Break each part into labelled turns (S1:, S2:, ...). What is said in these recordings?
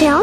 S1: 聊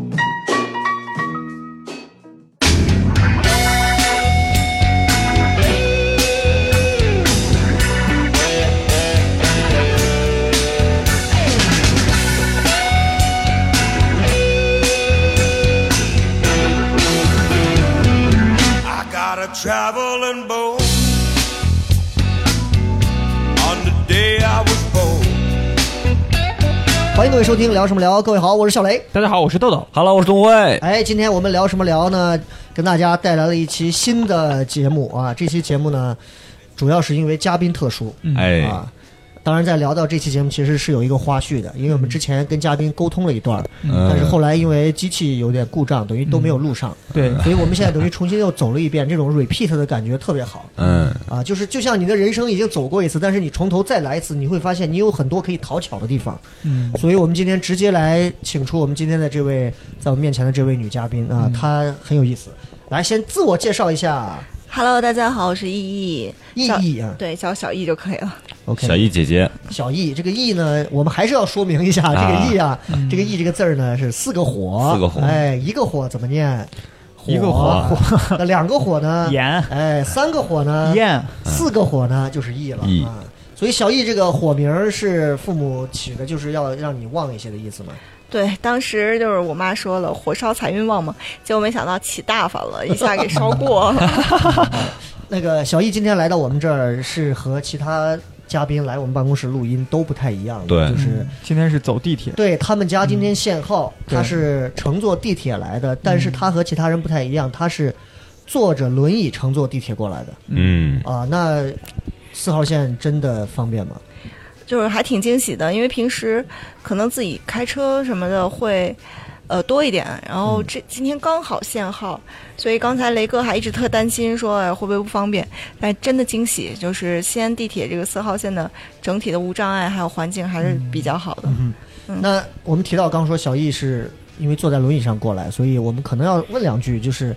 S2: I got a traveling boat on the day I was born.
S3: 欢迎各位收听聊什么聊？各位好，我是小雷。
S4: 大家好，我是豆豆。
S5: Hello，我是东辉。
S3: 哎，今天我们聊什么聊呢？跟大家带来了一期新的节目啊！这期节目呢，主要是因为嘉宾特殊
S5: 哎，
S3: 啊。当然，在聊到这期节目，其实是有一个花絮的，因为我们之前跟嘉宾沟通了一段儿，
S5: 嗯
S3: 但是后来因为机器有点故障，等于都没有录上，
S5: 嗯
S4: 对，
S3: 所以我们现在等于重新又走了一遍，这种 repeat 的感觉特别好。
S5: 嗯，
S3: 啊，就是就像你的人生已经走过一次，但是你从头再来一次，你会发现你有很多可以讨巧的地方。
S4: 嗯，
S3: 所以我们今天直接来请出我们今天的这位，在我们面前的这位女嘉宾啊，
S4: 嗯
S3: 她很有意思。来，先自我介绍一下，
S6: Hello，大家好，我是易易，
S3: 意
S6: 小
S3: 义啊
S6: 对，叫小易就可以了。
S3: ，OK，
S5: 小易姐姐，
S3: 小易，这个易呢，我们还是要说明一下，这
S5: 啊
S3: 个易啊，
S4: 嗯
S3: 这个易这个字儿呢是四个火，
S5: 四个火
S3: 哎，一个火怎么念？
S4: 一个火
S3: 火，那两个火呢？
S4: 盐
S3: 哎，三个火呢？
S4: 燕，
S3: 四个火呢就是易了
S5: 易
S3: 啊。所以小易这个火名儿是父母起的，就是要让你旺一些的意思嘛。
S6: 对，当时就是我妈说了，火烧财运旺嘛，结果没想到起大发了，一下给烧 过了。
S3: 那个小易今天来到我们这儿，是和其他嘉宾来我们办公室录音都不太一样的，
S5: 对
S3: 就是
S4: 今天是走地铁，
S3: 对他们家今天限号，
S4: 对
S3: 他是乘坐地铁来的，但是他和其他人不太一样，他是坐着轮椅乘坐地铁过来的
S5: 嗯，
S3: 啊。那四号线真的方便吗？
S6: 就是还挺惊喜的，因为平时可能自己开车什么的会呃多一点，然
S3: 嗯
S6: 后这今天刚好限号，所以刚才雷哥还一直特担心说哎会不会不方便，但真的惊喜，就是西安地铁这个四号线的整体的无障碍还有环境还是
S3: 嗯
S6: 比较好的。嗯
S3: 那我们提到刚说小易是因为坐在轮椅上过来，所以我们可能要问两句，就是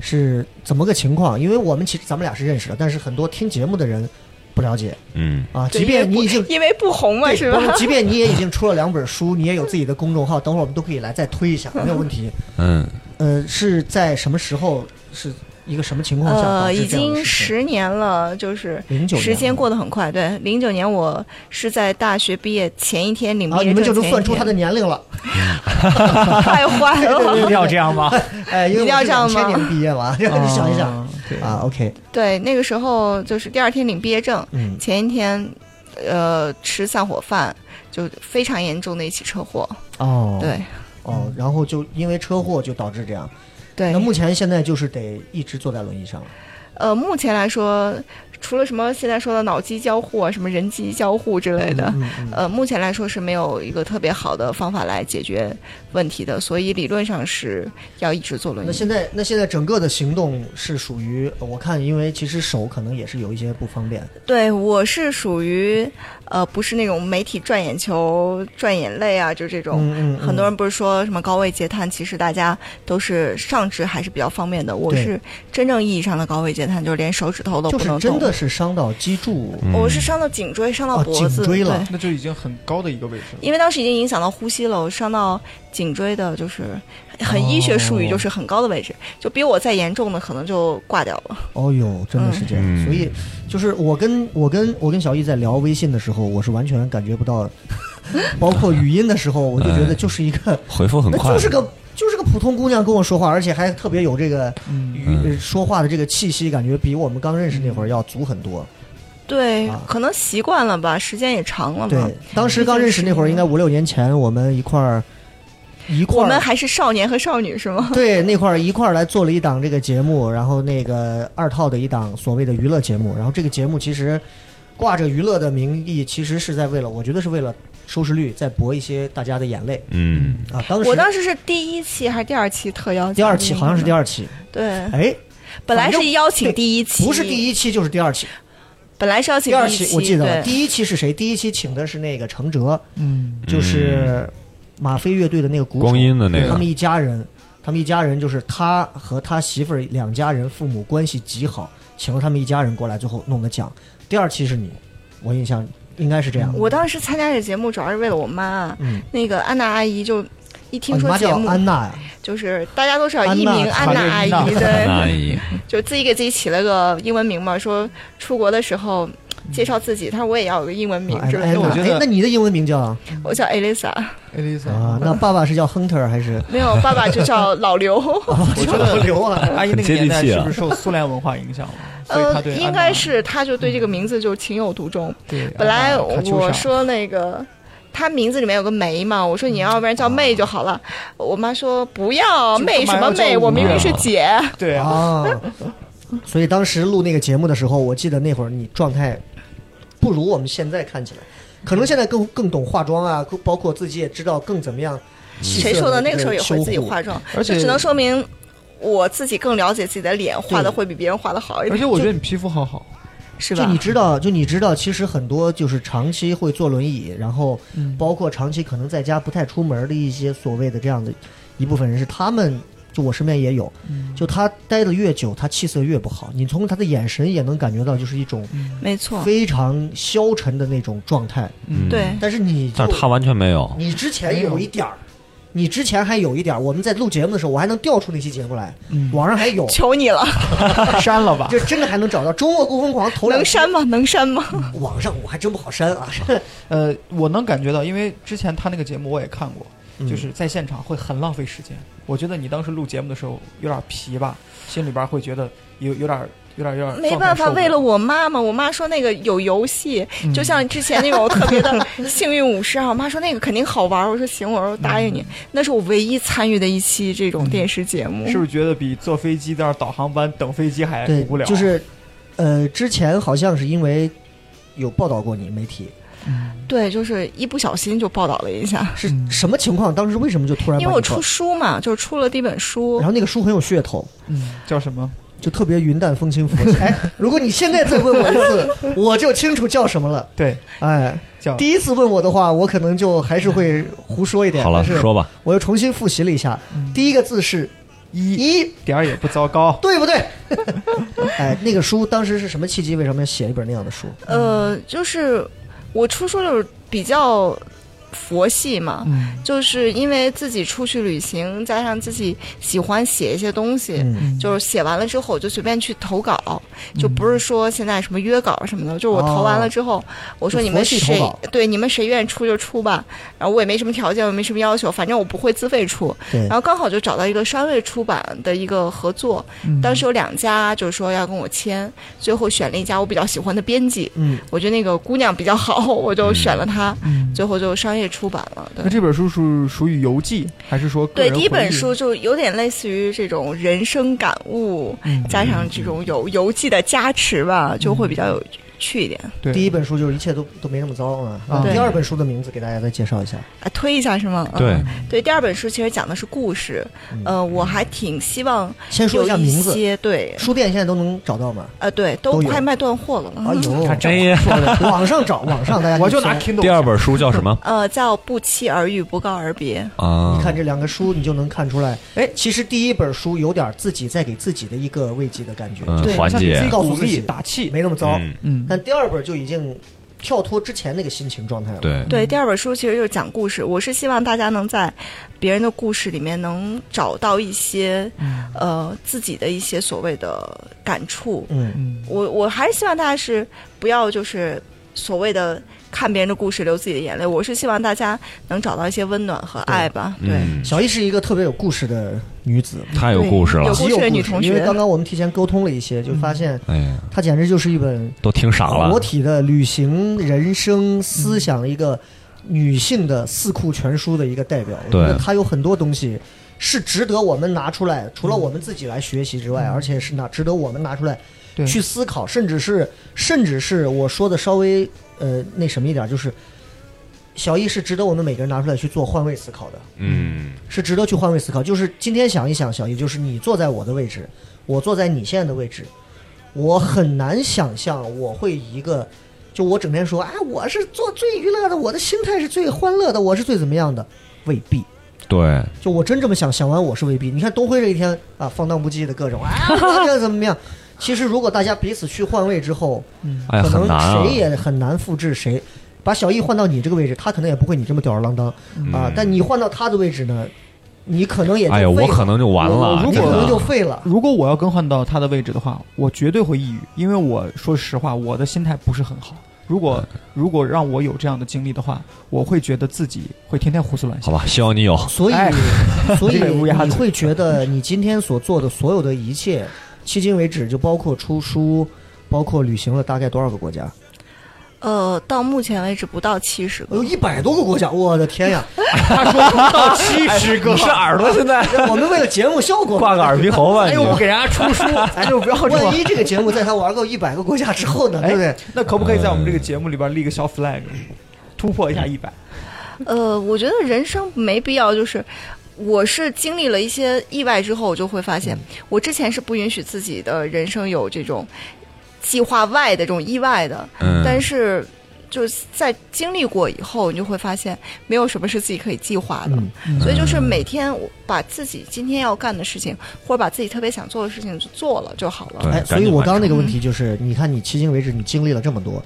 S3: 是怎么个情况？因为我们其实咱们俩是认识的，但是很多听节目的人不了解
S5: 嗯，
S3: 啊。
S6: 对
S3: 即便
S6: 因
S3: 你
S6: 为
S3: 已
S6: 不
S3: 经
S6: 因为不红嘛，
S3: 对
S6: 是吧？
S3: 不 即便你也已经出了两本书，你也有自己的公众号，等会儿我们都可以来再推一下，没有问 题。
S5: 嗯，
S3: 呃，是在什么时候？是一个什么情况下导
S6: 呃，
S3: 致
S6: 已
S3: 这样的事情？
S6: 经十年了，就是
S3: 09年
S6: 时间
S3: 了
S6: 过得很快。对，零九年我是在大学毕业前一天领毕
S3: 啊，
S6: 业
S3: 你
S6: 证
S3: 们
S6: 前
S3: 就
S6: 一
S3: 能
S6: 天，
S3: 算出他的年龄了，
S6: 太 坏了。
S4: 一定要这样 吗？
S3: 哎，因为
S6: 一定要这样
S3: 千
S6: 吗
S3: 年毕业嘛，你想一想
S4: 啊，对
S3: 啊，OK，
S6: 对，那个时候就是第二天领毕业证，
S3: 嗯，
S6: 前一天呃吃散伙饭，就非常严重的一起车祸。
S3: 哦，，
S6: 对
S3: 哦，然后就因为车祸就导致这样，
S6: 对
S3: 那，目前现在就是得一直坐在轮椅上了。
S6: 呃，目前来说，除了什么现在说的脑机交互啊，什么人机交互之类的，
S3: 嗯嗯
S6: 呃，目前来说是没有一个特别好的方法来解决问题的，所以理论上是要一直坐轮
S3: 那
S6: 椅。
S3: 现在那现在整个的行动是属于呃我看，因为其实手可能也是有一些不方便。
S6: 对我是属于，呃，不是那种媒体转眼球、转眼泪啊，就这种。
S3: 嗯
S6: 很多人不是说什么高位截瘫，其实大家都是上肢还是比较方便的。我
S3: 对
S6: 是真正意义上的高位截瘫，就是连手指头都
S3: 就
S6: 哦不
S3: 是
S6: 能动。
S3: 真的是伤到脊柱，
S6: 我是伤到颈椎，伤到
S3: 啊
S6: 脖子，
S3: 颈椎了
S6: 对
S4: 那就已经很高的一个位置了。
S6: 因为当时已经影响到呼吸了，我伤到颈椎的，就是很医学术语，
S3: 哦
S6: 就是很高的位置，就比我再严重的可能就挂掉了。
S3: 哦呦，真的是这样。
S5: 嗯
S3: 所以就是我跟我跟我跟小易在聊微信的时候，我是完全感觉不到， 包括语音的时候，我就觉得就是一个，
S5: 哎 回复很
S3: 那
S5: 快，
S3: 就是个。就是个普通姑娘跟我说话，而且还特别有这个
S6: 嗯
S3: 语、
S5: 嗯
S3: 呃说话的这个气息，感觉比我们刚认识那会儿要足很多。
S6: 对，
S3: 啊
S6: 可能习惯了吧，时间也长了嘛
S3: 对。，当时刚认识那会儿，应该五六年前，我们一块儿一
S6: 我
S3: 块
S6: 们
S3: 儿
S6: 还是少年和少女是 吗？
S3: 对那块儿一块儿来做了一档这个节目，然后那个二套的一档所谓的娱乐节目，然后这个节目其实挂着娱乐的名义，其实是在为了，我觉得是为了收视率，在博一些大家的眼泪
S5: 嗯，
S3: 啊。当时
S6: 我当时是第一期还是第二期特邀？
S3: 第二期好像是第
S6: 二。
S3: 二期，
S6: 对，
S3: 哎，
S6: 本来
S3: 反正
S6: 是邀请第一期，
S3: 不是第
S6: 一，
S3: 一期就是第二期，
S6: 本来是邀请
S3: 第二
S6: 一期，
S3: 期我记得了，
S6: 对
S3: 第一期是谁？第一期请的是那个程哲，
S4: 嗯，
S3: 就是马飞乐队的那个鼓手，
S5: 光阴的那
S3: 他
S5: 个
S3: 们，一家人，他们一家人就是他和他媳妇儿两家人父母关系极好，请了他们一家人过来，最后弄个奖。第二期是你，我印象应该是这样的。
S6: 我当时参加这节目主要是为了我妈，
S3: 嗯，
S6: 那个安娜阿姨就一
S3: 哦
S6: 听
S3: 你
S6: 说
S3: 妈
S6: 节
S3: 叫
S6: 目，
S3: 安娜呀，
S6: 就是大家都是要艺名
S3: 安
S6: 安
S4: 娜
S6: 娜阿
S4: 卡
S6: 姨，
S4: 列
S5: 那
S6: 对，
S5: 也
S6: 就自己给自己起了个英文名嘛，说出国的时候。介绍自己，他说我也要有个英文 名
S3: 啊安
S6: 之
S3: 娜
S6: 类的。
S3: 安娜
S4: 我觉得
S3: 哎那你的英文名叫啊？
S6: 我叫 Elisa，
S4: Elisa，
S3: 啊那爸爸是叫亨特尔还是？
S6: 没有爸爸就叫老刘。
S3: 我
S4: 觉得
S3: 刘啊，
S4: 阿姨
S5: 很
S4: 那个
S5: 接地
S4: 年代
S5: 气
S4: 是
S5: 啊
S4: 不是受苏联文化影响了？所以她
S6: 呃，
S4: 对
S6: 应
S4: 安
S6: 该
S4: 娜
S6: 是他就对这个名字就情有独钟。
S4: 对。
S6: 本来
S4: 安娜卡秋
S6: 我
S4: 莎
S6: 说那个。他名字里面有个梅嘛，我说你要不然叫妹就好了。我妈说不要
S4: 哦就
S6: 妹
S4: 干嘛
S6: 什么
S4: 要叫
S6: 妹，
S4: 我
S6: 我明明是
S5: 啊
S6: 姐。
S4: 对啊，
S3: 啊，所以当时录那个节目的时候，我记得那会儿你状态不如我们现在看起来，可能现在更更懂化妆啊，更包括自己也知道更怎么样。
S6: 谁说的？那个时候也会自己化，妆，
S4: 而
S6: 就
S4: 且
S6: 只能说明我自己更了解自己的脸，画的
S3: 对
S6: 会比别人画的好一
S4: 而
S6: 点，
S4: 且我觉得你皮肤好好，
S6: 是
S3: 就
S6: 吧
S3: 你？知道，就你知道，其实很多就是长期会坐轮椅，然后
S4: 嗯
S3: 包括长期可能在家不太出门的一些所谓的这样的一部分人士，他们就我身边也有，
S6: 嗯
S3: 就他待的越久，他气色越不好。你从他的眼神也能感觉到，就是一种
S6: 没错，
S3: 非常消沉的那种状态。
S5: 嗯，
S6: 对，，
S3: 但是你就
S5: 但是他完全没有，
S3: 你之前有一点儿，你之前还有一点儿，我们在录节目的时候，我还能调出那期节目来，网上还有
S6: 嗯 求 你了，
S4: 删了 吧？
S3: 就真的还能找到《周末够疯狂》头两
S6: 能
S3: 期
S6: 删吗？能删吗？
S4: 嗯
S3: 网上我还真不好删啊，
S4: 呃，我能感觉到，因为之前他那个节目我也看过，就是在现场会很浪费时间。我觉得你当时录节目的时候有点皮吧，心里边会觉得有有点有点有点
S6: 没
S4: 状态
S6: 办法，
S4: 受不嗯
S6: 为了我妈嘛，我妈说那个有游戏，就像之前那种特别的幸运五十啊，我妈说那个肯定好玩，我说行，我说答应
S4: 嗯
S6: 你，那是我唯一参与的一期这种电视节目，
S4: 嗯是不是觉得比坐飞机在那儿导航班等飞机
S5: 哎
S4: 还
S3: 对
S4: 无，聊？
S3: 就是，呃，之前好像是因为有报道过你媒体
S6: 对，就是一不小心就报道了一下，
S3: 是什么情况？当时为什么就突然把
S6: 因为
S3: 你
S6: 我
S3: 报
S6: 出书嘛，就是出了第一本书
S3: 然，后那个书很有噱头，
S4: 嗯，叫什么？
S3: 就特别云淡风轻佛 系。哎，如果你现在再问我一次， 我就清楚叫什么了。
S4: 对，
S3: 哎，
S5: 哦
S4: 叫
S3: 第一次问我的话，我可能就还是会胡说一点。
S5: 好了，
S3: 但是
S5: 说吧，
S3: 我又重新复习了一下，第一个字是
S4: 一，
S3: 一，
S4: 点儿也不糟糕。
S3: 对不对？ 哎，那个书当时是什么契机？为什么要写一本那样的书？
S6: 呃，
S3: 嗯
S6: 就是我出书就是比较佛系嘛，
S4: 嗯
S6: 就是因为自己出去旅行，加上自己喜欢写一些东西，
S3: 嗯，
S6: 就是写完了之后我就随便去投稿，就不是说现在什么约稿什么的，就是我投完了之后，我说
S3: 哦就
S6: 你们
S3: 佛系投
S6: 谁
S3: 稿
S6: 对你们谁愿意出就出吧，然后我也没什么条件，我也没什么要求，反正我不会自费出，
S3: 对
S6: 然后刚好就找到一个商业出版的一个合作，
S3: 嗯
S6: 当时有两家就是说要跟我签，最后选了一家我比较喜欢的编辑，
S3: 嗯，
S6: 我觉得那个姑娘比较好， 我就选了她，最后就商业出版了。对
S4: 嗯那这本书是属于游记，还是说个
S6: 对，
S4: 人
S6: 第
S4: 回
S6: 一
S4: 忆
S6: 本书就有点类似于这种人生感悟，
S3: 哎
S6: 加上这
S3: 嗯
S6: 种有游记的加持吧，就会比较有趣一点。
S4: 对
S3: 第一本书就是一切都都没那么糟啊。那
S4: 啊
S6: 对
S3: 第二本书的名字给大家再介绍一下。
S6: 啊，推一下是吗？嗯
S5: 对
S6: 对，第二本书其实讲的是故事，呃，我还挺希望
S3: 嗯先说
S6: 有
S3: 一下
S6: 一
S3: 名字，
S6: 些对，
S3: 书店现在都能找到吗？
S6: 呃，对，都
S3: 都有
S6: 快卖断货了。
S3: 哎呦，
S4: 看这
S5: 哎呀，
S3: 说的网上找，网上大家可以
S4: 我就拿
S3: 搜
S4: Kindle
S5: 第二本书叫什么
S6: 呃，叫不期而遇，不告而别。
S5: 啊？
S3: 嗯你看这两个书，你就能看出来。
S4: 哎
S3: 其实第一本书有点自己在给自己的一个慰藉的感觉，
S5: 嗯
S4: 对
S5: 环
S4: 像给
S5: 节
S4: 自己
S3: 告诉
S4: 鼓
S3: 自己
S4: 励打气。
S3: 没那么糟。
S5: 嗯，
S4: 嗯，
S3: 但第二本就已经跳脱之前那个心情状态了。
S5: 对，
S6: 对，第二本书其实就是讲故事。我是希望大家能在别人的故事里面能找到一些，
S4: 嗯
S6: 呃，自己的一些所谓的感触。
S3: 嗯，
S6: 我我还是希望大家是不要就是所谓的看别人的故事流自己的眼泪。我是希望大家能找到一些温暖和爱吧。对，
S5: 嗯，
S3: 小易是一个特别有故事的女子，
S5: 太有故事了
S6: 有，
S3: 极
S6: 故
S3: 有
S6: 事的女
S3: 故
S6: 同
S3: 因为
S6: 学
S3: 刚刚我们提前沟通了一些，就发现
S5: 哎呀，
S3: 她简直就是一本
S5: 都听傻了
S3: 活，体的旅行、人生、思想的一个女性的四库全书的一个代表。我觉得
S5: 对
S3: 她有很多东西是值得我们拿出来，除了我们自己来学习之外，
S5: 嗯
S3: 而且是拿值得我们拿出来
S4: 对
S3: 去思考，甚至是甚至是我说的稍微呃那什么一点，就是小易是值得我们每个人拿出来去做换位思考的。
S5: 嗯，
S3: 是值得去换位思考。就是今天想一想，小易，就是你坐在我的位置，我坐在你现在的位置，我很难想象我会一个，就我整天说，哎，我是做最娱乐的，我的心态是最欢乐的，我是最怎么样的。未必。
S5: 对，
S3: 就我真这么想，想完我是未必。你看东辉这一天啊，放荡不羁的各种 啊，这怎么样？其实如果大家彼此去换位之后，
S5: 哎，
S3: 可
S5: 很
S3: 能
S5: 难啊
S3: 谁。也很难复制谁。把小易换到你这个位置，他可能也不会你这么吊儿郎当啊
S5: 嗯。
S3: 但你换到他的位置呢，你可能也就
S5: 哎呀，
S3: 废
S5: 我
S3: 了
S5: 可能就完
S4: 我
S5: 了，
S4: 如
S3: 你可
S5: 真
S4: 果
S3: 能
S5: 的
S3: 就废了。
S4: 如果我要更换到他的位置的话，我绝对会抑郁，因为我说实话，我的心态不是很好。如果如果让我有这样的经历的话，我会觉得自己会天天胡思乱
S5: 好
S4: 想。
S5: 吧，希望你有。
S3: 所以
S4: 哎，
S3: 所以
S4: 这个乌鸦
S3: 你
S4: 嘴
S3: 会觉得你今天所做的所有的一切，迄今为止就包括出书，包括旅行了大概多少个国家？
S6: 呃，到目前为止不到七十
S3: 有
S6: 个，
S3: 哎一百多个国家，我的天 呀！
S7: 到七十个，是耳朵现在
S3: 我们为了节目效果，
S7: 挂个耳皮猴吧？
S4: 哎
S7: 你
S4: 呦，我给人家出 书，哎呦，不要这
S3: 万
S4: 么。
S3: 一这个节目在他玩够一百个国家之后呢，对不对？
S4: 那可不可以在我们这个节目里边立个小 flag，突破一下一百？
S6: 呃，我觉得人生没必要就是。我是经历了一些意外之后，我就会发现，
S3: 嗯
S6: 我之前是不允许自己的人生有这种计划外的这种意外的。
S5: 嗯，
S6: 但是就是在经历过以后，你就会发现没有什么是自己可以计划的。
S3: 嗯
S6: 所以就是每天我把自己今天要干的事情，或者把自己特别想做的事情就做了就好了。
S5: 对
S3: 哎，
S5: 赶
S3: 所以
S5: 紧
S3: 我
S5: 完
S3: 刚刚那
S5: 成
S3: 个问题就是，你看你迄今为止你经历了这么多，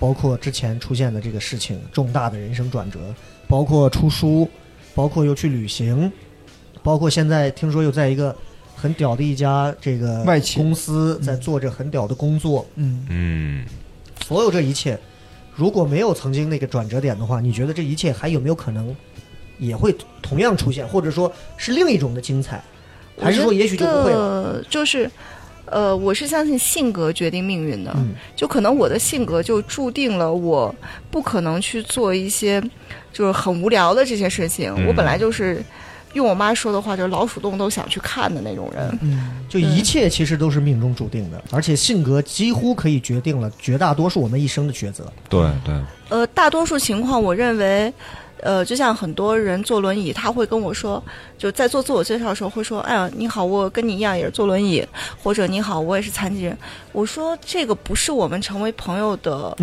S3: 包括之前出现的这个事情，重大的人生转折，包括出书，包括又去旅行，包括现在听说又在一个很屌的一家这个
S4: 外企
S3: 公司在做着很屌的工作，
S4: 嗯，
S5: 嗯，
S3: 所有这一切，如果没有曾经那个转折点的话，你觉得这一切还有没有可能也会同样出现，或者说是另一种的精彩，还是说也许就不会了？
S6: 了？就是，呃，我是相信性格决定命运的，
S3: 嗯
S6: 就可能我的性格就注定了我不可能去做一些就是很无聊的这些事情。
S5: 嗯
S6: 我本来就是用我妈说的话，就是老鼠洞都想去看的那种人。
S3: 就一切其实都是命中注定的，而且性格几乎可以决定了绝大多数我们一生的抉择。
S5: 对对，
S6: 呃，大多数情况，我认为，呃，就像很多人坐轮椅，他会跟我说，就在做自我介绍的时候会说，哎呀，你好，我跟你一样也是坐轮椅，或者你好，我也是残疾人。我说这个不是我们成为朋友的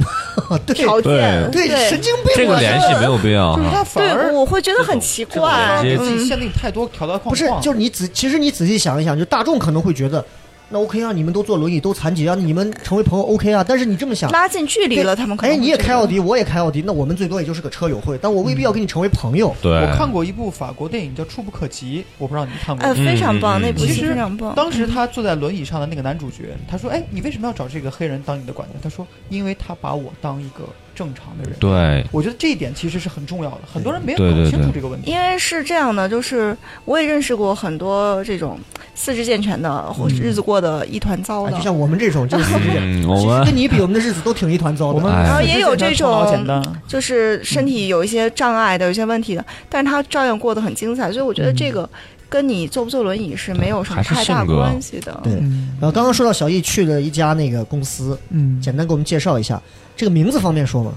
S3: 对
S6: 条件，
S3: 对，神经病啊！
S5: 这个联系没有必要啊
S4: 就是
S5: 哈。
S4: 他反而
S6: 对，我会觉得很奇怪，
S5: 这
S4: 给
S5: 种
S4: 自己
S6: 嗯，
S4: 限定太多条条框框。
S3: 不是，就是你仔，其实你仔细想一想，就大众可能会觉得，那 OK 啊，你们都坐轮椅，都残疾啊，你们成为朋友 OK 啊。但是你这么想，
S6: 拉近距离了，他们可能
S3: 哎，你也
S6: 会觉
S3: 开
S6: 得
S3: 奥迪，我也开奥迪，那我们最多也就是个车友会，但我未
S6: 嗯
S3: 必要跟你成为朋友。
S5: 对，
S4: 我看过一部法国电影叫《触不可及》，我不知道你看过
S6: 哎，
S4: 没。
S6: 非常
S5: 嗯嗯
S6: 棒，
S5: 嗯
S6: 那部
S4: 其
S6: 戏
S4: 实
S6: 非常棒。
S4: 当时他坐在轮椅上的那个男主角，他说：“哎，你为什么要找这个黑人当你的管家？”他说：“因为他把我当一个正常的人。”，
S5: 对，
S4: 我觉得这一点其实是很重要的，很多人没有
S5: 对
S4: 搞
S5: 对
S4: 清楚
S5: 对
S4: 这个问题。
S6: 因为是这样的，就是我也认识过很多这种四肢健全的，或日子过得一团糟
S3: 嗯哎
S6: 的
S3: 就，像我们这种就是这样，
S5: 嗯，
S3: 其
S5: 我
S3: 实
S5: 们
S3: 跟你比，我们的日子都挺一团糟
S4: 啊我
S3: 的。
S4: 们
S5: 哎然后
S6: 也有这种
S4: 头脑简单，
S6: 就是身体有一些障碍的、有一些问题的，但是他照样过得很精彩。所以我觉得
S3: 嗯
S6: 这个跟你坐不坐轮椅是没有什么
S5: 还是
S6: 太大
S5: 性格
S6: 关系的。
S3: 对
S4: 嗯
S3: 然后刚刚说到小易去了一家那个公司，
S4: 嗯，
S3: 简单给我们介绍一下，这个名字方便说吗？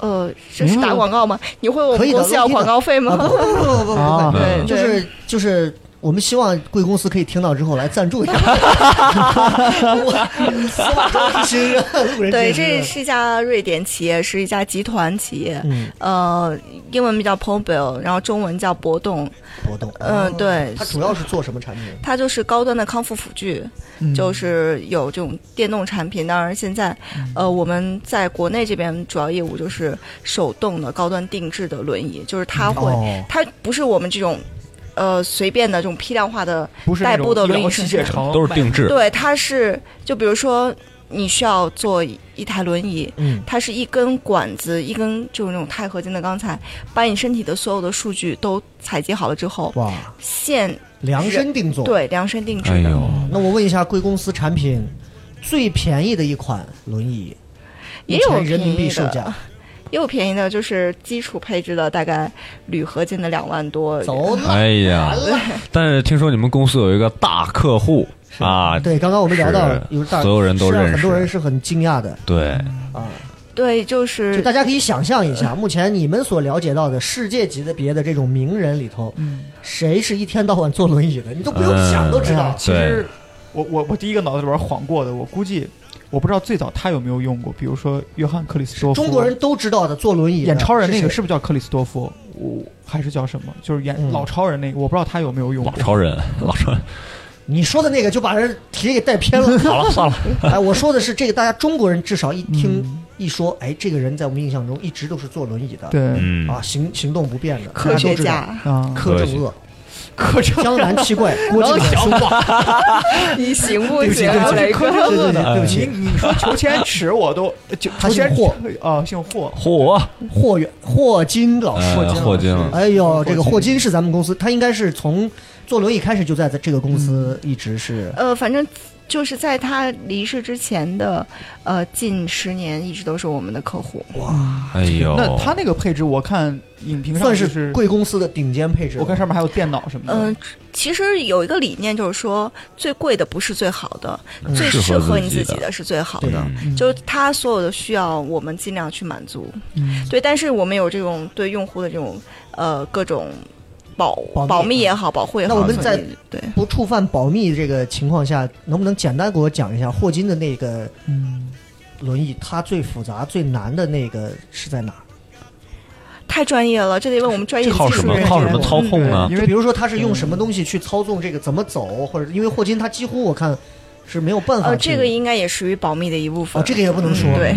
S6: 呃，这是打广告吗？你会为我
S3: 可以
S6: 们
S3: 的
S6: 公司要广告费
S3: 啊，
S6: 吗
S3: 不？不不不不不
S4: 啊
S3: 不，
S6: 对，
S5: 嗯
S3: 就
S6: 对
S3: 是就是，我们希望贵公司可以听到之后来赞助一下。我司马昭之心，路 人
S6: 对，
S3: 皆
S6: 这
S3: 知。
S6: 是一家瑞典企业，是一家集团企业。
S3: 嗯，
S6: 呃，英文叫 Pobil，然后中文叫博动。
S3: 活动。
S6: 嗯、
S3: 哦
S6: 对，
S3: 它主要是做什么产品？
S6: 它就是高端的康复辅具，
S4: 嗯
S6: 就是有这种电动产品。当然，现在
S4: 嗯
S6: 呃，我们在国内这边主要业务就是手动的高端定制的轮椅，就是它
S4: 嗯
S6: 会，
S3: 哦，
S6: 它不是我们这种。呃，随便的这种批量化的，
S4: 不是
S6: 代
S4: 那种
S6: 步的轮椅
S4: 医疗器械
S6: 是
S4: 城，
S5: 都是定制，
S6: 对，它是就比如说你需要坐一台轮椅，
S3: 嗯，
S6: 它是一根管子，一根就是那种钛合金的钢材，把你身体的所有的数据都采集好了之后，
S3: 哇，
S6: 现
S3: 量身定做。。
S6: 对量身定制
S5: 哎
S6: 的。
S5: 呦，
S3: 那我问一下，贵公司产品最便宜的一款轮椅，
S6: 也有
S3: 目前人民币
S6: 便宜
S3: 售
S6: 的
S3: 价，
S6: 也有便宜的，就是基础配置的，大概铝合金的两万多。
S3: 走了。
S5: 哎呀，但是听说你们公司有一个大客户啊，
S3: 对，刚刚我们聊到
S5: 是
S3: 有大，
S5: 所有人都
S3: 是让
S5: 认识
S3: 很多人是很惊讶的
S4: 嗯
S5: 对，
S3: 啊。
S6: 对，就是
S3: 就 大家可以想象一下，目前你们所了解到的世界级的别的这种名人里头，
S4: 嗯
S3: 谁是一天到晚坐轮椅的？你都不用
S5: 嗯
S3: 想都知
S4: 哎呀
S3: 道。
S4: 其实我我我第一个脑子里边晃过的，我估计我不知道最早他有没有用过，比如说约翰克里斯多夫，
S3: 中国人都知道的坐轮椅的
S4: 演超人那个
S3: 是
S4: 是不是叫克里斯多夫？我还是叫什么，就是原、
S3: 嗯
S4: 老超人那个，我不知道他有没有用
S5: 老
S4: 过。
S5: 超人，老超人，
S3: 你说的那个就把人题给带偏 了。
S5: 好了算了，
S3: 哎，我说的是这个，大家中国人至少一
S4: 嗯
S3: 听、一说，哎，这个人在我们印象中一直都是坐轮椅的，
S4: 对，
S5: 嗯
S3: 啊，行行动不便的
S6: 科学，
S3: 大
S6: 家，
S4: 啊，
S3: 家都知道柯镇恶、
S4: 柯镇
S3: 江南七怪、郭靖的兄弟，
S6: 你行不
S3: 对不起
S6: 行
S3: 对不
S6: 啊，
S3: 起
S6: 雷
S4: 柯
S6: 哥？
S4: 镇恶的，
S3: 对不起对不
S4: 你你说裘千尺我都，就
S3: 他
S4: 裘千
S3: 姓霍
S4: 尺啊，姓霍，
S5: 嚯，
S3: 霍元霍金老师。
S5: 呃霍金了，
S3: 哎呦，
S4: 金
S3: 这个霍金是咱们公司，他应该是从坐轮椅开始就在这个公司一直是。
S6: 呃，反正就是在他离世之前的呃近十年，一直都是我们的客户。
S5: 哎呦，
S4: 那他那个配置我看影评上
S3: 算
S4: 就是
S3: 贵公司的顶尖配置
S4: 我，看上面还有电脑什么的。
S6: 嗯、其实有一个理念就是说，最贵的不是最好的，
S5: 嗯
S6: 最
S5: 适合
S6: 适合
S5: 自
S6: 你
S5: 己
S6: 自
S5: 的
S6: 己的是最好
S3: 对
S6: 的。
S5: 嗯
S6: 就是他所有的需要，我们尽量去满足。
S4: 嗯
S6: 对，但是我们有这种对用户的这种呃各种保
S3: 保密
S6: 密也好，保护也
S3: 那
S6: 好。
S3: 我们
S6: 所以
S3: 在
S6: 对
S3: 不触犯保密这个情况下，能不能简单给我讲一下霍金的那个
S4: 嗯，
S3: 轮椅，它最复杂、最难的那个是在哪儿？
S6: 太专业了，这得问我们专业技
S5: 靠什
S6: 术
S5: 么
S6: 人员。
S5: 靠什么操控呢？
S4: 因
S3: 就
S4: 为
S3: 比如说他是用什么东西去操纵这个怎么走，或者因为霍金他几乎我看是没有办法
S6: 呃，
S3: 去。
S6: 这个应该也属于保密的一部分。
S3: 哦，这个也不能说。
S6: 嗯对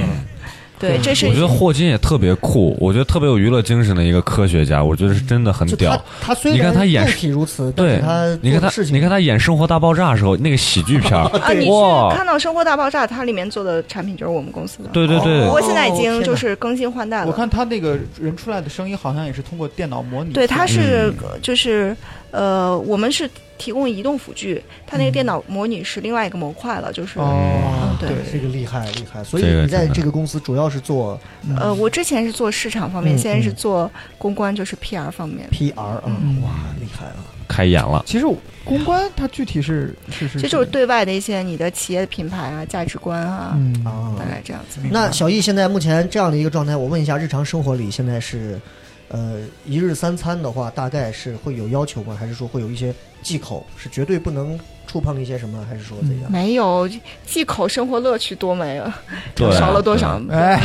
S6: 对，这是
S5: 我觉得霍金也特别酷，我觉得特别有娱乐精神的一个科学家，我觉得是真的很
S3: 就
S5: 屌
S3: 他。他虽
S5: 你
S3: 然
S5: 看他演
S3: 肉体如此，但
S5: 对
S3: 是他，
S5: 你看
S3: 做的
S5: 他
S3: 事，情
S5: 你看他演《生活大爆炸》的时候，那个喜剧片儿，
S6: 啊，你是
S5: 哇，
S6: 看到《生活大爆炸》它里面做的产品就是我们公司的。
S5: 对对对
S6: 不
S3: 哦
S6: 过现在已
S3: 天
S6: 经
S3: 哪
S6: 就是更新换代了。
S4: 我看他那个人出来的声音好像也是通过电脑模拟。
S6: 对，它是
S4: 嗯
S6: 就是呃，我们是提供移动辅具，它那个电脑模拟是另外一个模块了，就是
S4: 嗯哦，
S6: 嗯对
S3: 这个厉害厉害。所以
S5: 这个
S3: 你在
S5: 真的
S3: 这个公司主要是做
S6: 呃，我之前是做市场方面，
S3: 嗯
S6: 现在是
S3: 嗯
S6: 做公关，就是 PR 方面。
S3: PR 啊，
S4: 嗯
S3: 哇，厉害啊！
S5: 开演了。
S4: 其实公关它具体是是是，
S6: 这就是对外的一些你的企业品牌啊、价值观啊，
S4: 嗯
S3: 啊
S6: 大概这样子。
S3: 那小易现在目前这样的一个状态，我问一下，日常生活里现在是，呃，一日三餐的话，大概是会有要求吗？还是说会有一些忌口，是绝对不能触碰一些什么？还是说怎
S4: 嗯
S3: 样？
S6: 没有忌口，生活乐趣多没了，
S5: 对
S4: 啊
S6: 少了多少？
S4: 哎，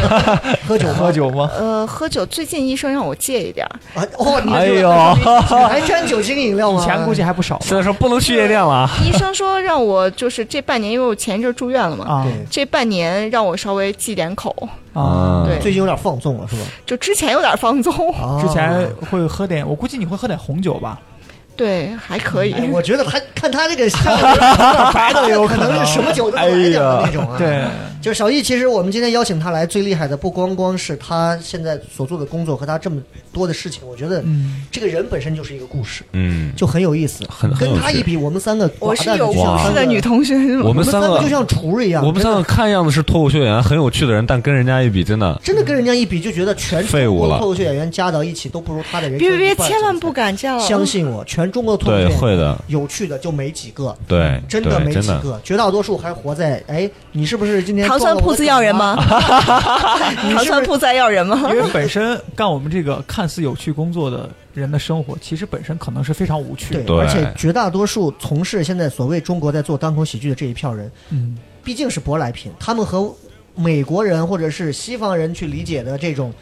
S3: 喝酒吗
S4: 喝酒 吗？
S6: 呃，喝酒最近医生让我戒一点儿，
S3: 啊？哦，你
S5: 哎
S3: 这
S5: 呦
S3: 个，
S6: 啊
S3: 你还沾酒精饮料啊吗？
S4: 以前估计还不少
S5: 现在说不能去夜店了啊，
S6: 医生说让我就是这半年，因为我前一阵儿住院了嘛，
S4: 啊
S3: 对，
S6: 这半年让我稍微忌点口，
S4: 啊！
S6: 对
S3: 最近有点放纵了，是吧？
S6: 就之前有点放纵，
S3: 啊
S4: 之前会喝点，我估计你会喝点红酒吧？
S6: 对，还可以。
S3: 哎我觉得他看他这个 像有点白的，有可能是什么酒都来
S5: 哎
S3: 点的那种啊。
S4: 对，
S3: 就是小易，其实我们今天邀请他来，最厉害的不光光是他现在所做的工作和他这么多的事情，我觉得
S4: 嗯
S3: 这个人本身就是一个故事，
S5: 嗯，
S3: 就很有意思。
S5: 很很
S3: 跟
S5: 有
S3: 他一
S5: 趣。
S3: 比，我们三个
S6: 我
S3: 寡
S6: 是
S3: 淡
S6: 有
S3: 就像
S5: 哇
S6: 故
S3: 三
S6: 事
S3: 个
S6: 的女同学是吗？
S5: 我
S3: 我
S5: 们三
S3: 个
S5: 个
S3: 就，像厨儿一样，
S5: 我们三个看样子是脱口秀演员，很有趣的人，但跟人家一比，真的
S3: 真的。真的跟人家一比，就觉得全
S5: 废
S3: 中
S5: 物
S3: 国
S5: 了
S3: 脱口秀演员加到一起都不如他的人生
S6: 别别
S3: 一半
S6: 别，千万
S3: 精彩
S6: 不敢这样！
S3: 相信我，全中国脱口秀
S5: 对，
S3: 演员
S5: 会的，
S3: 有趣的就没几个，
S5: 对，
S3: 真的
S5: 对
S3: 没
S5: 真
S3: 几
S5: 的
S3: 个，绝大多数还活在哎，你是不是今天
S6: 糖
S3: 撞
S6: 蒜
S3: 了
S6: 铺
S3: 我
S6: 子
S3: 的
S6: 要
S3: 脚
S6: 人
S3: 啊？
S6: 吗？ 糖蒜铺子还要人吗
S4: 因？为本身干我们这个看似有趣工作的人的生活，其实本身可能是非常无趣
S3: 对，
S4: 的。
S5: 对
S3: 而且绝大多数从事现在所谓中国在做单口喜剧的这一票人，
S4: 嗯，
S3: 毕竟是舶来品，他们和美国人或者是西方人去理解的这种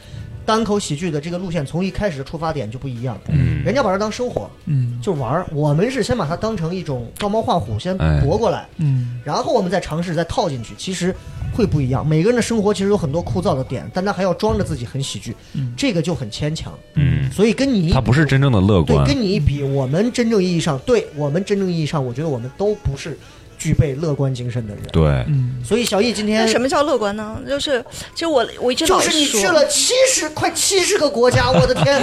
S3: 单口喜剧的这个路线，从一开始的出发点就不一样。
S5: 嗯
S3: 人家把它当生活，
S4: 嗯
S3: 就玩儿；我们是先把它当成一种照猫画虎，先
S5: 哎
S3: 博过来，
S4: 嗯，
S3: 然后我们再尝试再套进去，其实会不一样。每个人的生活其实有很多枯燥的点，但他还要装着自己很喜剧，
S4: 嗯
S3: 这个就很牵强。
S5: 嗯，
S3: 所以跟你一
S5: 他不是真正的乐
S3: 对
S5: 观，
S3: 跟你一比，我们真正意义上，对我们真正意义上，我觉得我们都不是具备乐观精神的人。
S5: 对，
S4: 嗯，
S3: 所以小易今
S6: 那
S3: 天
S6: 什么叫乐观呢？就是，就我我一直
S3: 就
S6: 老
S3: 是你去
S6: 说
S3: 了七十快七十个国 家，我的天！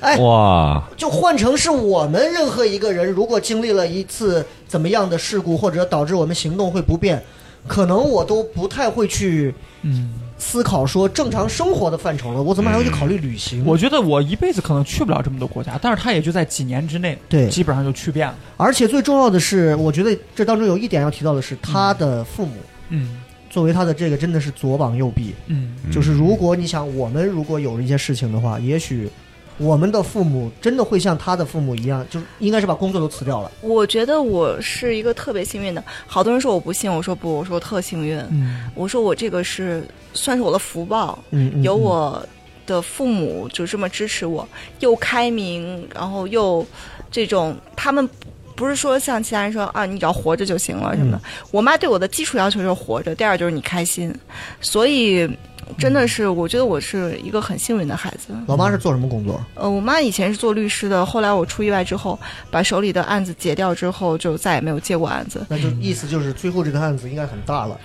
S3: 哎，
S5: 哇，
S3: 就换成是我们任何一个人，如果经历了一次怎么样的事故，或者导致我们行动会不便，可能我都不太会去
S4: 嗯，
S3: 思考说正常生活的范畴了。我怎么还会去考虑旅行？
S4: 我觉得我一辈子可能去不了这么多国家，但是他也就在几年之内，
S3: 对
S4: 基本上就去遍了。
S3: 而且最重要的是，我觉得这当中有一点要提到的是，他的父母
S4: 嗯
S3: 作为他的这个真的是左膀右臂。
S4: 嗯
S3: 就是如果你想，我们如果有一些事情的话，也许我们的父母真的会像他的父母一样，就应该是把工作都辞掉了。
S6: 我觉得我是一个特别幸运的。好多人说我不幸，我说不，我
S3: 哦
S6: 说我特幸运。
S4: 嗯
S6: 我说我这个是算是我的福报，
S3: 嗯，嗯
S6: 有我的父母就这么支持我，又开明，然后又这种他们。不是说像其他人说啊，你只要活着就行了什么的。我妈对我的基础要求就是活着，第二就是你开心。所以真的是，我觉得我是一个很幸运的孩子。
S3: 老妈是做什么工作？
S6: 呃，我妈以前是做律师的，后来我出意外之后，把手里的案子结掉之后，就再也没有接过案
S3: 。
S6: 子
S3: 那就意思就是最后这个案子应该很大了。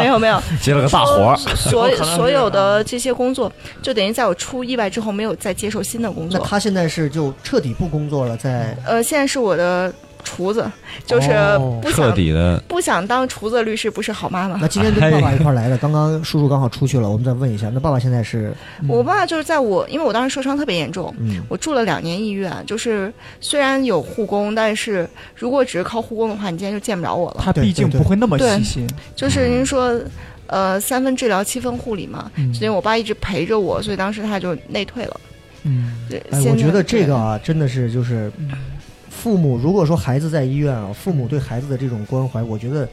S6: 没有没有，
S5: 接了个大活儿，
S6: 所
S4: 可能是
S6: 所有的这些工作，就等于在我出意外之后，没有再接受新的工
S3: 那
S6: 作。
S3: 她现在是就彻底不工作了，在
S6: 呃，现在是我的厨子，就是
S3: 哦
S6: 不想、
S5: 彻底的
S6: 不想当厨子的律师，不是好妈妈。
S3: 那今天跟爸爸一块儿来的，刚刚叔叔刚好出去了，我们再问一下，那爸爸现在是
S6: 我爸就是在我，因为我当时受伤特别严重，
S3: 嗯
S6: 我住了两年医院，就是虽然有护工，但是如果只是靠护工的话，你今天就见不着我了。
S4: 他
S3: 对
S4: 毕竟
S3: 对
S4: 不会那么
S6: 对
S4: 细心，
S6: 就是
S3: 嗯
S6: 您说，呃，三分治疗七分护理嘛，
S4: 嗯
S6: 所以我爸一直陪着我，所以当时他就内退了。
S4: 嗯，
S6: 对
S3: 哎，
S6: 现
S3: 我
S6: 在
S3: 觉得这个啊，真的是就是
S4: 嗯，
S3: 父母如果说孩子在医院啊，父母对孩子的这种关怀，我觉得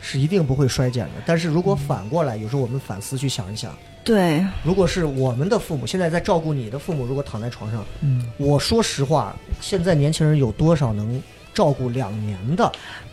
S3: 是一定不会衰减的。但是如果反过来，有时候我们反思去想一想，
S6: 对
S3: 如果是我们的父母现在在照顾你的父母，如果躺在床上，
S4: 嗯
S3: 我说实话，现在年轻人有多少能照顾两年的？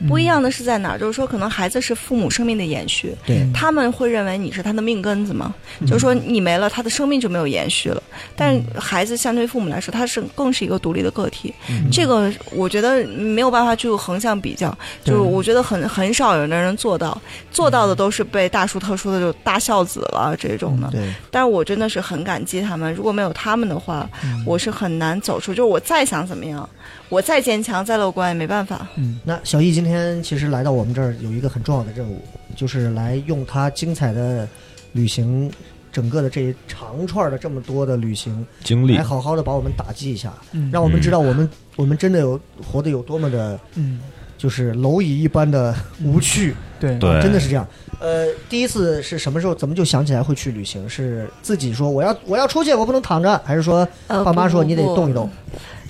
S6: 不一样的是在哪儿？就是说，可能孩子是父母生命的延续，
S3: 对
S6: 他们会认为你是他的命根子嘛，
S3: 嗯
S6: 就是说你没了，他的生命就没有延续了。但是孩子相对父母来说，他是更是一个独立的个体，
S3: 嗯
S6: 这个我觉得没有办法去横向比较，
S4: 对
S6: 就是我觉得很很少有人能做到，做到的都是被大书特书的就大孝子了这种的。
S3: 嗯对，
S6: 但是我真的是很感激他们，如果没有他们的话，
S4: 嗯
S6: 我是很难走出。就是我再想怎么样，我再坚强再乐观也没办法。
S4: 嗯
S3: 那小易今天其实来到我们这儿有一个很重要的任务，就是来用他精彩的旅行，整个的这一长串儿的这么多的旅行，
S5: 经历
S3: 来，哎好好的把我们打击一下，
S4: 嗯
S3: 让我们知道我们我们真的有活得有多么的，
S4: 嗯，
S3: 就是蝼蚁一般的无趣，
S4: 对
S5: 对
S3: 真的是这样。呃，第一次是什么时候？怎么就想起来会去旅行？是自己说我要我要出去，我不能躺着，还是说
S6: 呃
S3: 爸妈
S6: 不
S3: 说
S6: 不
S3: 你得
S6: 不
S3: 动一动？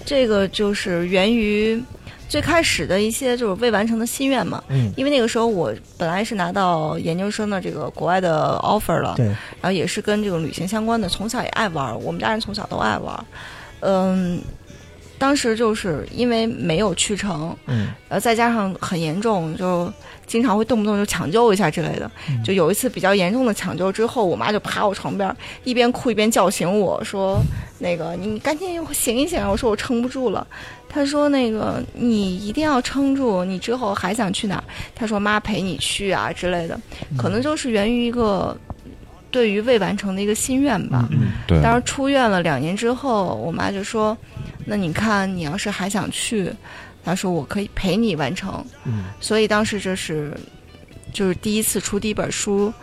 S6: 这个就是源于最开始的一些就是未完成的心愿嘛。
S3: 嗯，
S6: 因为那个时候我本来是拿到研究生的这个国外的 offer 了，
S3: 对，
S6: 然后也是跟这种旅行相关的，从小也爱玩儿，我们家人从小都爱玩儿。嗯，当时就是因为没有去成，
S3: 嗯，
S6: 呃，再加上很严重，就经常会动不动就抢救一下之类的。就有一次比较严重的抢救之后，我妈就爬我床边儿，一边哭一边叫醒我说：“那个，你赶紧醒一醒。”我说：“我撑不住了。”她说：“那个，你一定要撑住，你之后还想去哪儿？”她说：“妈陪你去啊之类的。”可能就是源于一个对于未完成的一个心愿吧。
S4: 啊
S5: 嗯对，
S6: 当时出院了两年之后，我妈就说：“那你看，你要是还想去，她说我可以陪你完成。”
S3: 嗯，
S6: 所以当时这是就是第一次出第一本书，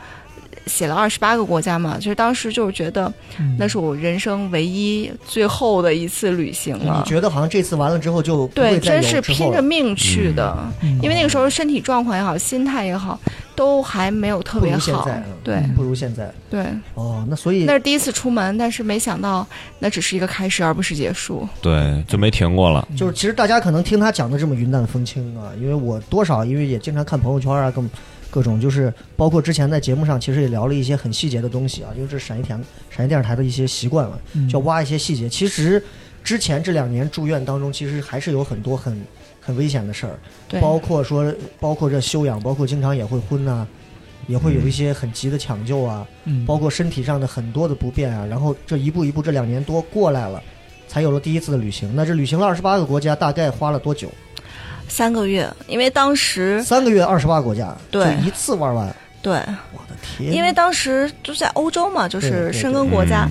S6: 写了二十八个国家嘛，就是当时就是觉得
S4: 嗯
S6: 那是我人生唯一最后的一次旅行
S3: 你
S6: 了。
S3: 觉得好像这次完了之后就嗯不
S6: 对，
S3: 会再
S6: 真
S3: 有
S6: 是
S3: 之
S6: 拼
S3: 后
S6: 着
S3: 了，
S6: 命去的，
S4: 嗯
S6: 因为那个时候身体状况也好，心态也好，都还没有特
S3: 不
S6: 别
S3: 如现
S6: 好
S3: 在，。嗯
S6: 对
S3: 不如现在。
S6: 对。
S3: 哦，那所以
S6: 那是第一次出门，但是没想到那只是一个开始，而不是结束。
S5: 对，就没停过了，
S3: 就是其实大家可能听他讲的这么云淡风轻啊，因为我多少因为也经常看朋友圈啊，各各种就是包括之前在节目上其实也聊了一些很细节的东西啊，因为这是陕西台陕西电视台的一些习惯嘛，
S4: 嗯
S3: 就要挖一些细节。其实之前这两年住院当中，其实还是有很多很很危险的事儿，
S6: 对，
S3: 包括说包括这休养，包括经常也会昏啊，也会有一些很急的抢救啊，
S4: 嗯
S3: 包括身体上的很多的不便啊，然后这一步一步这两年多过来了，才有了第一次的旅行。那这旅行了二十八个国家，大概花了多久？
S6: 三个月，因为当时
S3: 三个月，二十八国家，
S6: 嗯对
S3: 就一次玩完。
S6: 对，
S3: 我的天！
S6: 因为当时就在欧洲嘛，就
S3: 对对
S6: 是
S3: 对
S6: 申根
S5: 嗯
S6: 国家，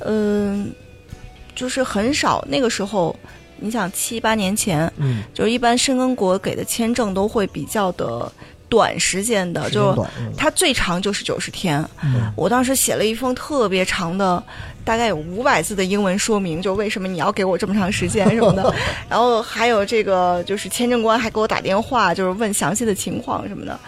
S6: 嗯、就是很少。那个时候，你想七八年前，
S3: 嗯，
S6: 就是一般申根国给的签证都会比较的短时间的，
S3: 时
S6: 就
S3: 间短，嗯
S6: 它最长就是九十天。
S4: 嗯
S6: 我当时写了一封特别长的，大概有五百字的英文说明，就为什么你要给我这么长时间什么的。然后还有这个就是签证官还给我打电话，就是问详细的情况什么的。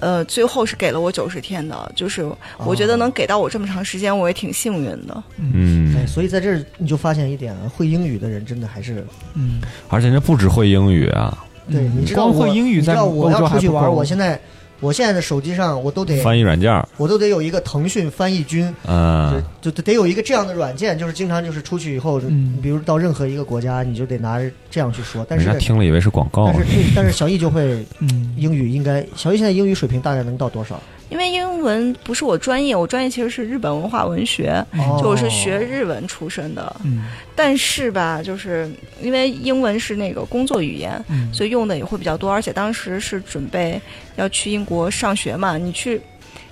S6: 呃，最后是给了我九十天的，就是我觉得能给到我这么长时间，我也挺幸运的。
S3: 哎，
S5: 嗯，
S3: 所以在这儿你就发现一点啊，会英语的人真的还是
S4: 嗯，
S5: 而且人家不只会英语啊，
S3: 对，你知道
S4: 光
S3: 我
S4: 会英语
S3: 你知
S4: 在
S3: 道
S4: 欧
S3: 我
S4: 洲
S3: 要
S4: 还
S3: 出去
S4: 不
S3: 玩，
S4: 够啊
S3: 我现在我现在的手机上我都得
S5: 翻译软件儿，
S3: 我都得有一个腾讯翻译君，
S5: 嗯，
S3: 就就得有一个这样的软件，就是经常就是出去以后，
S4: 嗯
S3: 你比如到任何一个国家，你就得拿这样去说。但
S5: 人
S3: 是
S5: 家听了以为是广告
S3: 但，是对，但是小易就会
S4: 嗯，
S3: 英语，应该小易现在英语水平大概能到多少？
S6: 因为英文不是我专业，我专业其实是日本文化文学，
S3: 哦
S6: 就我是学日文出身的。
S4: 嗯
S6: 但是吧，就是因为英文是那个工作语言，
S4: 嗯，
S6: 所以用的也会比较多。而且当时是准备要去英国上学嘛，你去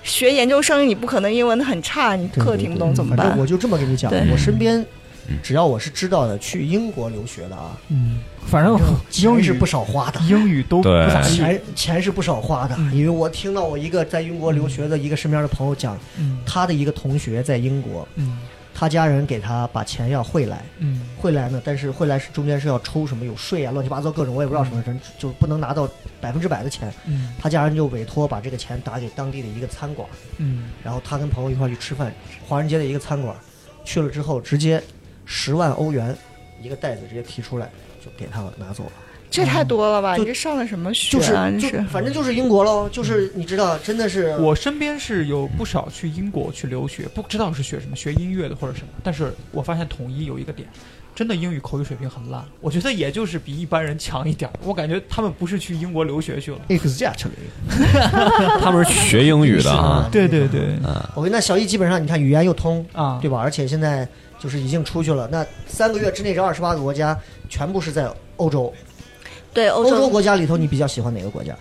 S6: 学研究生，你不可能英文很差，你
S3: 对
S6: 课听不懂怎么
S3: 反
S6: 办
S3: 正我？就这么跟你讲
S6: 对，
S3: 我身边只要我是知道的，去英国留学的啊，
S4: 嗯，反
S6: 哦
S4: 正英
S3: 钱
S4: 语
S3: 是不少花的。
S4: 英语都不
S5: 对
S4: 咋地。
S3: 钱钱是不少花的，
S6: 嗯
S3: 因为我听到我一个在英国留学的一个身边的朋友讲，
S4: 嗯
S3: 他的一个同学在英国，
S4: 嗯
S3: 他家人给他把钱要汇来，
S4: 嗯
S3: 汇来呢，但是汇来是中间是要抽什么有税啊，乱七八糟各种，我也不知道
S6: 嗯
S3: 什么人，就不能拿到百分之百的钱。
S4: 嗯
S3: 他家人就委托把这个钱打给当地的一个餐馆，
S4: 嗯，
S3: 然后他跟朋友一块去吃饭，华人街的一个餐馆，去了之后直接十万欧元一个袋子直接提出来就给他拿走了。
S6: 这太多了吧？
S3: 嗯就
S6: 你这上的什么学
S3: 就是
S6: 啊？你
S3: 就是反正就是英国喽，就是你知道，真的是
S4: 我身边是有不少去英国去留学，不知道是学什么，学音乐的或者什么。但是我发现统一有一个点，真的英语口语水平很烂，我觉得也就是比一般人强一点儿。我感觉他们不是去英国留学去了。
S3: exactly
S5: 他们是去学英语的啊，
S4: 对对对，
S3: 我跟那小易基本上你看语言又通，
S4: 啊，
S3: 对吧？而且现在就是已经出去了，那三个月之内这二十八个国家全部是在欧洲。
S6: 对欧
S3: 欧洲
S6: 洲
S3: 国家里头，你比较喜欢哪个国家？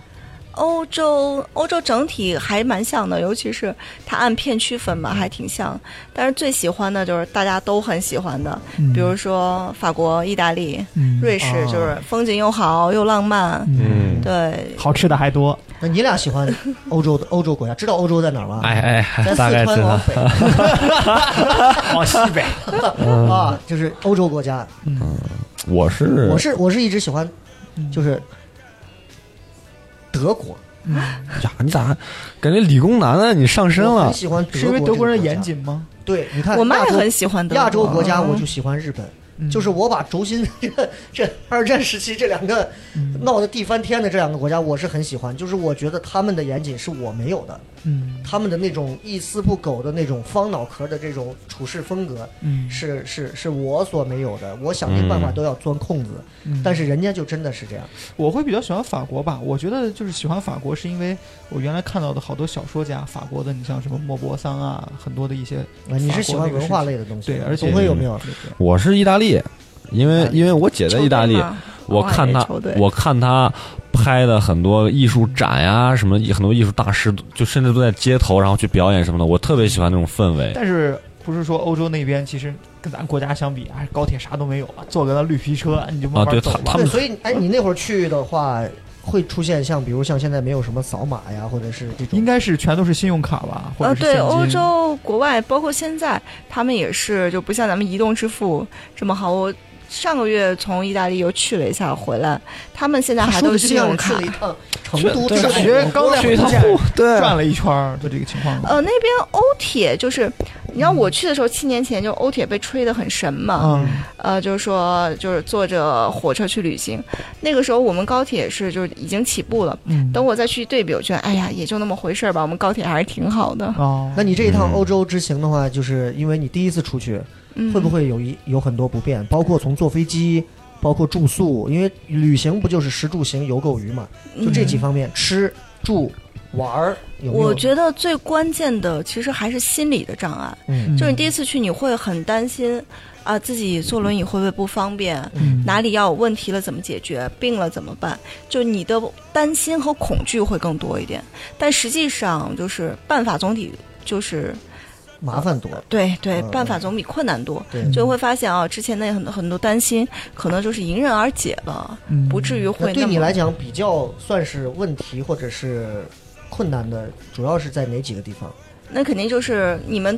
S6: 欧洲欧洲整体还蛮像的，尤其是它按片区分嘛，还挺像。但是最喜欢的就是大家都很喜欢的，
S4: 嗯
S6: 比如说法国、意大利、
S4: 嗯
S6: 瑞士，
S3: 哦
S6: 就是风景又好又浪漫。
S5: 嗯，
S6: 对，
S4: 好吃的还多。
S3: 那你俩喜欢欧洲 的欧洲国家？知道欧洲在哪儿吗？
S5: 哎
S3: 在
S5: 哎，
S3: 四
S5: 大概
S3: 川
S5: 知
S3: 往
S5: 道，
S3: 北
S4: 往西北，
S3: 啊，就是欧洲国家。
S5: 我是
S3: 我是我是一直喜欢，就是德国，
S5: 呀，你咋感觉理工男啊？你上身
S3: 我
S5: 了
S3: 很，喜欢德国。
S4: 是因为德国人严。谨吗？
S3: 对，你看
S6: 我妈
S3: 亚
S6: 也
S3: 洲
S6: 很喜欢德国
S3: 亚洲国
S6: 啊
S3: 家，我就喜欢日本。
S4: 嗯
S3: 就是我把轴心 这这二战时期这两个
S4: 嗯
S3: 闹得地翻天的这两个国家，我是很喜欢。就是我觉得他们的严谨是我没有的，
S4: 嗯
S3: 他们的那种一丝不苟的那种方脑壳的这种处事风格，
S4: 嗯
S3: 是是是我所没有的。我想尽办法都要钻空子，
S4: 嗯
S3: 但是人家就真的是这样。
S4: 我会比较喜欢法国吧。我觉得就是喜欢法国，是因为我原来看到的好多小说家，法国的，你像什么莫泊桑啊，很多的一些法
S3: 啊
S4: 国那个
S3: 你是
S4: 事情。
S3: 喜欢文化类的东西，
S4: 对而且
S3: 总会有没有？
S4: 对？对
S5: 我是意大利，因为因为我姐在意大利
S6: 球队，嘛
S5: 我看她
S6: 球队
S5: 我看她拍的很多艺术展呀、什么很多艺术大师，就甚至都在街头然后去表演什么的，我特别喜欢那种氛围。
S4: 但是不是说欧洲那边其实跟咱国家相比，哎，高铁啥都没有了，坐个那绿皮车你就慢
S5: 啊对
S4: 慢走
S5: 他
S4: 吧。
S5: 们
S3: 对，所以哎，你那会儿去的话，会出现像比如像现在没有什么扫码呀，或者是这种
S4: 应该是全都是信用卡吧，或
S6: 呃，
S4: 者是现
S6: 对，
S4: 金。
S6: 欧洲国外包括现在，他们也是就不像咱们移动支付这么好。我上个月从意大利又去了一下回来，他们现在还
S3: 说
S6: 都
S3: 的
S6: 是信
S3: 像
S6: 用
S3: 我
S6: 卡
S3: 去。了一趟成都，之后
S4: 感觉啊刚才
S5: 去一趟
S4: 回
S5: 户
S4: 家，
S5: 对
S4: 转了一圈儿的这个情况。
S6: 呃，那边欧铁就是，你知道我去的时候，七年前就欧铁被吹得很神嘛，
S4: 嗯
S6: 呃，就是说就是坐着火车去旅行，那个时候我们高铁是就是已经起步了，
S4: 嗯，
S6: 等我再去对比，我觉得哎呀也就那么回事儿吧，我们高铁还是挺好的。
S4: 哦，
S3: 那你这一趟欧洲之行的话，就是因为你第一次出去，
S6: 嗯，
S3: 会不会有一有很多不便？包括从坐飞机，包括住宿，因为旅行不就是食住行游购娱嘛？就
S4: 嗯
S3: 这几方面，吃住玩儿，有没有？
S6: 我觉得最关键的其实还是心理的障碍，
S3: 嗯
S6: 就是你第一次去你会很担心，啊，自己坐轮椅会不会不方便，
S4: 嗯
S6: 哪里要有问题了怎么解决，病了怎么办，就你的担心和恐惧会更多一点。但实际上就是办法总比就是
S3: 麻烦多，
S6: 对对，
S3: 嗯
S6: 办法总比困难多。
S3: 对，
S4: 嗯
S6: 就会发现啊，之前那很很多担心，可能就是迎刃而解了，
S4: 嗯
S6: 不至于
S3: 那
S6: 会
S3: 对
S6: 那
S3: 你
S6: 么
S3: 来讲，比较算是问题或者是困难的，主要是在哪几个地方？
S6: 那肯定就是你们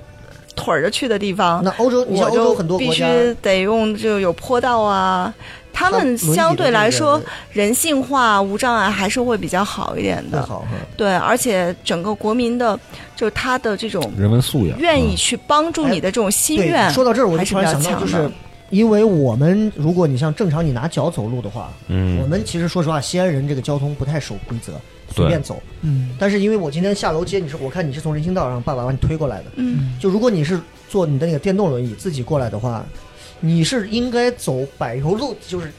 S6: 腿儿着去的地方，
S3: 那欧洲，你像
S6: 啊我
S3: 欧洲
S6: 就
S3: 很多
S6: 必
S3: 国
S6: 须
S3: 家，
S6: 得用就有坡道啊，他们相对来说呃人性化、无障碍还是会比较好一点
S3: 那
S6: 的。
S3: 好哈。
S6: 对，而且整个国民的，就是他的这种
S5: 人文素养，
S6: 愿意去帮助你的这种心
S3: 嗯哎对
S6: 愿，，
S3: 说到这儿，我
S6: 还
S3: 就是突然想
S6: 比较
S3: 到，就
S6: 强
S3: 是
S6: 的
S3: 因为我们如果你像正常你拿脚走路的话，
S5: 嗯，
S3: 我们其实说实话，西安人这个交通不太守规则，随便走。
S4: 嗯
S3: 但是因为我今天下楼接你是，我看你是从人行道上爸爸把你推过来的，
S6: 嗯，
S3: 就如果你是坐你的那个电动轮椅自己过来的话，你是应该走柏油路，就是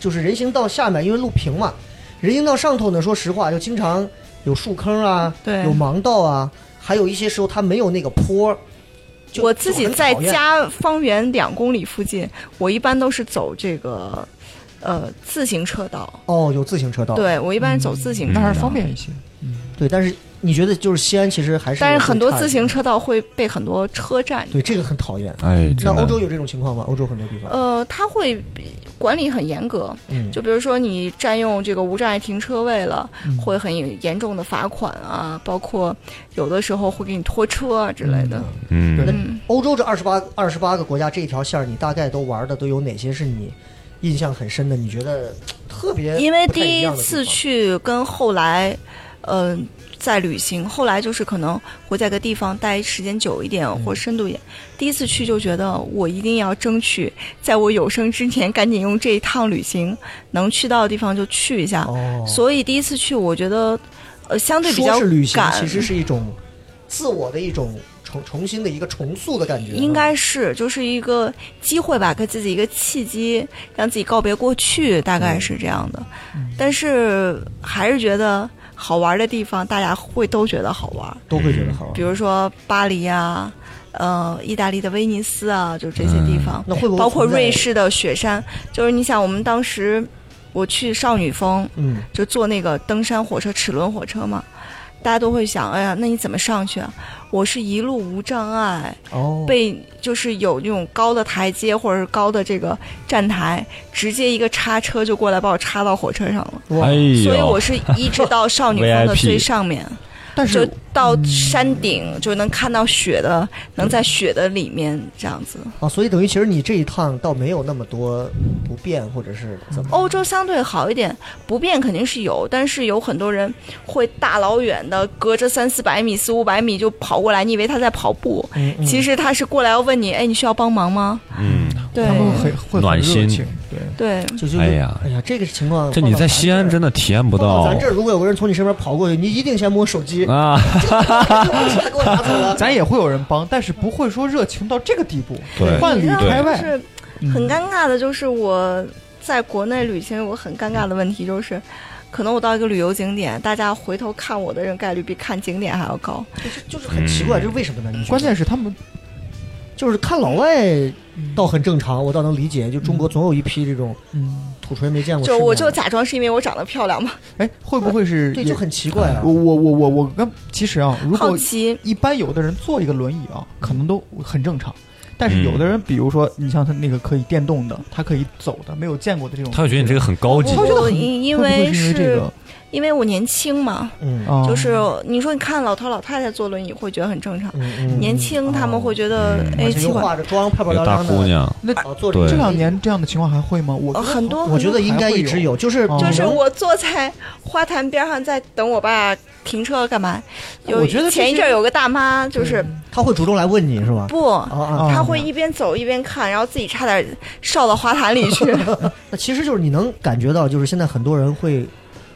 S3: 就是人行道下面，因为路平嘛。人行道上头呢，说实话，就经常有树坑啊，
S6: 嗯对
S3: 有盲道啊，还有一些时候它没有那个坡。就
S6: 我自己
S3: 就很
S6: 在
S3: 讨厌
S6: 家方圆两公里附近，我一般都是走这个呃自行车道。
S3: 哦，有自行车道，
S6: 对我一般是走自行车
S5: 嗯
S6: 道，
S4: 那还是方便一些。
S3: 对，但是你觉得就是西安其实还是
S6: 但是
S3: 有
S6: 很
S3: 会
S6: 多
S3: 差
S6: 自
S3: 一
S6: 行
S3: 点
S6: 车道会被很多车占
S3: 对这个很讨厌。
S5: 哎，
S3: 那
S5: 真
S3: 欧洲
S5: 的，
S3: 有这种情况吗？欧洲很多地方，
S6: 呃，它会比管理很严格，
S3: 嗯，
S6: 就比如说你占用这个无障碍停车位了，
S3: 嗯
S6: 会很严重的罚款啊，包括有的时候会给你拖车啊之类的。
S5: 嗯，
S3: 对
S6: 嗯，
S3: 欧洲这二十八二十八个国家这一条线儿，你大概都玩的都有哪些是你印象很深的？你觉得特别
S6: 因
S3: 嗯
S6: 为
S3: 不太
S6: 第一
S3: 样的地
S6: 次
S3: 方，
S6: 去跟后来，嗯、在旅行，后来就是可能会在一个地方待时间久
S3: 嗯
S6: 一点或深度一点。第一次去就觉得我一定要争取，在我有生之年赶紧用这一趟旅行能去到的地方就去一下。
S3: 哦，
S6: 所以第一次去，我觉得呃相对比
S3: 说
S6: 较
S3: 是旅行，
S6: 赶，
S3: 其实是一种自我的一种重重新的一个重塑的感觉，
S6: 应该是就是一个机会吧，给自己一个契机，让自己告别过去，大概是这样的。
S3: 嗯
S6: 但是还是觉得好玩的地方，大家会都觉得好玩，
S3: 都会觉得好
S6: 比
S3: 玩。
S6: 如说巴黎啊，呃，意大利的威尼斯啊，就这些地方，
S3: 嗯那会不会
S6: 包括
S3: 存在
S6: 瑞？士的雪山。就是你想，我们当时我去少女峰，
S3: 嗯，
S6: 就坐那个登山火车、齿轮火车嘛。大家都会想，哎呀，那你怎么上去啊？我是一路无障碍，
S3: 哦，
S5: 嗯
S6: 被就是有那种高的台阶或者是高的这个站台，直接一个叉车就过来把我插到火车上了。
S3: 哇
S5: 哎，
S6: 所以我
S5: 呦，
S6: 是一直 到少女峰的
S5: VIP
S6: 最上面，
S3: 但
S6: 就是到山顶就能看到雪的，能在雪的里面这样子。
S3: 啊，所以等于其实你这一趟倒没有那么多不便，或者是怎么？
S6: 欧洲相对好一点，不便肯定是有，但是有很多人会大老远的隔着三四百米、四五百米就跑过来，你以为他在跑步，
S3: 嗯嗯
S6: 其实他是过来要问你，哎，你需要帮忙吗？
S5: 嗯，
S6: 对
S4: 他们会很会很
S5: 暖
S4: 热
S5: 心
S4: 情，对，
S6: 对，
S3: 就就
S5: 哎呀
S3: 哎呀，这个情况
S5: 这
S3: 放
S5: 你
S3: 到
S5: 在
S3: 咱
S5: 西
S3: 这
S5: 安
S3: 儿
S5: 真的体验不
S3: 放到
S5: 到
S3: 咱这儿，如果有个人从你身边跑过去，你一定先摸手机，
S5: 啊，
S3: 给我拿走了。
S4: 咱也会有人帮，但是不会说热情到这个地步。
S5: 对
S4: 万里
S6: 你让
S5: 对
S4: 开
S6: 就
S4: 外，
S6: 是
S4: 嗯
S6: 很尴尬的，就是我在国内旅行有个很尴尬的问题，就是可能我到一个旅游景点，大家回头看我的人概率比看景点还要高。
S3: 就是就是很奇
S5: 嗯
S3: 怪，这是为什么呢？你觉得
S4: 关键是他们
S3: 就是看老外倒很正常，我倒能理解。就中国总有一批这种
S4: 嗯，
S3: 土锤没见过世
S6: 就
S3: 面的，
S6: 我就假装是因为我长得漂亮嘛，
S4: 哎，会不会是
S3: 对，
S4: 也
S3: 就很奇怪啊
S4: 我。我我我我跟其实啊，如
S6: 好
S4: 果
S6: 奇。
S4: 一般有的人坐一个轮椅啊，可能都很正常。但是
S5: 嗯
S4: 有的人，比如说你像他那个可以电动的，他可以走的，没有见过的这种，
S5: 他会觉得你这个很高级
S4: 他，会觉得
S6: 我
S4: 很
S6: 因因
S4: 会不会
S6: 为
S4: 是因为这
S6: 是
S4: 个
S6: 因为我年轻嘛，
S3: 嗯
S4: 啊，
S6: 就是你说你看老头老太太坐轮椅会觉得很正常，
S3: 嗯嗯，
S6: 年轻他们会觉
S4: 哦
S6: 得
S5: 嗯
S3: 而
S6: 哎
S3: 且
S6: 奇
S3: 又
S6: 怪，
S3: 化着妆，漂漂亮
S5: 有大
S3: 亮的，
S5: 姑娘，
S4: 那
S3: 啊，坐着
S5: 对
S4: 这两年这样的情况还会吗？我
S6: 呃很多
S3: 我觉得应该一直有，就是
S4: 哦
S6: 就是
S3: 可能
S6: 我坐在花坛边上在等我爸停车干嘛？有
S4: 我觉得这
S6: 前一
S4: 些
S6: 阵儿有个大妈就是
S3: 他会主动来问你是吧？
S6: 不，
S3: 啊啊，
S4: 啊
S6: 她会一边走一边看，然后自己差点烧到花坛里 去。
S3: 那其实就是你能感觉到，就是现在很多人会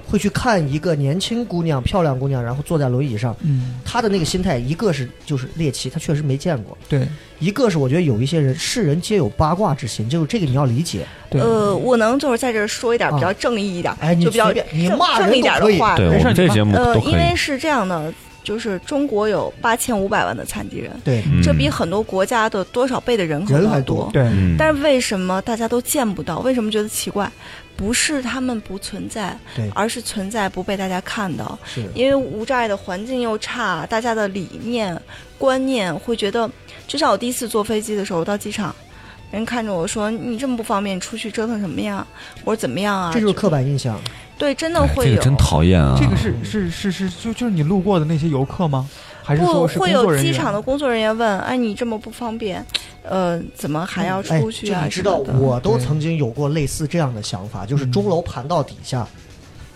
S3: 会去看一个年轻姑娘、漂亮姑娘，然后坐在轮椅上，
S4: 嗯，
S3: 她的那个心态，一个是就是猎奇，她确实没见过。
S4: 对
S3: 一个是我觉得有一些人世人皆有八卦之心，就是这个你要理解。
S4: 对，
S6: 呃，我能就是在这儿说一点比较正义一点，
S3: 哎，你
S6: 就比较
S3: 随便你骂
S6: 正
S3: 人
S6: 正一点
S3: 都可
S6: 的
S3: 以
S6: 话。
S5: 对我们这节目
S6: 呃
S5: 都，可
S6: 因为
S5: 以，
S6: 是这样的，就是中国有八千五百万的残疾人，
S3: 对，
S5: 嗯
S6: 这比很多国家的多少倍的人口
S3: 人
S6: 都
S3: 还
S6: 要
S3: 多
S6: 多。
S4: 对，
S5: 嗯
S6: 但是为什么大家都见不到？为什么觉得奇怪？不是他们不存在
S3: 对，
S6: 而是存在不被大家看到。
S3: 是
S6: 因为无障碍的环境又差，大家的理念观念会觉得，就像我第一次坐飞机的时候，我到机场，人看着我说：“你这么不方便，出去折腾什么呀？”我说：“怎么样啊？”
S3: 这就是刻板印象。
S6: 对，真的
S5: 哎
S6: 会
S5: 这
S6: 有。
S5: 个真讨厌啊，
S4: 这个是是是是，就就是你路过的那些游客吗？还是
S6: 不
S4: 说是工
S6: 会
S4: 作
S6: 有
S4: 人员？
S6: 机场的工作人员问：“哎，你这么不方便，呃，怎么还要
S3: 哎
S6: 出，去
S3: 就
S6: 啊？”
S3: 你知道，
S6: 什么的
S3: 我都曾经有过类似这样的想
S4: 嗯
S3: 法，就是钟楼盘到底下，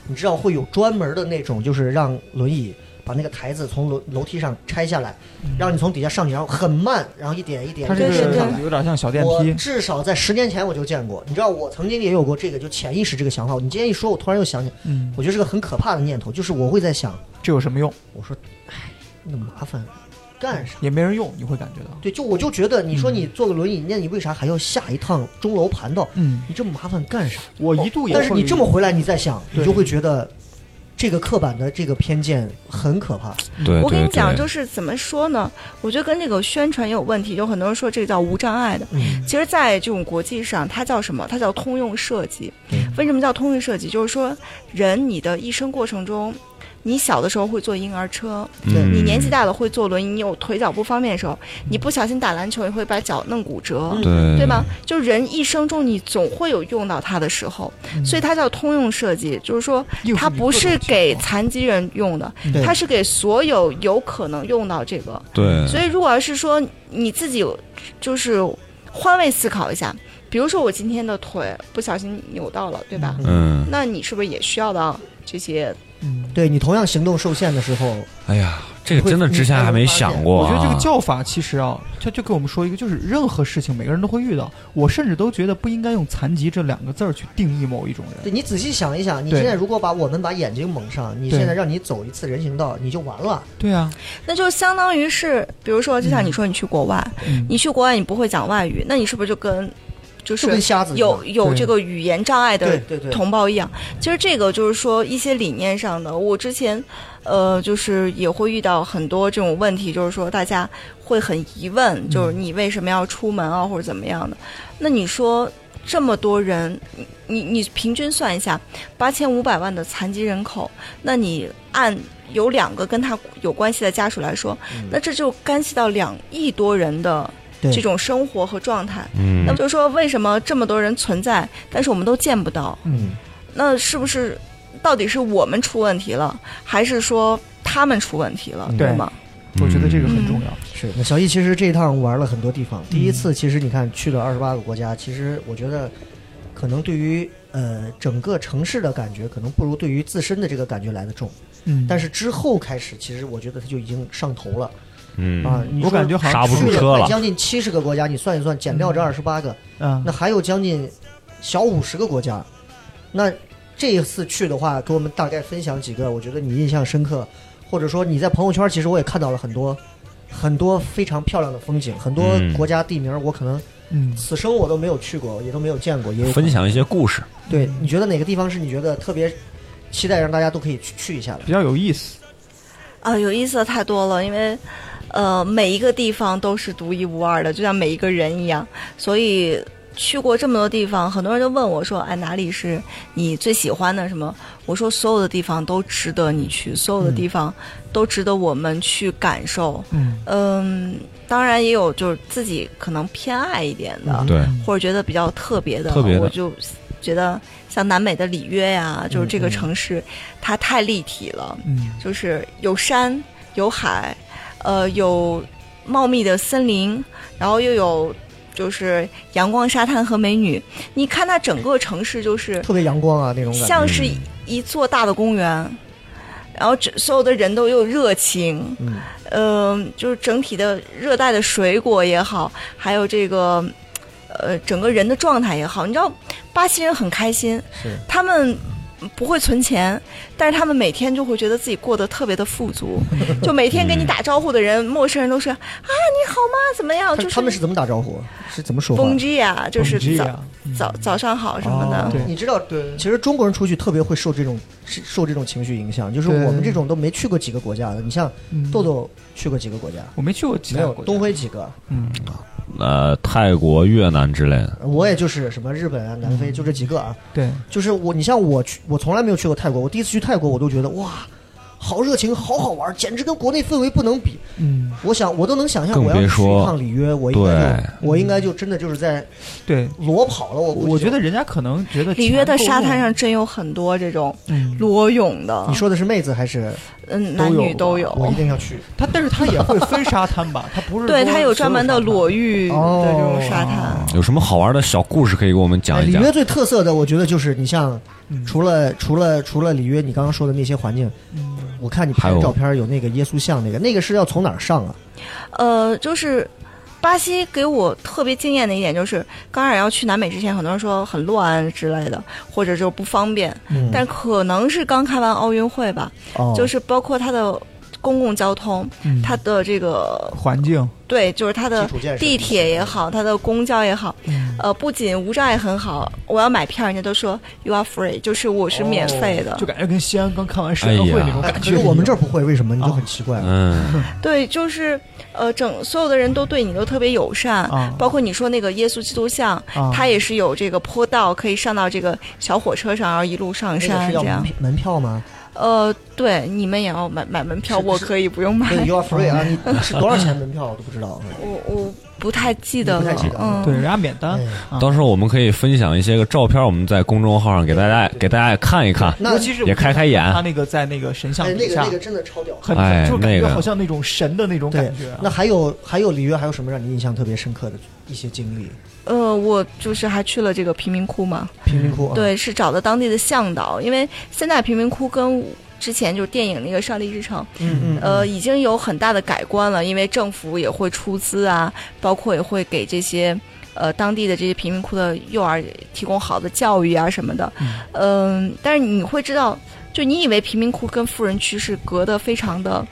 S3: 你知道会有专门的那种，就是让轮椅把那个台子从楼楼梯上拆下来，让你从底下上去，然后很慢，然后一点一点
S4: 嗯它
S3: 一
S4: 这
S3: 点
S6: 对
S3: 升
S6: 对
S3: 上
S4: 个
S3: 来。
S4: 有点像小电
S3: 我
S4: 梯，
S3: 至少在十年前我就见过，你知道我曾经也有过这个就潜意识这个想法。你今天一说，我突然又想起，
S4: 嗯，
S3: 我觉得是个很可怕的念头，就是我会在想，
S4: 这有什么用？
S3: 我说，哎，那么麻烦，干啥？
S4: 也没人用，你会感觉到，
S3: 对，就我就觉得，你说你坐个轮椅，那你为啥还要下一趟钟楼盘道？
S4: 嗯，
S3: 你这么麻烦干啥？
S4: 我一度也
S3: 但是
S4: 会
S3: 你这么回来，你再想，你
S4: 对
S3: 就会觉得这个刻板的这个偏见很可怕。
S5: 对，
S6: 我跟你讲，就是是怎么说呢？我觉得跟这个宣传也有问题。有很多人说这个叫无障碍的，
S3: 嗯，
S6: 其实，在这种国际上，它叫什么？它叫通用设计。为什么叫通用设计？就是说，人你的一生过程中，你小的时候会坐婴儿车，你
S5: 嗯
S6: 年纪大了会坐轮椅，你有腿脚不方便的时候，你不小心打篮球，你会把脚弄骨折。
S5: 对
S6: 对吗？？就人一生中，你总会有用到它的时候，所以它叫通用设计，嗯就是说
S4: 应付
S6: 它
S4: 你
S6: 不
S4: 各种
S6: 是嗯
S4: 情
S6: 给
S4: 况
S6: 残疾人用的，
S3: 对
S6: 它是给所有有可能用到这个。
S3: 嗯
S5: 对，
S6: 所以，如果要是说你自己有就是换位思考一下，比如说我今天的腿不小心扭到了，对吧？
S5: 嗯，
S6: 那你是不是也需要到这些？
S4: 嗯，
S3: 对你同样行动受限的时候，
S5: 哎呀，这个真的之前还没想过
S4: 我
S5: 啊，
S4: 觉得这个叫法其实啊，它就给我们说一个，就是任何事情每个人都会遇到，我甚至都觉得不应该用残疾这两个字儿去定义某一种人。
S3: 对你仔细想一想，你
S4: 对
S3: 现在如果把我们把眼睛蒙上，你
S4: 对
S3: 现在让你走一次人行道，你就完了。
S4: 对啊，
S6: 那就相当于是，比如说，就像你说你去国外，
S4: 嗯
S6: 你去国外你不会讲外语，那你是不是就跟就
S3: 就跟
S6: 是
S3: 瞎子一样
S6: 有有
S4: 对
S6: 这个语言障碍
S3: 对
S6: 的
S3: 对对
S6: 同胞一样？其实这个就是说一些理念上的，我之前呃就是也会遇到很多这种问题，就是说大家会很疑
S3: 嗯
S6: 问，就是你为什么要出门啊，或者怎么样的？那你说这么多人，你你你平均算一下，八千五百万的残疾人口，那你按有两个跟他有关系的家属来说，那这就干系到两亿多人的
S3: 嗯对
S6: 这种生活和状态。
S5: 嗯
S6: 那么就是说，为什么这么多人存在，但是我们都见不到？
S3: 嗯，
S6: 那是不是到底是我们出问题了，还是说他们出问题了，
S3: 嗯
S6: 对吗？
S4: 我觉得这个很重要。
S3: 是。那小易其实这一趟玩了很多地方，第
S5: 嗯
S3: 一次其实你看去了二十八个国家，其实我觉得可能对于呃整个城市的感觉，可能不如对于自身的这个感觉来的重。
S4: 嗯，
S3: 但是之后开始，其实我觉得他就已经上头了
S5: 嗯，
S3: 啊！你
S4: 我
S3: 说
S4: 感觉好
S5: 刹
S4: 像
S5: 不住
S3: 去
S5: 车了
S3: 快将近七十个国家，你算一算，减掉这二十八个，
S4: 嗯
S3: 那，还有将近小五十个国家。那这一次去的话，给我们大概分享几个，我觉得你印象深刻，或者说你在朋友圈，其实我也看到了很多很多非常漂亮的风景，很多
S5: 嗯
S3: 国家地名，我可能
S4: 嗯，
S3: 此生我都没有去过，也都没有见过，也有可能
S5: 分享一些故事，
S3: 对，你觉得哪个地方是你觉得特别期待让大家都可以去去一下的？
S4: 比较有意思。
S6: 啊，有意思的太多了，因为。呃，每一个地方都是独一无二的，就像每一个人一样。所以去过这么多地方，很多人就问我说：“哎，哪里是你最喜欢的？什么？”我说：“所有的地方都值得你去，所有的地方都值得我们去感受。
S4: 嗯，
S6: 嗯，当然也有就是自己可能偏爱一点的，
S3: 嗯
S5: 对，
S6: 或者觉得比较特别的，
S5: 特别的
S6: 我就觉得像南美的里约呀、就是这
S3: 嗯
S6: 个
S3: 嗯
S6: 城市、它太立体了，
S4: 嗯，
S6: 就是有山有海，呃，有茂密的森林，然后又有就是阳光、沙滩和美女。你看它整个城市就是
S3: 特别阳光啊那种感觉。
S5: 嗯
S6: 像是一座大的公园，然后这所有的人都又热情，
S3: 嗯，
S6: 嗯，就是整体的热带的水果也好，还有这个呃整个人的状态也好，你知道巴西人很开心，
S3: 是
S6: 他们不会存钱，但是他们每天就会觉得自己过得特别的 富足，就每天跟你打招呼的人，陌生人都是啊你好吗？怎么样？
S3: 他
S6: 就是
S3: 他们是怎么打招呼？是怎么说话？
S6: 蹦迪啊，就是
S4: 这
S6: 早、
S4: 样，嗯
S6: 早早上好什么的。
S3: 哦
S4: 对
S3: 你知道，对，其实中国人出去特别会受这种是受这种情绪影响，就是
S4: 对
S3: 我们这种都没去过几个国家的。你像
S4: 嗯
S3: 豆豆去过几个国家？
S4: 我没去过其
S3: 没
S4: 他
S3: 有，
S4: 国家，
S3: 东辉几个？
S4: 嗯，
S5: 呃，泰国、越南之类的，
S3: 我也就是什么日本啊、南非，就这几个啊。
S4: 对，
S3: 就是我，你像我去，我从来没有去过泰国。我第一次去泰国，我都觉得哇，好热情，好好玩，简直跟国内氛围不能比。
S4: 嗯，
S3: 我想，我都能想象，
S5: 更
S3: 我要
S5: 别
S3: 是去
S5: 说
S3: 一趟里约，我应该
S5: 对
S3: 就我应该就真的就是在
S4: 对，
S3: 裸跑了。我估计
S4: 我
S3: 就
S4: 觉得人家可能觉得
S6: 里约的
S4: 钱够
S6: 沙滩
S4: 用，
S6: 上真有很多这种
S4: 嗯，
S6: 裸泳的，
S3: 你说的是妹子还是
S6: 嗯，男女
S4: 都
S6: 都
S4: 有
S6: 有，
S3: 我一定要去？
S4: 他但是他也会分沙滩吧？他不是
S6: 对，
S4: 说
S6: 它有专门的
S4: 所有沙滩
S6: 裸浴的
S3: 哦
S6: 这种沙滩。
S5: 有什么好玩的小故事可以给我们讲
S3: 哎
S5: 一
S3: 里
S5: 讲？
S3: 约最特色的，我觉得就是你像
S4: 嗯
S3: 除了除了除了里约你刚刚说的那些环境，
S4: 嗯
S3: 我看你拍
S5: 还有
S3: 的照片有那个耶稣像那个，那个是要从哪儿上啊？
S6: 呃，就是巴西给我特别惊艳的一点就是，刚开始要去南美之前，很多人说很乱之类的，或者就不方便，
S3: 嗯，
S6: 但可能是刚开完奥运会吧，
S3: 哦，
S6: 就是包括它的公共交通，
S4: 嗯
S6: 它的这个
S4: 环境，
S6: 对，就是它的
S3: 基础建设
S6: 地铁也好，它的公交也好，
S4: 嗯
S6: 呃，不仅无障碍很好，我要买票，人家都说 you are free，就是我是免
S3: 哦
S6: 费的。
S4: 就感觉跟西安刚看完世运会那种
S3: 哎
S4: 感
S3: 可
S4: 觉一
S3: 是
S4: 样。
S3: 我们这儿不会，为什么？你就很奇怪啊。
S5: 嗯，
S6: 对，就是呃，整所有的人都对你都特别友善，
S4: 啊
S6: 包括你说那个耶稣基督像，
S4: 啊
S6: 它也是有这个坡道，可以上到这个小火车上，然后一路
S5: 嗯
S6: 上
S3: 那个
S6: 山
S3: 是
S6: 啊这
S3: 要门
S6: 样。
S3: 票门票吗？
S6: 呃，对，你们也要买买门票，
S3: 是
S6: 我可以不用买，
S3: 对，You are free 啊！你你是多少钱门票我都不知道。啊
S6: 我我不太记得
S3: 你不太
S6: 了
S3: 记得，
S6: 嗯，
S4: 对人家免单
S3: 哎，
S5: 到时候我们可以分享一些个照片，我们在公众号上给大家给大家看一看。
S3: 那
S4: 尤其是
S5: 也开开眼
S4: 他那个在那个神像
S3: 哎，那
S4: 底
S3: 个
S4: 下
S3: 那，个真的超屌。
S4: 很
S5: 哎
S4: 就是感
S5: 那
S4: 觉
S5: 个
S4: 好像那种神的那种
S3: 对
S4: 感觉啊。，
S3: 那还有还有里约还有什么让你印象特别深刻的一些经历？
S6: 呃，我就是还去了这个贫民窟嘛，
S3: 贫民窟啊，，
S6: 对，是找的当地的向导，因为现在贫民窟跟之前就是电影那个《上帝之城》，
S3: 嗯嗯，
S6: 呃，已经有很大的改观了，因为政府也会出资啊，包括也会给这些呃当地的这些贫民窟的幼儿提供好的教育啊什么的。嗯、但是你会知道，就你以为贫民窟跟富人区是隔得非常的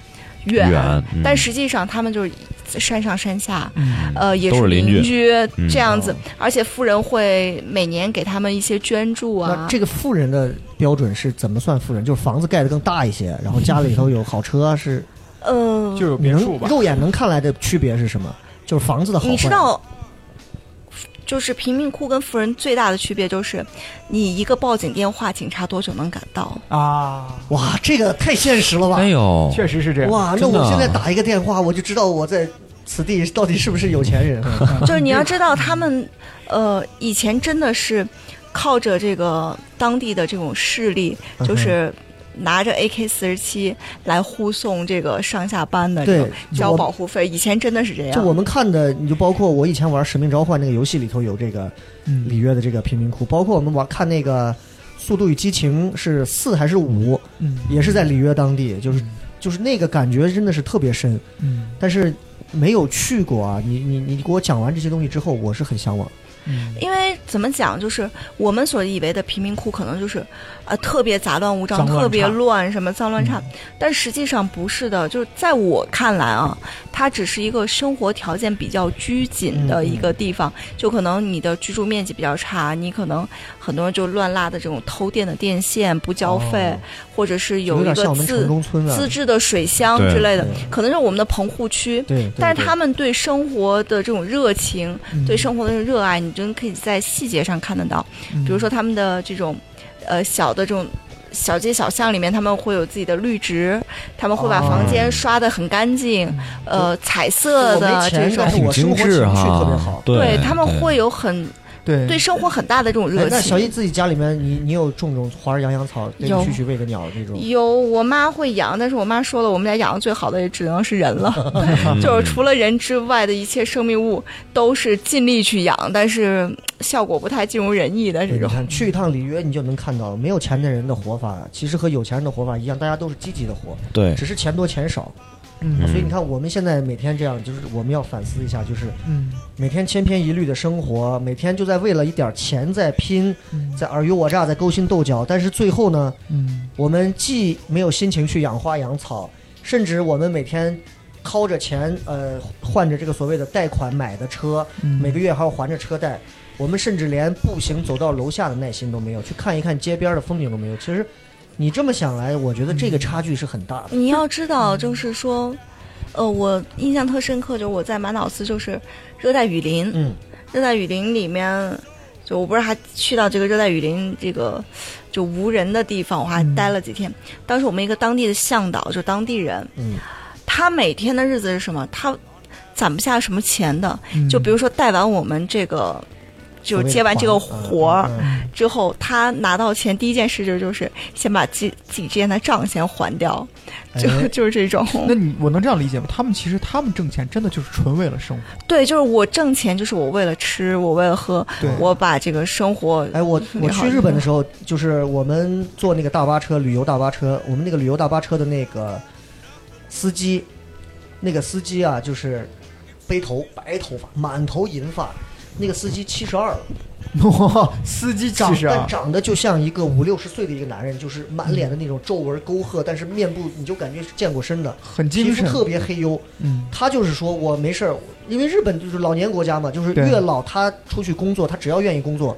S6: 远，
S5: 远嗯
S6: 但实际上他们就是山上山下。
S4: 嗯
S6: 呃，也
S5: 都是
S6: 是
S5: 邻居
S6: 邻居
S5: 嗯
S6: 这样子，
S3: 哦
S6: 而且富人会每年给他们一些捐助啊
S3: 那。这个富人的标准是怎么算富人？就是房子盖得更大一些，然后家里头有好车，是
S6: 呃，
S4: 嗯就有
S3: 你
S4: 别墅
S3: 能
S4: 吧。
S3: 肉眼能看来的区别是什么？就是房子的好坏。
S6: 你知道，就是贫民窟跟富人最大的区别就是，你一个报警电话，警察多久能赶 到？
S4: 啊，
S3: 哇，这个太现实了吧
S5: 哎？呦，
S4: 确实是这样。
S3: 哇，那
S5: 真的啊
S3: 我现在打一个电话，我就知道我在此地到底是不是有钱人。
S4: 嗯
S6: 就是你要知
S3: 嗯
S6: 道，他们呃以前真的是靠着这个当地的这种势力，
S3: 嗯哼
S6: 就是。拿着 AK 四十七来护送这个上下班的，
S3: 对
S6: 这种交
S3: 我
S6: 保护费，以前真的是这样。
S3: 就我们看的，你就包括我以前玩《使命召唤》那个游戏里头有这个
S4: 嗯
S3: 里约的这个贫民窟，包括我们玩看那个《速度与激情》是四还是五，
S4: 嗯
S3: 也是在里约当地，就是就是那个感觉真的是特别深，
S4: 嗯
S3: 但是没有去过啊。你你你给我讲完这些东西之后，我是很向往。
S4: 嗯
S6: 因为怎么讲，就是我们所以为的贫民窟，可能就是，呃，特别杂乱无章，
S4: 脏乱差
S6: 特别乱，什么脏乱
S3: 嗯
S6: 差。但实际上不是的，就是在我看来啊，它只是一个生活条件比较拘谨
S3: 嗯
S6: 的一个地方，就可能你的居住面积比较差，你可能很多人就乱拉的这种偷电的电线不交费，
S3: 哦
S6: 或者是
S3: 有
S6: 有一
S3: 点像
S6: 个
S3: 我们城
S6: 自
S3: 中村啊，
S6: 自制的水箱之类的
S3: 对，
S6: 可能是我们的棚户区。
S3: 对，嗯对
S6: 但是他们对生活的这种热情，对生活的热爱，你真可以在细节上看得到。
S3: 嗯
S6: 比如说他们的这种，呃，小的这种小街小巷里面，他们会有自己的绿植，他们会把
S3: 哦
S6: 房间刷得很干净，呃，彩色
S3: 我
S6: 的
S3: 没钱
S6: 这种
S3: 但，是
S5: 挺
S3: 哦我生
S5: 精
S3: 活
S5: 致
S3: 情绪特别
S5: 哈
S3: 好，
S6: 对他们会有很
S4: 对
S6: 对生活很大的这种
S3: 哎
S6: 热
S3: 那小易
S6: 情。
S3: 自己家里面，你你有种种花儿养养草，给
S6: 有
S3: 你去去喂个鸟那种。
S6: 有，我妈会养，但是我妈说了，我们家养的最好的也只能是人了，
S5: 嗯
S6: 就是除了人之外的一切生命物都是尽力去养，但是嗯效果不太尽如人意的这
S3: 对，你
S6: 种。
S3: 看去一趟里约，你就能看到没有钱的人的活法，其实和有钱人的活法一样，大家都是积极的活，
S5: 对
S3: 只是钱多钱少。
S4: 嗯
S3: 所以你看，我们现在每天这样，就是我们要反思一下，就是
S4: 嗯
S3: 每天千篇一律的生活，每天就在为了一点钱在拼，在尔虞我诈，在勾心斗角。但是最后呢，
S4: 嗯
S3: 我们既没有心情去养花养草，甚至我们每天掏着钱，呃，换着这个所谓的贷款买的车，
S4: 嗯
S3: 每个月还要还着车贷。我们甚至连步行走到楼下的耐心都没有，去看一看街边的风景都没有。其实，你这么想来，我觉得这
S6: 嗯
S3: 个差距是很大的。
S6: 你要知道，就是说，呃，我印象特深刻，就是我在马瑙斯，就是热带雨林，
S3: 嗯，
S6: 热带雨林里面，就我不是还去到这个热带雨林这个就无人的地方，我还
S3: 嗯
S6: 待了几天。当时我们一个当地的向导，就当地人，
S3: 嗯，
S6: 他每天的日子是什么？他攒不下什么
S4: 嗯
S6: 钱的，就比如说带完我们这个，
S3: 嗯
S6: 就
S3: 所谓
S6: 接完这个
S3: 还
S6: 活儿。
S3: 嗯嗯嗯
S6: 之后，他拿到钱第一件事就就是先把自己自己之间的账先还掉， 就、
S3: 哎
S6: 就是这种。
S4: 那你我能这样理解吗？他们其实他们挣钱真的就是纯为了生活。
S6: 对，就是我挣钱，就是我为了吃，我为了喝
S4: 对，
S6: 我把这个生活。
S3: 哎，我
S6: 你
S3: 我
S6: 好
S3: 去日本的时候，就是我们坐那个大巴车，旅游大巴车，我们那个旅游大巴车的那个司机，那个司机啊，就是背头白头发，满头银发，那个司机七十二了，
S4: 哇，司机
S3: 长
S4: 其实
S3: 但
S4: 啊，
S3: 长得就像一个五六十岁的一个男人，就是满脸的那种皱纹沟壑，但是面部你就感觉是健过身的，
S4: 很
S3: 皮肤
S4: 精神，
S3: 特别黑黝。
S4: 嗯，
S3: 他就是说我没事儿，因为日本就是老年国家嘛，就是
S4: 对
S3: 越老他出去工作，他只要愿意工作，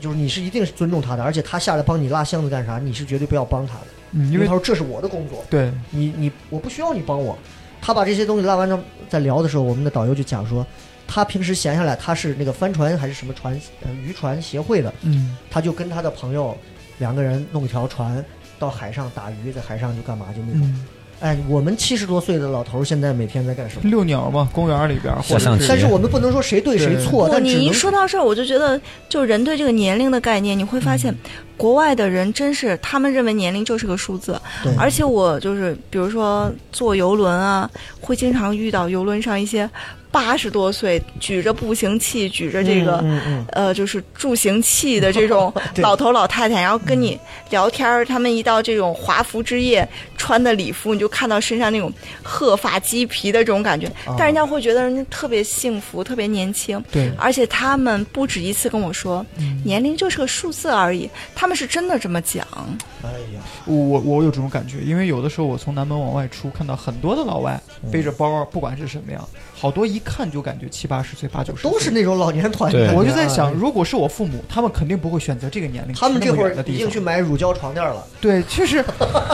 S3: 就是你是一定是尊重他的，而且他下来帮你拉箱子干啥，你是绝对不要帮他的，
S4: 嗯，因
S3: 因为
S4: 为
S3: 他说这是我的工作，
S4: 对，
S3: 你你我不需要你帮我。他把这些东西拉完之后，在聊的时候，我们的导游就讲说，他平时闲下来，他是那个帆船还是什么船呃渔船协会的，
S4: 嗯，
S3: 他就跟他的朋友两个人弄条船到海上打鱼，在海上就干嘛就那种。
S4: 嗯，
S3: 哎，我们七十多岁的老头儿现在每天在干什么？
S4: 遛鸟嘛，公园里边儿，
S5: 下
S4: 或
S5: 象
S4: 者
S5: 棋
S3: 但是我们不能说谁对谁错，
S6: 不，
S3: 但只
S6: 你一
S3: 能
S6: 说到这儿，我就觉得，就人对这个年龄的概念，你会发
S3: 嗯
S6: 现，国外的人真是他们认为年龄就是个数字。
S3: 对
S6: 而且我就是，比如说坐游轮啊，会经常遇到游轮上一些八十多岁举着步行器、举着这个、
S3: 嗯嗯
S6: 呃，就是助行器的这种
S3: 对嗯
S6: 老头老太太，然后跟你聊天儿。他们一到这种华服之夜，穿的礼服，你就看到身上那种鹤发鸡皮的这种感觉，
S3: 哦
S6: 但人家会觉得人家特别幸福，特别年轻。
S4: 对，
S6: 而且他们不止一次跟我说，年龄就是个数字而已。他们是真的这么讲，
S3: 嗯，哎呀，
S4: 我我我有这种感觉，因为有的时候我从南门往外出，看到很多的老外
S5: 嗯
S4: 背着包儿，不管是什么样，好多一看就感觉七八十岁、八九十岁，
S3: 都是那种老年团
S5: 对
S3: 的。
S4: 我就在想，，如果是我父母，他们肯定不会选择这个年龄去
S3: 他们
S4: 那
S3: 这
S4: 么
S3: 会
S4: 远
S3: 儿
S4: 的
S3: 已
S4: 地
S3: 经去
S4: 方。
S3: 买乳胶床垫了，
S4: 对，就是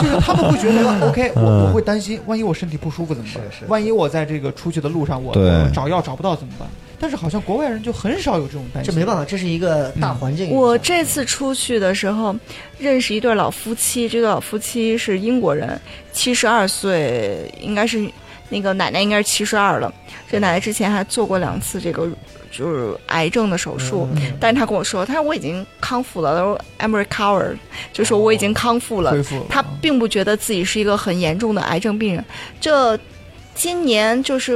S4: 就是他们会觉 得，OK，我
S5: 嗯
S4: 我会担心，万一我身体不舒服怎么办
S3: 是是？
S4: 万一我在这个出去的路上，我
S5: 对
S4: 我找药找不到怎么办？但是好像国外人就很少有这种担
S3: 这
S4: 心。嗯
S3: 没办法，这是一个大环境影响。
S6: 我这次出去的时候，认识一对老夫妻，这对老夫妻是英国人，七十二岁，应该是那个奶奶应该是七十二了。这奶奶之前还做过两次这个就是癌症的手术，
S4: 嗯
S6: 但是她跟我说，她说我已经康复了，她说 I'm recovered，就说我已经康复
S3: 嗯
S6: 了
S4: 恢，复了啊
S6: 他并不觉得自己是一个很严重的癌症病人。这今年就是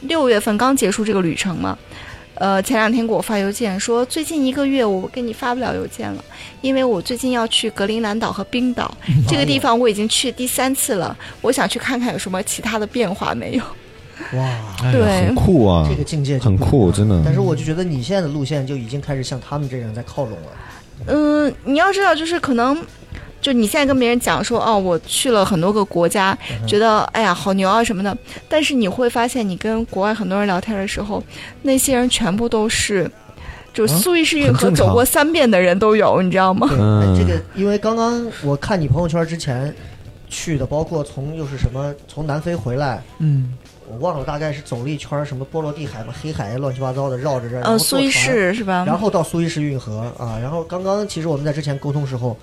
S6: 六月份刚结束这个旅程嘛，呃，前两天给我发邮件说，最近一个月我给你发不了邮件了，因为我最近要去格陵兰岛和冰岛这个地方，我已经去第三次了，我想去看看有什么其他的变化没有。
S3: 哇，
S5: 哎呀
S6: 对
S5: 很酷啊
S3: 这，个境界就
S5: 很酷，真的
S3: 但。是我就觉得你现在的路线就已经开始向他们这样在靠拢了。
S6: 嗯，你要知道，就是可能，就你现在跟别人讲说，哦，我去了很多个国家，觉得哎呀好牛啊什么的，但是你会发现，你跟国外很多人聊天的时候，那些人全部都是，就
S5: 嗯
S6: 苏伊士运
S5: 很
S6: 河
S5: 正
S6: 走
S5: 常
S6: 过三遍的人都有，你知道吗？
S3: 对，
S5: 嗯
S3: 哎这个因为刚刚我看你朋友圈之前去的，包括从又是什么从南非回来，
S4: 嗯，
S3: 我忘了大概是走了一圈儿什么波罗的海嘛、黑海乱七八糟的绕着这儿，然
S6: 呃，
S3: 后
S6: 苏
S3: 坐
S6: 伊
S3: 船
S6: 士是
S4: 嗯
S6: 吧？
S3: 然后到苏伊士运河啊，然后刚刚其实我们在之前沟通时候，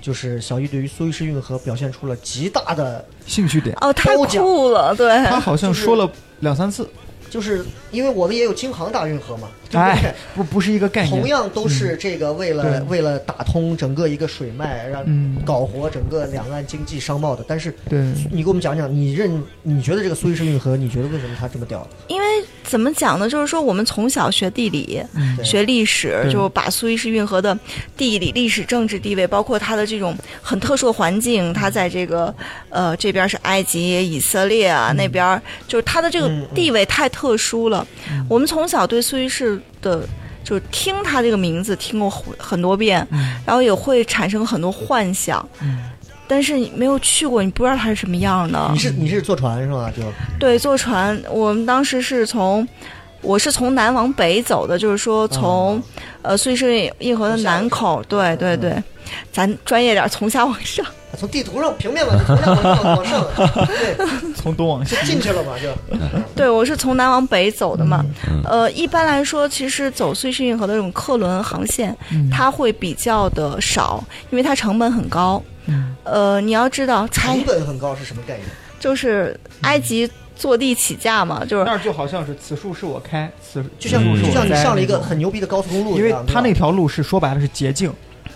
S3: 就是小易对于苏伊士运河表现出了极大的，
S4: 兴趣点，
S6: 哦，太
S3: 都讲
S6: 酷了，对，
S4: 他好 像
S3: 就是
S4: 说了两三次，
S3: 就是因为我们也有京杭大运河嘛，对不对
S4: 哎？，不不是一个概念，
S3: 同样都是这个为了、
S4: 对
S3: 为了打通整个一个水脉，让
S4: 嗯
S3: 搞活整个两岸经济商贸的。但是
S4: 对，
S3: 你给我们讲讲，你认你觉得这个苏伊士运河，你觉得为什么它这么屌？
S6: 因为怎么讲呢？就是说我们从小学地理，
S4: 嗯
S3: 对
S6: 学历史，
S4: 对
S6: 就把苏伊士运河的地理、历史、政治地位，包括它的这种很特殊的环境，它在这个呃这边是埃及、以色列啊，那边儿就是它的这个
S3: 嗯嗯
S6: 地位太特殊了。我们从小对苏伊士的。就是听它这个名字听过很多遍，
S4: 嗯
S6: 然后也会产生很多幻想，
S4: 嗯
S6: 但是你没有去过，你不知道它是什么样的。
S3: 你是你是坐船是吧？就
S6: 对，坐船，我们当时是从，我是从南往北走的，就是
S5: 啊
S6: 说从，呃，苏伊士运河的南口，对对
S5: 嗯
S6: 对，咱专业点儿，从下往上。
S3: 从地图上平面嘛，就从下往上往上，对，
S4: 从东往西，
S3: 就进去了嘛，就。
S6: 对，我是从南往北走的嘛。
S5: 嗯
S6: 呃，一般来说，其实走苏伊士运河的这种客轮航线，
S5: 嗯
S6: 它会比较的少，因为它成本很高。
S4: 嗯
S6: 呃，你要知道，才
S3: 成本很高是什么概念？
S6: 就是埃及坐地起价嘛，就是
S4: 那儿就好像是此树是我开，此
S3: 就像
S5: 嗯
S3: 就像你上了一个
S4: 很。
S3: 很牛逼的高速公路一
S4: 因
S3: 样，
S4: 为他那
S3: 对吧哦
S4: 条路是说白了是捷径，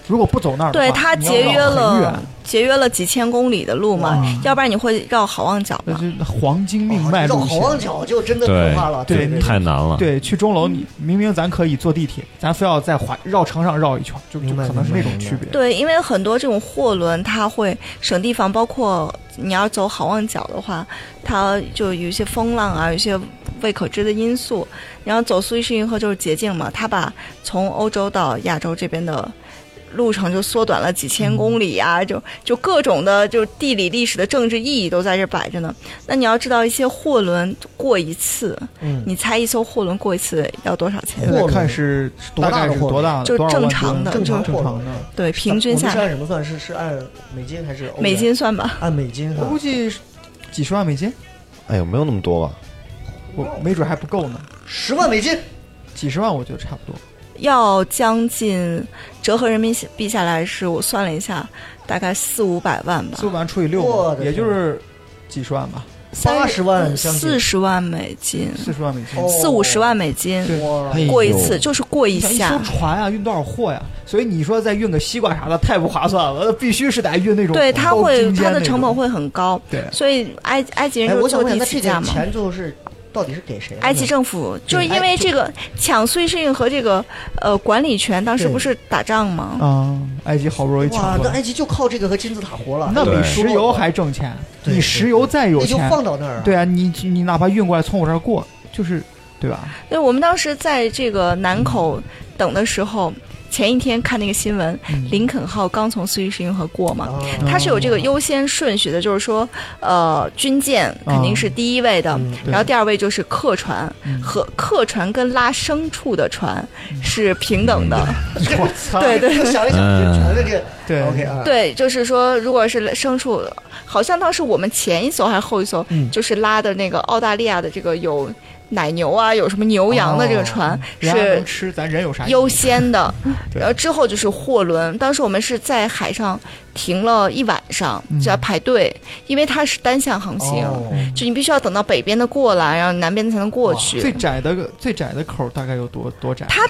S4: 如果不走那儿的话，
S6: 对它
S4: 你要
S6: 节
S4: 绕
S6: 约
S4: 很
S6: 了
S4: 远
S6: 节约了几千公里的路嘛
S4: 哇，
S6: 要不然你会绕好望角
S4: 那
S6: 嘛。
S4: 是黄金命
S3: 哦
S4: 脉
S3: 绕
S4: 路
S3: 好望
S4: 线。
S3: 角就真的可
S5: 对
S3: 怕了，
S4: 对
S3: 对
S5: 太难了。
S4: 对，去钟楼，你明明咱可以坐地铁，咱非要在环绕城上绕一圈，就就
S3: 明白
S4: 可能是那种
S3: 明白
S4: 区别。
S6: 对，因为很多这种货轮它会省地方，包括你要走好望角的话，它就有一些风浪啊，有一些未可知的因素。你要走苏伊士运河就是捷径嘛，它把从欧洲到亚洲这边的路程就缩短了
S4: 嗯
S6: 几千公里啊，就就各种的就地理、历史的政治意义都在这摆着呢。那你要知道，一些货轮过一次，
S3: 嗯
S6: 你猜一艘货轮过一次要多少钱
S3: 货？
S4: 现在
S3: 轮
S4: 看是
S3: 多大
S4: 概
S3: 的
S4: 是
S3: 货
S4: 多大的，
S6: 就是
S4: 多少万
S6: 正常的
S4: 吨
S3: 正常
S4: 正
S3: 货
S4: 常
S3: 轮
S4: 的。
S6: 对，平均
S3: 我
S6: 下
S3: 们是
S6: 来
S3: 按什么算？是是按美金哦还是欧元
S6: 美？金算吧。
S3: 按美金
S4: 我
S3: 哈
S4: 估，计是几十万美金，
S8: 哎呦，没有那么
S5: 啊
S8: 多吧？
S4: 我没准还不够呢，
S3: 十万美金，
S4: 几十万我觉得差不多。
S6: 要将近折合人民币下来是，我算了一下，大概四五百万吧
S4: 四，五万除以六
S3: 我
S4: 嘛，
S3: 的
S4: 也
S3: 天
S4: 就是几十万吧，
S3: 八十万将近
S6: 嗯四十万美金，
S4: 四十万美金。
S3: 哦
S6: 四五十万美金，
S4: 对
S3: 哇
S8: 哎呦
S6: 过一次就是过一
S4: 你想一艘
S6: 下。
S4: 船啊，运多少货呀、所以你说再运个西瓜啥的，太不划算了，必须是得运那种
S6: 对，它
S4: 高
S6: 会
S4: 精尖
S6: 它的
S4: 那种
S6: 成本会很高，
S4: 对
S6: 所以埃埃及人
S3: 哎，
S6: 就
S3: 我
S6: 是
S3: 想
S6: 坐
S3: 问一下，
S6: 地
S3: 那
S6: 起
S3: 这
S6: 价
S3: 点
S6: 嘛。
S3: 钱最嗯后是到底是给谁？
S6: 埃及政府就是因为这个抢苏伊士运河这个呃管理权，当时
S3: 对
S6: 不是打仗吗？
S4: 啊、埃及好不容易抢
S3: 哇，
S4: 回
S3: 那
S4: 来，
S3: 埃及就靠这个和金字塔活了，
S4: 那比
S5: 对
S4: 石油还挣钱。
S3: 对
S4: 你石油再有
S3: 那就
S4: 钱，
S3: 放到那儿啊。
S4: 对啊，你你哪怕运过来从我这儿过，就是对吧？
S6: 对，我们当时在这个南口等的时候，前一天看那个新闻，
S4: 嗯
S6: 林肯号刚从苏伊士运河过嘛，
S3: 啊，
S6: 它是有这个优先顺序的，就是说，呃，军舰肯定是第一位的，
S3: 嗯
S4: 对
S6: 然后第二位就是客船，
S4: 嗯
S6: 和客船跟拉牲畜的船是平等的。
S3: 嗯
S4: 我操，
S6: 对对
S3: 我想一想，这全是这个
S4: 嗯对
S3: OK 啊，
S6: 对，就是说，如果是牲畜，好像当时我们前一艘还是后一艘，
S3: 嗯
S6: 就是拉的那个澳大利亚的这个有奶牛啊，有什么牛羊的这
S3: 哦
S6: 个船、
S3: 嗯
S4: 人家
S6: 是
S4: 能吃，咱人有啥意义
S6: 优先的，
S4: 对
S6: 然后之后就是货轮。当时我们是在海上停了一晚上，
S4: 嗯
S6: 就要排队，因为它是单向航行，
S3: 哦
S6: 就你必须要等到北边的过来，然后南边的才能过
S4: 最
S6: 去。
S4: 窄的最窄的口儿大概有多多窄？
S6: 它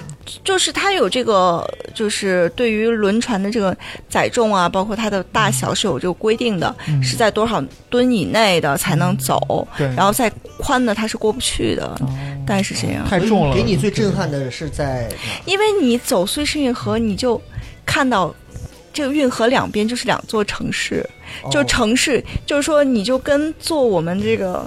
S6: 就是它有这个，就是对于轮船的这个载重啊，包括它的大小是有这个规定的，
S4: 嗯
S6: 是在多少吨以内的才能走，
S4: 对，哦
S6: 然后再宽的它是过不去的，大概是这样。
S4: 太重了，
S3: 给你最震撼的是在
S6: 因为你走苏伊士运河，你就看到这个运河两边就是两座城市，
S3: 哪
S6: 就城市，就是说你就跟坐我们这个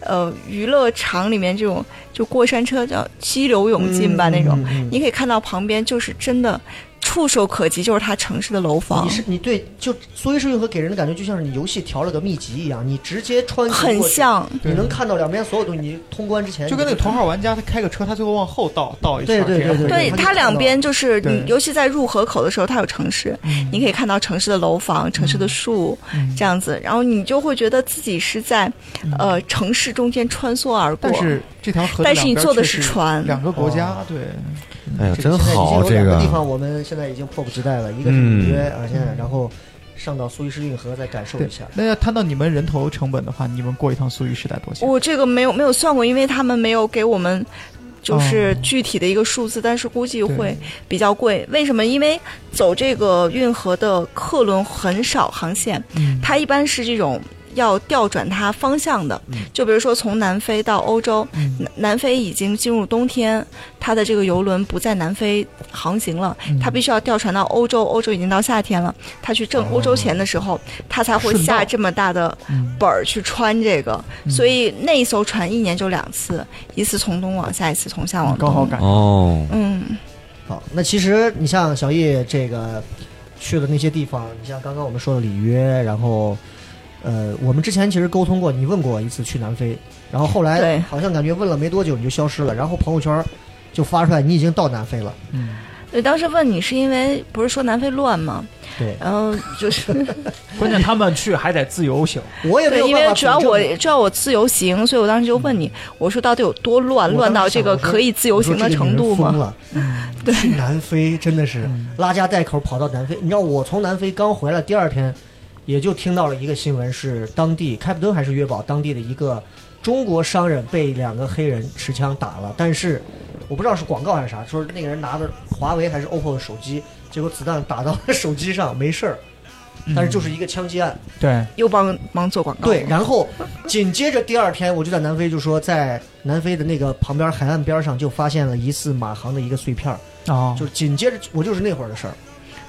S6: 呃娱乐场里面这种就过山车叫激流勇进吧、那种，，
S3: 嗯嗯嗯嗯
S6: 你可以看到旁边就是真的触手可及，就是它城市的楼房
S3: 你。是你对，就苏伊士运河给人的感觉就像是你游戏调了个秘籍一样，你直接穿行
S6: 很
S3: 过去，
S6: 像，
S3: 你能看到两边所有东西。你通关之前
S4: 就跟那个头
S3: 同
S4: 号玩家，他开个车，他最后往后倒倒一
S3: 对
S4: 圈，
S3: 对
S4: 这样
S3: 对对
S4: 会
S6: 对
S3: 它就
S6: 它
S3: 看
S6: 两
S3: 到
S6: 边就是
S4: 对
S6: 你，尤其在入河口的时候，它有城市，
S4: 嗯
S6: 你可以看到城市的楼房、城市的树这样子，然后你就会觉得自己是在呃城市中间穿梭而过
S4: 嗯但。是这条河，
S6: 但是你坐的是，船，
S4: 两个国家
S3: 哦
S4: 对，
S5: 哎呀，真
S3: 现在已经
S5: 好
S3: 有
S5: 这
S3: 两
S5: 个
S3: 个地方我们现在已经迫不及待了，一个是
S5: 嗯
S3: 纽约啊，现在然后上到苏伊士运河再感受一下。
S4: 那要摊到你们人头成本的话，你们过一趟苏伊士得多少钱？
S6: 我这个没有没有算过，因为他们没有给我们
S4: 哦
S6: 就是具体的一个数字，但是估计会比较贵。为什么？因为走这个运河的客轮很少航线，
S4: 嗯
S6: 它一般是这种。要调转它方向的，就比如说从南非到欧洲，南南非已经进入冬天，它的这个游轮不在南非航行了，它必须要调船到欧洲，欧洲已经到夏天了，它去挣欧洲钱的时候，它才会
S4: 顺道
S6: 下这么大的
S4: 嗯
S6: 本儿去穿这个，所以那一艘船一年就两次，一次从东往下，一次从下往
S4: 嗯刚好
S6: 东。
S4: 赶
S5: 哦，
S6: 嗯，
S3: 好，那其实你像小易这个去了那些地方，你像刚刚我们说的里约，然后呃，我们之前其实沟通过，你问过一次去南非，然后后
S6: 对
S3: 来好像感觉问了没多久你就消失了，然后朋友圈就发出来你已经到南非了，
S4: 嗯
S6: 对，当时问你是因为不是说南非乱吗？
S3: 对
S6: 然后就是
S4: 关键他们去还得自由行，
S3: 我也没
S6: 对，
S3: 有
S6: 因
S3: 办
S6: 为
S3: 法
S6: 主要
S3: 佐证
S6: 我主要我自由行，所以我当时就问你，我说到底有多乱，
S3: 我
S6: 乱
S3: 当
S6: 到
S3: 时
S6: 这
S3: 想
S6: 个
S3: 我说
S6: 可以自由行的程度
S3: 我说这个女人疯
S6: 吗？ 嗯
S3: 了，去南非真的是拉家带口跑到南非。你知道我从南非刚回来第二天，也就听到了一个新闻，是当地开普敦还是约堡当地的一个中国商人被两个黑人持枪打了，但是我不知道是广告还是啥，说那个人拿着华为还是 OPPO 的手机，结果子弹打到了手机上没事儿，但是
S6: 嗯
S3: 就是一个枪击案。
S4: 对，
S6: 又帮忙做广告。
S3: 对，然后紧接着第二天，我就在南非就说，在南非的那个旁边海岸边上就发现了疑似马航的一个碎片儿，
S4: 哦，
S3: 就是紧接着我就是那会儿的事儿。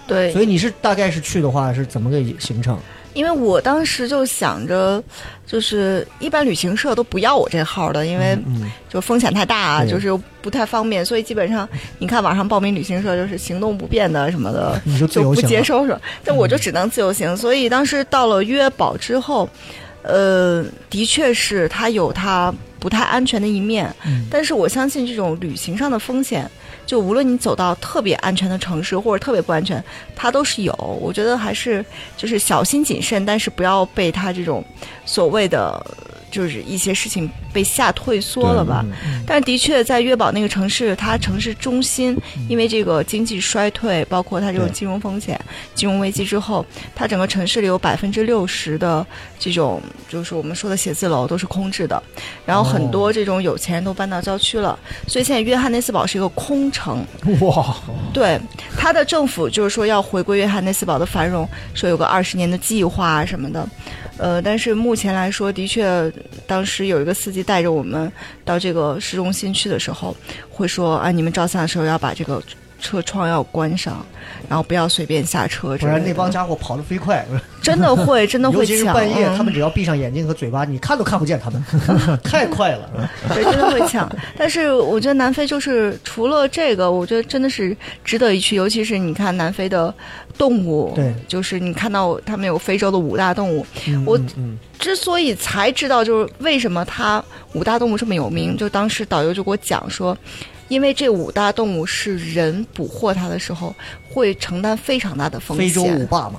S6: 对
S3: 所以你是大概是去的话是怎么个行程？
S6: 因为我当时就想着，就是一般旅行社都不要我这号的，因为
S3: 嗯，
S6: 就风险太大，啊
S3: 对
S6: 就是又不太方便，所以基本上你看网上报名旅行社就是行动不便的什么的，
S3: 你就自
S6: 就
S3: 由
S6: 不
S3: 行啊
S6: 接
S3: 了。嗯
S6: 收是吧？但我就只能自由行，所以当时到了约堡之后，呃，的确是它有它不太安全的一面，
S4: 嗯
S6: 但是我相信这种旅行上的风险，就无论你走到特别安全的城市或者特别不安全，它都是有。我觉得还是就是小心谨慎，但是不要被它这种所谓的就是一些事情被吓退缩了吧。但是的确，在约堡那个城市，它城市中心因为这个经济衰退，包括它这种
S3: 对
S6: 金融风险、金融危机之后，它整个城市里有百分之六十的这种就是我们说的写字楼都是空置的，然后很多这种有钱人都搬到郊区了，所以现在约翰内斯堡是一个空城。
S4: 哇，
S6: 对，他的政府就是说要回归约翰内斯堡的繁荣，说有个二十年的计划啊什么的。呃，但是目前来说，的确，当时有一个司机带着我们到这个市中心去的时候，会说啊，你们照相的时候要把这个车窗要关上，然后不要随便下车
S3: 不
S6: 之类的。
S3: 然那帮家伙跑得飞快，
S6: 真的 会，真的
S3: 尤
S6: 会
S3: 其是
S6: 抢。
S3: 半夜，
S6: 嗯
S3: 他们只要闭上眼睛和嘴巴，你看都看不见他 们，太快了。
S6: 对，真的会抢。但是我觉得南非就是除了这个，我觉得真的是值得一去，尤其是你看南非的动物，
S3: 对
S6: 就是你看到他们有非洲的五大动物。
S3: 嗯
S6: 我
S3: 嗯嗯
S6: 之所以才知道，就是为什么它五大动物这么有名，就当时导游就给我讲说。因为这五大动物是人捕获它的时候会承担非常大的风险，
S3: 非洲嗯舞霸嘛，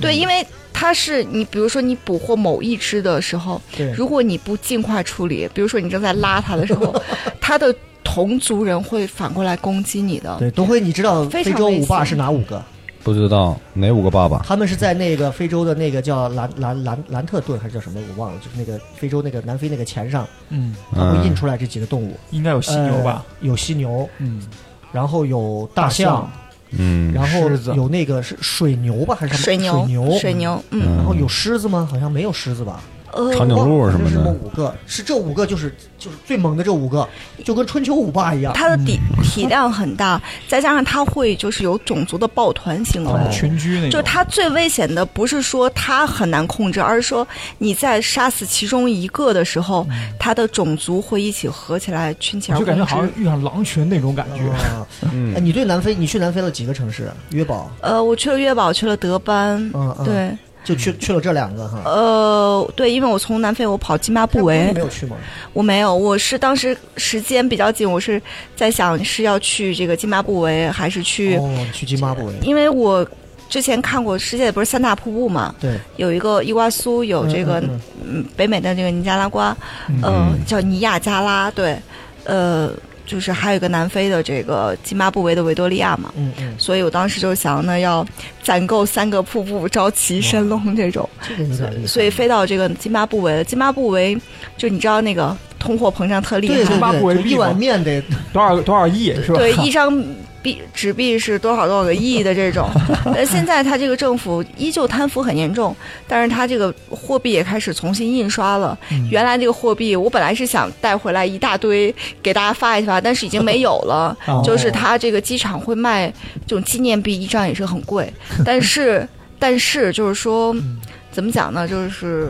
S6: 对，因为它是你，比如说你捕获某一只的时候，
S3: 对，
S6: 如果你不尽快处理，比如说你正在拉它的 时候，它的同族人会反过来攻击你的。
S3: 对，东辉，你知道
S6: 非
S3: 非
S6: 常
S3: 洲舞霸
S6: 危险
S3: 是哪五个？
S5: 不知道哪五个爸爸？
S3: 他们是在那个非洲的那个叫兰兰兰兰特顿还是叫什么，我忘了，就是那个非洲那个南非那个钱上，
S4: 嗯，
S3: 它会印
S5: 嗯，
S3: 出来这几个动物，
S4: 应该有犀牛吧？
S3: 呃，有犀牛，
S4: 嗯，
S3: 然后有
S4: 大
S3: 大象
S4: 象，
S5: 嗯，
S3: 然后
S4: 狮子
S3: 有那个是水牛吧，还是什么
S6: 水牛，
S3: 水牛，
S6: 水牛，嗯，
S3: 然后有狮子吗？好像没有狮子吧？
S5: 嗯长
S6: 呃，
S5: 颈鹿什
S3: 是
S5: 么
S3: 什么
S5: 的，
S3: 五个？是这五个，就是就是最猛的这五个，就跟春秋五霸一样。
S6: 它的体
S3: 嗯
S6: 体量很大，再加上它会就是有种族的抱团行为，
S3: 哦
S4: 群居那种，
S6: 就它最危险的不是说它很难控制，而是说你在杀死其中一个的时候，
S3: 嗯
S6: 它的种族会一起合起来群起
S4: 我
S6: 而
S4: 就感觉
S6: 攻
S4: 好
S6: 之
S4: 像。遇上狼群那种感觉。
S3: 啊，哎
S5: 嗯，
S3: 你对南非，你去南非了几个城市？约堡，
S6: 呃，我去了约堡，去了德班，
S3: 嗯嗯，，
S6: 对，
S3: 就去去了这两个哈。
S6: 呃，对，因为我从南非我跑津巴布
S3: 哎
S6: 韦
S3: 没，有去吗？
S6: 我没有，我是当时时间比较紧，我是在想是要去这个津巴布韦还是去，
S3: 哦，你去津巴布韦。
S6: 因为我之前看过世界不是三大瀑布嘛，
S3: 对，
S6: 有一个伊瓜苏，有这个
S3: 嗯嗯
S6: 嗯北美的这个尼加拉瓜，呃，叫尼亚加拉，对，呃，就是还有一个南非的这个津巴布韦的维多利亚嘛。
S3: 嗯嗯，
S6: 所以我当时就想呢，要攒够三个瀑布，招齐神龙这种。
S3: 这个有点意思。
S6: 所以飞到这个津巴布韦了。津巴布韦就你知道那个通货膨胀特厉
S3: 对
S6: 害，
S3: 对
S4: 津巴布韦
S3: 对，就一
S4: 币嘛
S3: 碗面得
S4: 多少多少亿是吧？
S6: 对 一张币纸币是多少多少个亿的这种。呃，现在他这个政府依旧贪腐很严重，但是他这个货币也开始重新印刷了。
S4: 嗯
S6: 原来这个货币，我本来是想带回来一大堆给大家发一发，但是已经没有了
S4: 哦。
S6: 就是他这个机场会卖这种纪念币，一张也是很 贵，但是但是就是说，
S4: 嗯
S6: 怎么讲呢？就是。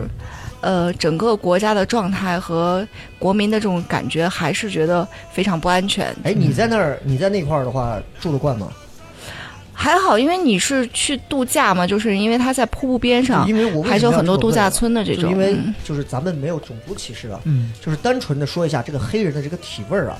S6: 呃，整个国家的状态和国民的这种感觉，还是觉得非常不安全。
S3: 哎，你在那儿，你在那块儿的话，住得惯吗？
S6: 还好，因为你是去度假嘛，就是因为它在瀑布边上
S3: 因，为我为什
S6: 还是
S3: 么
S6: 有
S3: 要
S6: 很多
S3: 这么
S6: 度
S3: 问
S6: 假
S3: 啊
S6: 村的这
S3: 就是
S6: 种。
S3: 因为
S6: 嗯
S3: 就是咱们没有种族歧视啊，
S4: 嗯，
S3: 就是单纯的说一下这个黑人的这个体味 儿啊。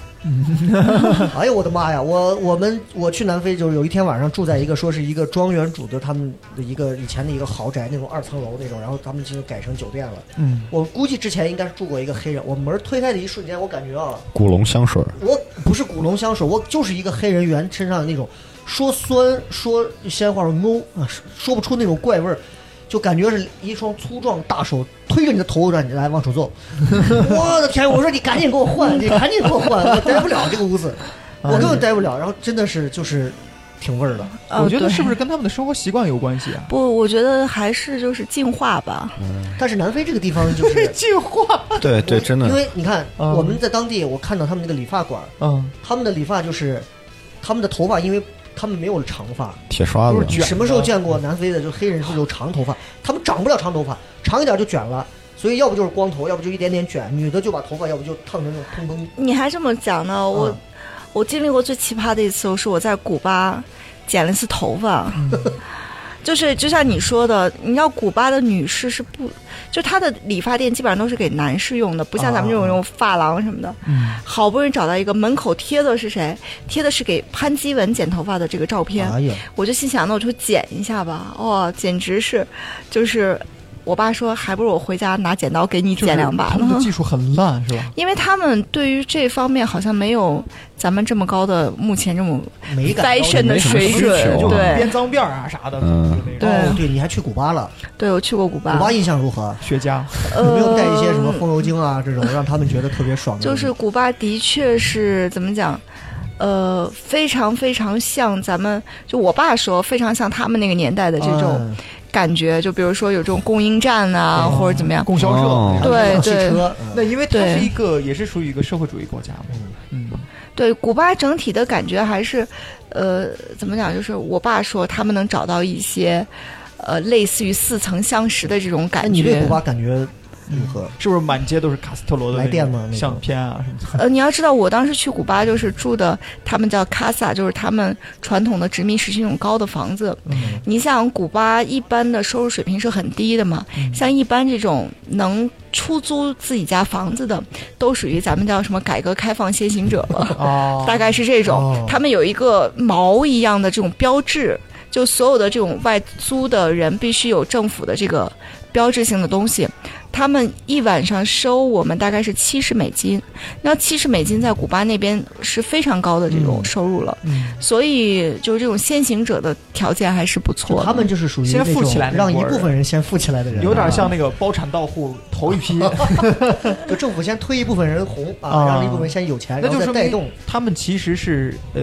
S3: 哎呦我的妈呀！我我们我去南非就是有一天晚上住在一个说是一个庄园主的他们的一个以前的一个豪宅那种二层楼那种，然后他们现在改成酒店了。
S4: 嗯，
S3: 我估计之前应该是住过一个黑人。我门推开的一瞬间，我感觉啊，
S5: 古龙香水儿，
S3: 我不是古龙香水，我就是一个黑人原身上的那种，说酸说鲜花说 no 啊，说不出那种怪味儿，就感觉是一双粗壮大手推推着你的头让你来往出 走。我的天！我说你赶紧给我换，你赶紧给我换，我待不了这个屋 子，
S5: 啊
S3: 我根本待不了。然后真的是就是挺味儿的，
S6: 呃
S4: 我觉得
S6: 对
S4: 是不是跟他们的生活习惯有关系啊？
S6: 不，我觉得还是就是进化吧。
S3: 嗯但是南非这个地方就是
S4: 进化，
S5: 对 对，真
S3: 因
S5: 的，
S3: 为你看
S4: 嗯
S3: 我们在当地，我看到他们那个理发馆，
S4: 嗯，
S3: 他们的理发就是他们的头发，因为他们没有长发，
S5: 铁刷
S3: 不
S5: 子
S3: 是，你什么时候见过南非的就黑人是有长头发？他们长不了长头发，长一点就卷了，所以要不就是光头，要不就一点点卷。女的就把头发，要不就烫成那种蓬
S6: 你还这么讲呢？我、
S3: 嗯
S6: 我经历过最奇葩的一次，是我在古巴剪了一次头发。
S3: 嗯
S6: 就是就像你说的，你知道古巴的女士是不，就她的理发店基本上都是给男士用的，不像咱们这
S3: 哦
S6: 种用发廊什么的。
S4: 嗯
S6: 好不容易找到一个门口贴的是谁？贴的是给潘基文剪头发的这个照
S3: 蓬。
S6: 片。
S3: 呀，
S6: 我就心想，那我就剪一下吧。哇、简直是，就是我爸说，还不如我回家拿剪刀给你
S4: 就是
S6: 剪两把
S4: 他
S6: 呢。
S4: 们的技术很烂是吧？
S6: 因为他们对于这方面好像没有咱们这么高的目前这种
S3: 美感
S6: fashion
S5: 没
S6: 的
S5: 什么
S6: 水
S5: 需
S6: 准，
S5: 求啊
S4: 编
S6: 对
S4: 脏辫儿啊啥的，
S5: 嗯
S4: 就那种
S3: 哦
S6: 对，
S3: 对，你还去古巴了？
S6: 对，我去过古
S3: 古
S6: 巴
S3: 巴，印象如何？
S4: 雪茄，
S3: 有没有带一些什么
S6: 呃
S3: 风油精啊这种让他们觉得特别爽的？嗯
S6: 就是古巴的确是怎么讲，呃，非常非常像咱们，就我爸说非常像他们那个年代的这种
S3: 嗯
S6: 感觉，就比如说有这种供应站啊，或者怎么样，
S4: 供销
S5: 哦
S4: 社。
S6: 对
S3: 嗯汽
S6: 对
S3: 车，
S4: 那因为它
S6: 对
S4: 是一个，也是属于一个社会主义国家嘛，嗯，
S6: 对古巴整体的感觉还是，呃，怎么讲？就是我爸说他们能找到一些，呃，类似于似曾相识的这种
S3: 那
S6: 感
S3: 你对
S6: 觉
S3: 古。巴感觉如何？嗯
S4: 是不是满街都是卡斯特罗的
S3: 来电吗
S4: 那
S3: 那种
S4: 种相片啊什么的？
S6: 呃，你要知道，我当时去古巴就是住的，他们叫卡萨，就是他们传统的殖民时期那种高的房子。
S4: 嗯
S6: 你想，古巴一般的收入水平是很低的嘛，
S3: 嗯
S6: 像一般这种能出租自己家房子的，都属于咱们叫什么改革开放先行者了。
S4: 哦，
S6: 大概是这种。
S3: 哦
S6: 他们有一个毛一样的这种标志，就所有的这种外租的人必须有政府的这个标志性的东西。他们一晚上收我们大概是七十美金，那七十美金在古巴那边是非常高的这种收入了，
S4: 嗯
S6: 所以就是这种先行者的条件还是不错的。
S3: 他们就是属于
S4: 先
S3: 那
S4: 富起来
S3: 种
S4: 那
S3: 让一
S4: 波人
S3: 部分人先富起来的人，啊
S4: 有点像那个包产到户头 一批，
S3: 就政府先推一部分人红啊，
S4: 啊
S3: 让一部分人先有钱，
S4: 那
S3: 然
S4: 就
S3: 后
S4: 说
S3: 再带动
S4: 明。他们其实是呃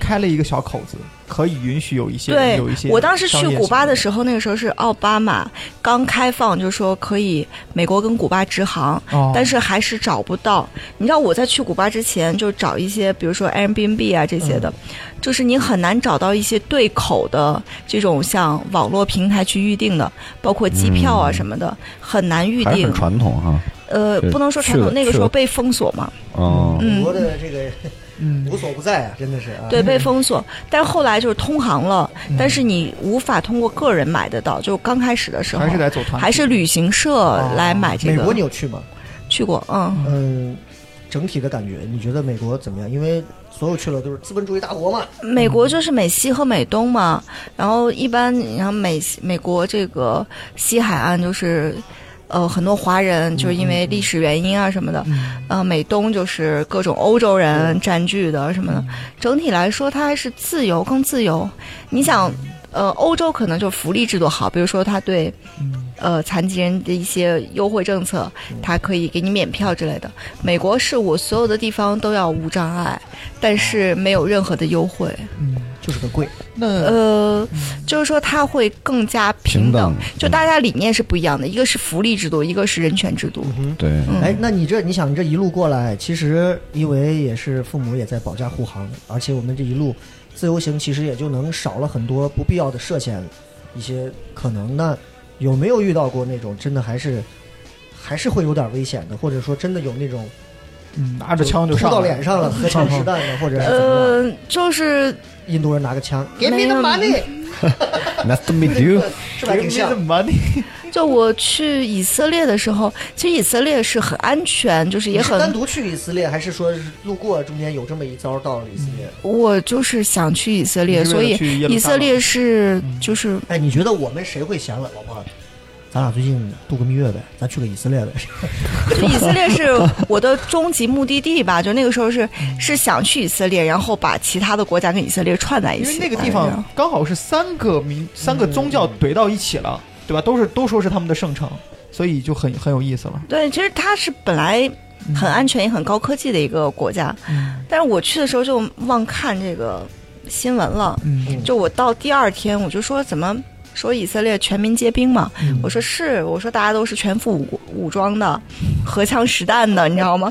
S4: 开了一个小口子，可以允许有一些
S6: 对
S4: 有一些。
S6: 我当时去古巴的时候，那个时候是奥巴马刚开放，就说可以美国跟古巴直航，
S4: 哦
S6: 但是还是找不到。你知道我在去古巴之前，就找一些比如说 Airbnb 啊这些的，
S5: 嗯
S6: 就是你很难找到一些对口的这种像网络平台去预定的，包括机票啊什么的、很难
S5: 嗯
S6: 预
S5: 还是
S6: 定
S5: 很。传统啊哈，
S6: 呃，
S5: 对
S6: 不能说传
S5: 去
S6: 统，
S5: 了
S6: 那个时
S5: 去
S6: 候
S5: 了
S6: 被封锁嘛，
S5: 嗯，
S3: 美
S6: 嗯
S3: 国，的这个
S4: 嗯
S3: 无所不在啊，真的是啊。
S5: 嗯
S6: 对，被封锁。但是后来就是通航了，但是你无法通过个人买得到，就刚开始的时候
S4: 还是得走团，嗯
S6: 还是旅行社
S5: 哦
S6: 来买这个。
S3: 美国你有去吗？
S6: 去过？嗯，
S3: 嗯，整体的感觉，你觉得美国怎么样？因为所有去了都是资本主义大国嘛。
S6: 美国就是美西和美东嘛。然后一般，然后美美国这个西海岸就是。呃，很多华人就是因为历史原因啊什么的，呃，美东就是各种欧洲人占据的什么的。整体来说，它还是自由，更自由。你想，呃，欧洲可能就福利制度好，比如说它对呃残疾人的一些优惠政策，它可以给你免票之类的。美国是我所有的地方都要无障碍，但是没有任何的优惠。
S3: 就是个贵，
S4: 那
S6: 呃，就是说它会更加平
S5: 平
S6: 等
S5: 等，
S6: 就大家理念是不一样的，一个是福利制
S4: 嗯
S6: 度，一个是人权制度。
S5: 对，
S3: 哎，那你这你想，你这一路过来，其实因为也是父母也在保驾护航，而且我们这一路自由行，其实也就能少了很多不必要的涉险，一些可能。那有没有遇到过那种真的还是还是会有点危险的，或者说真的有那种
S4: 嗯拿着枪就
S3: 突
S4: 上
S3: 到
S4: 来
S3: 脸上了，荷枪实弹的，或者
S4: 嗯
S3: 是怎么样？
S6: 呃，就是
S3: 印度人拿个枪，Give
S6: 没
S3: me
S6: 有
S3: the money，
S5: Nice to meet you，
S3: 是吧？挺像
S4: Give me the money
S6: 就我去以色列的时候，其实以色列是很安全，就是也
S3: 你是
S6: 很
S3: 单独去以色列，还是说是路过中间有这么一遭到了以色列？
S6: 我就是想去以色列，
S4: 你是为了
S6: 所以
S4: 去耶路撒冷嗯
S6: 以色列是就是
S3: 哎，你觉得我们谁会闲了，老婆？咱俩最近度个蜜月呗，咱去个以色列呗。
S6: 就以色列是我的终极目的地吧，就那个时候是
S4: 嗯
S6: 是想去以色列，然后把其他的国家跟以色列串在一
S4: 因
S6: 起。
S4: 为那个地方
S6: 嗯
S4: 刚好是三个民三个宗教怼到一起了，对吧？都是都说是他们的圣城，所以就很很有意思了。
S6: 对，其实它是本来很安全也很高科技的一个国家，
S4: 嗯
S6: 但是我去的时候就忘看这个新闻了。
S4: 嗯
S6: 就我到第二天，我就说怎么说以色列全民皆兵嘛？
S4: 嗯
S6: 我说是，我说大家都是全副武武装的，荷枪实弹的，你知道吗？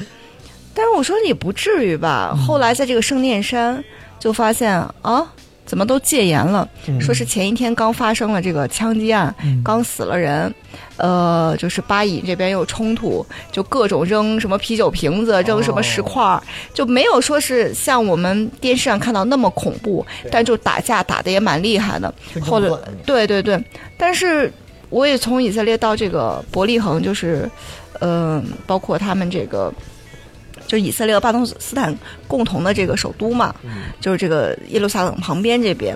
S6: 但是我说也不至于
S4: 嗯
S6: 吧。后来在这个圣殿山就发现啊，怎么都戒严了？
S3: 嗯
S6: 说是前一天刚发生了这个枪击案，
S4: 嗯
S6: 刚死了人，呃，就是巴以这边又冲突，就各种扔什么啤酒瓶子，扔什么石块儿，就没有说是像我们电视上看到那么恐怖，但就打架打的也蛮厉害的。
S3: 分
S6: 后
S3: 成
S6: 来
S3: 段嗯，
S6: 对对对，但是我也从以色列到这个伯利恒，就是，呃，包括他们这个。就以色列和巴勒斯坦共同的这个首都
S3: 嗯
S6: 嘛，就是这个耶路撒冷旁边这边，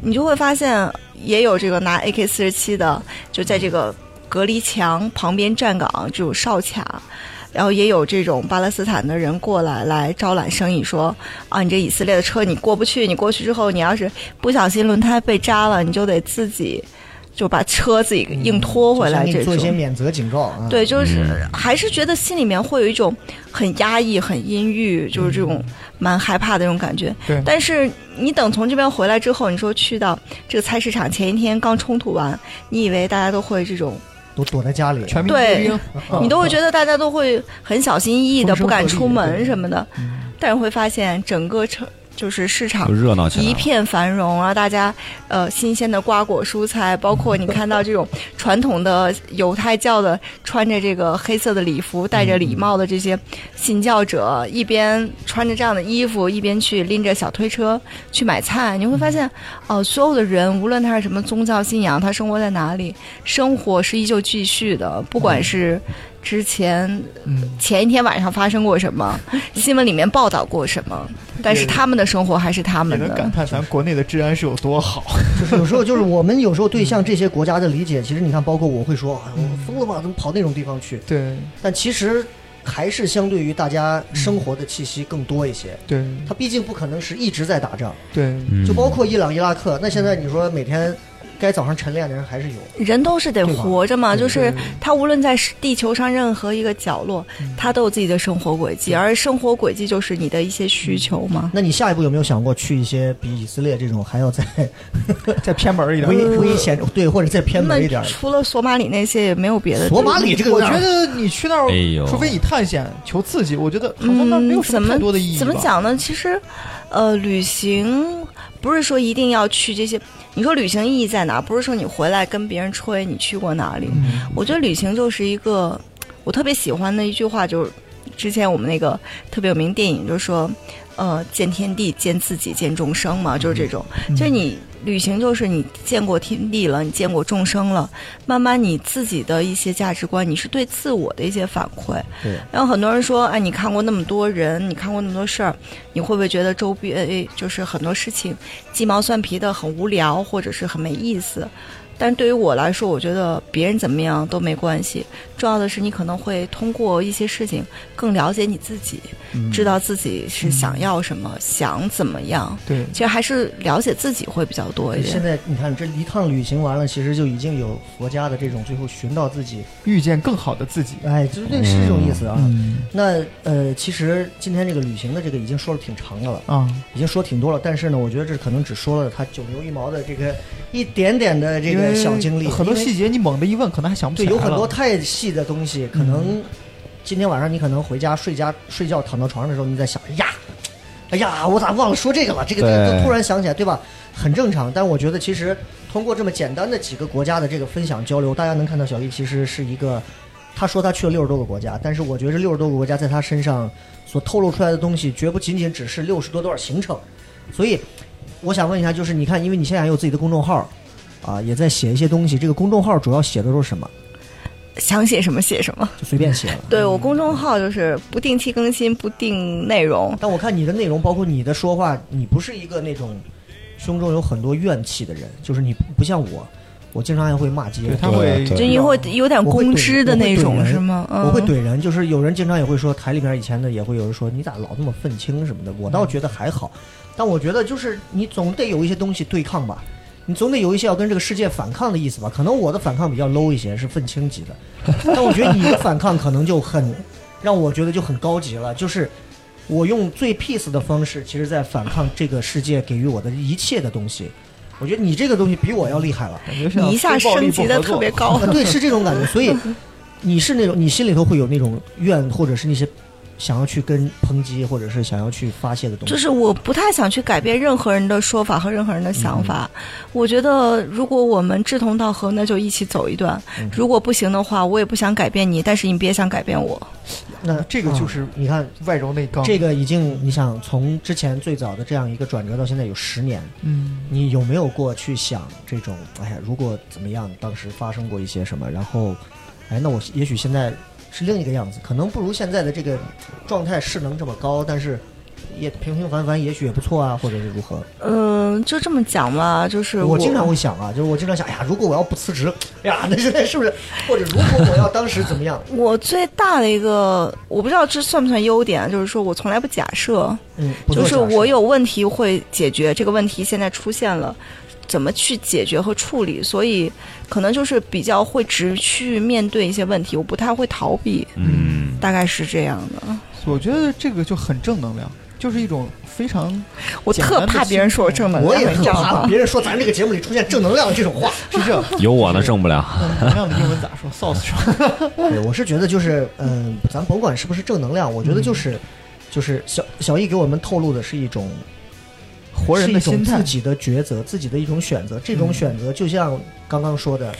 S6: 你就会发现也有这个拿 AK 四十七的，就在这个隔离墙旁边站岗这种哨卡，然后也有这种巴勒斯坦的人过来来招揽生意说，啊，你这以色列的车你过不去，你过去之后你要是不小心轮胎被扎了，你就得自己就把车自己硬拖回来
S3: 嗯就像
S6: 这
S3: 你
S6: 种。
S3: 做一些免责警告啊。
S6: 对，就是还是觉得心里面会有一种很压抑、很阴郁，就是这
S4: 嗯
S6: 种蛮害怕的那种感觉。
S4: 对
S6: 但是你等从这边回来之后，你说去到这个菜市场前一天刚冲突完，你以为大家都会这种，
S3: 都躲在家里，
S4: 全民皆
S6: 对
S4: 兵，
S6: 你都会觉得大家都会很小心翼翼的，
S4: 哦风声
S6: 不敢出
S4: 鹤唳
S6: 门
S4: 对
S6: 什么的，
S4: 嗯
S6: 但是会发现整个城就是市场
S5: 嗯就热闹起来了
S6: 一片繁荣，然后大家呃新鲜的瓜果蔬菜，包括你看到这种传统的犹太教的穿着这个黑色的礼服、戴着礼帽的这些信教者，一边穿着这样的衣服，一边去拎着小推车去买菜，你会发现哦、所有的人无论他是什么宗教信仰，他生活在哪里，生活是依旧继续的，不管是。之前
S4: 嗯，
S6: 前一天晚上发生过什么，新闻里面报道过什么，但是他们的生活还是他
S4: 也
S6: 们
S4: 能
S6: 的
S4: 感。叹咱国内的治安是有多好。
S3: 就是有时候就是我们有时候对像这些国家的理解，其实你看，包括我会说，哎我疯了吧，怎么跑那种地方去？
S4: 对
S3: 但其实还是相对于大家生活的气息更多一些。
S4: 对
S3: 它毕竟不可能是一直在打仗，
S4: 对，
S5: 嗯
S3: 就包括伊朗、伊拉克。那现在你说每天该早上晨练的人还是有，
S6: 人都是得活着嘛，就
S4: 对
S6: 是
S4: 对对
S6: 他无论在地球上任何一个角落，他都有自己的生活轨迹，而生活轨迹就是你的一些需求嘛。
S3: 那你下一步有没有想过去一些比以色列这种还要再
S4: 再偏门一点，
S3: 危危险对，或者再偏
S6: 那
S3: 门一点儿？
S6: 除了索马里那些也没有别的。
S3: 索马里这个
S4: 我
S3: 哪儿
S4: 觉得 你去那儿
S5: 哎呦，
S4: 除非你探险求刺激，我觉得好像那儿没
S6: 嗯
S4: 有，什
S6: 怎
S4: 么
S6: 么
S4: 太多的意义吧。
S6: 怎么讲呢？其实，呃，旅行不是说一定要去这些。你说旅行意义在哪？不是说你回来跟别人吹你去过哪里。
S4: 嗯？
S6: 我觉得旅行就是一个我特别喜欢的一句话，就是之前我们那个特别有名电影就说，呃，见天地，见自己，见众生嘛，就是这种。就是你旅行，就是你见过天地了，你见过众生了，慢慢你自己的一些价值观，你是对自我的一些反馈。
S3: 对，
S6: 然后很多人说，哎，你看过那么多人，你看过那么多事儿，你会不会觉得周边哎就是很多事情鸡毛蒜皮的很无聊，或者是很没意思？但对于我来说，我觉得别人怎么样都没关系，重要的是你可能会通过一些事情更了解你自己，知道自己是想要什么，想怎么样。
S4: 对，
S6: 其实还是了解自己会比较多一
S3: 现
S6: 点。
S3: 在你看这一趟旅行完了，其实就已经有佛家的这种最后寻到自己，
S4: 遇见更好的自己。
S3: 哎，就是这是这种意思啊。
S4: 嗯
S3: 那呃，其实今天这个旅行的这个已经说了挺长的了，
S4: 啊，
S3: 已经说挺多了，但是呢，我觉得这可能只说了他九牛一毛的这个一点点的这
S4: 因
S3: 个
S4: 为
S3: 小经历，
S4: 很多
S3: 因为
S4: 细节你猛地一问，可能还想不起
S3: 对，
S4: 来
S3: 有很
S4: 了嗯
S3: 多太细的东西，可能今天晚上你可能回家睡家睡觉躺到床上的时候，你在想，哎呀，哎呀，我咋忘了说这个了？这个这个
S7: 对
S3: 突然想起来，对吧？很正常。但我觉得其实通过这么简单的几个国家的这个分享交流，大家能看到小易其实是一个，他说他去了六十多个国家，但是我觉得这六十多个国家在他身上所透露出来的东西，绝不仅仅只是六十多段行程。所以我想问一下，就是你看，因为你现在还有自己的公众号。啊，也在写一些东西。这个公众号主要写的都是什么？
S6: 想写什么写什么。
S3: 就随便写了。
S6: 对我公众号就是不定期更新，不定内容。
S3: 但我看你的内容，包括你的说话，你不是一个那种胸中有很多怨气的人，就是你不像我，我经常还会骂街
S4: 对，，他
S7: 对
S4: 会
S7: 对
S6: 就因为有点
S3: 我会
S6: 公
S3: 怼
S6: 知的
S3: 我会
S6: 那
S3: 怼
S6: 种
S3: 人
S6: 是吗？嗯
S3: 我会怼人。就是有人经常也会说，台里边以前的也会有人说你咋老那么
S6: 嗯
S3: 愤青什么的，我倒觉得还好，但我觉得就是你总得有一些东西对抗吧。你总得有一些要跟这个世界反抗的意思吧？可能我的反抗比较 low 一些，是愤青级的，但我觉得你的反抗可能就很让我觉得就很高级了，就是我用最 peace 的方式，其实在反抗这个世界给予我的一切的东西。我觉得你这个东西比我要厉害了，
S4: 感觉像
S6: 你一下
S4: 非暴力
S6: 升
S4: 不
S6: 级的
S4: 合
S6: 特
S4: 作
S6: 别高
S3: 啊，，对，是这种感觉。所以你是那种，你心里头会有那种怨，或者是那些想要去跟抨击，或者是想要去发泄的东西。
S6: 就是我不太想去改变任何人的说法和任何人的想法。
S3: 嗯
S6: 我觉得如果我们志同道合，那就一起走一段；
S3: 嗯
S6: 如果不行的话，我也不想改变你，但是你别想改变我。
S3: 那
S4: 这个就是
S3: 啊你看，
S4: 外柔内刚。
S3: 这个已经你想从之前最早的这样一个转折到现在有十年，
S4: 嗯，
S3: 你有没有过去想这种？哎呀，如果怎么样，当时发生过一些什么，然后，哎，那我也许现在是另一个样子，可能不如现在的这个状态势能这么高，但是也平平凡凡，也许也不错啊，或者是如何？
S6: 嗯、就这么讲吧，就是
S3: 我经常会想啊，就是我经常想，哎呀，如果我要不辞职，哎呀，那现在是不是？或者如果我要当时怎么样？
S6: 我最大的一个，我不知道这算不算优点，就是说我从来不假设，
S3: 嗯，不做
S6: 就是
S3: 假设
S6: 我有问题会解决，这个问题现在出现了，怎么去解决和处理，所以可能就是比较会直去面对一些问题，我不太会逃避，
S5: 嗯，
S6: 大概是这样的。
S4: 我觉得这个就很正能量，就是一种非常
S6: 我
S4: 简
S6: 特
S4: 单的
S6: 怕别人说我正能
S3: 我
S6: 量，
S3: 也
S6: 你
S3: 特
S6: 知道
S3: 怕
S6: 吗？
S3: 别人说咱这个节目里出现正能量这种 话。
S4: 是这样。
S5: 嗯有我呢挣不了，
S4: 正呃能量的英文咋说？sauce 是吧？
S3: 对，我是觉得就是，嗯、咱甭管是不是正能量，我觉得
S4: 嗯
S3: 就是，就是小小易给我们透露的是一种
S4: 活人的
S3: 是一
S4: 心
S3: 种
S4: 态
S3: 自。己的抉择，自己的一种选择。这种
S4: 嗯
S3: 选择就像刚刚说的，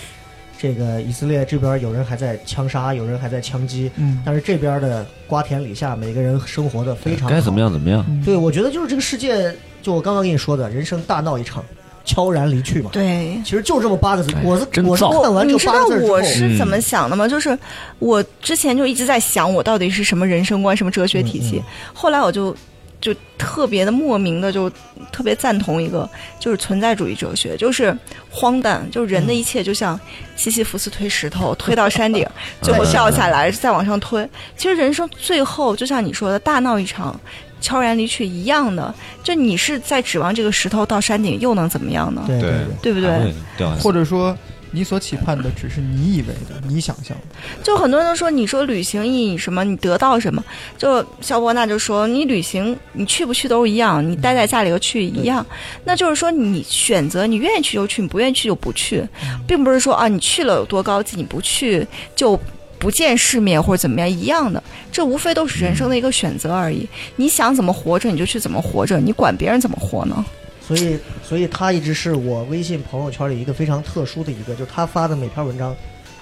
S3: 这个以色列这边有人还在枪杀，有人还在枪击，
S4: 嗯，
S3: 但是这边的瓜田李下，每个人生活的非常
S5: 该怎么
S3: 样？
S5: 样怎么样。
S4: 嗯
S3: 对，我觉得就是这个世界，就我刚刚跟你说的，人生大闹一场，悄然离去嘛。
S6: 对。
S3: 其实就这么八个字
S5: 哎，
S3: 我是
S5: 真
S3: 我是
S5: 燥
S3: 看完
S6: 哦你
S3: 这
S6: 知
S3: 八
S6: 道
S3: 个字之后
S6: 我，是
S5: 嗯
S6: 怎么想的吗？就是我之前就一直在想，我到底是什么人生观、什么哲学体系。
S3: 嗯
S6: 后来我就就特别的莫名的就特别赞同一个，就是存在主义哲学，就是荒诞，就是人的
S3: 嗯
S6: 一切就像西西弗斯推石头，推到 山顶，最后掉下
S3: 嗯
S6: 来，再往上推。其实人生最后就像你说的，大闹一场。悄然离去一样的，就你是在指望这个石头到山顶又能怎么样呢？
S3: 对对
S5: 对
S3: 对，
S6: 对不对？
S5: 还会掉下来
S4: 或者说你所期盼的只是你以为的，你想象的。
S6: 就很多人都说，你说旅行意义什么？你得到什么？就肖伯纳就说，你旅行，你去不去都一样，你待在家里和去一样。
S3: 嗯
S6: 那就是说，你选择，你愿意去就去，你不愿意去就不去，
S3: 嗯
S6: 并不是说啊，你去了有多高级，你不去就。不见世面或者怎么样一样的，这无非都是人生的一个选择而
S3: 嗯
S6: 已。你想怎么活着，你就去怎么活着，你管别人怎么活呢？
S3: 所以，所以他一直是我微信朋友圈里一个非常特殊的一个，就是他发的每篇文章，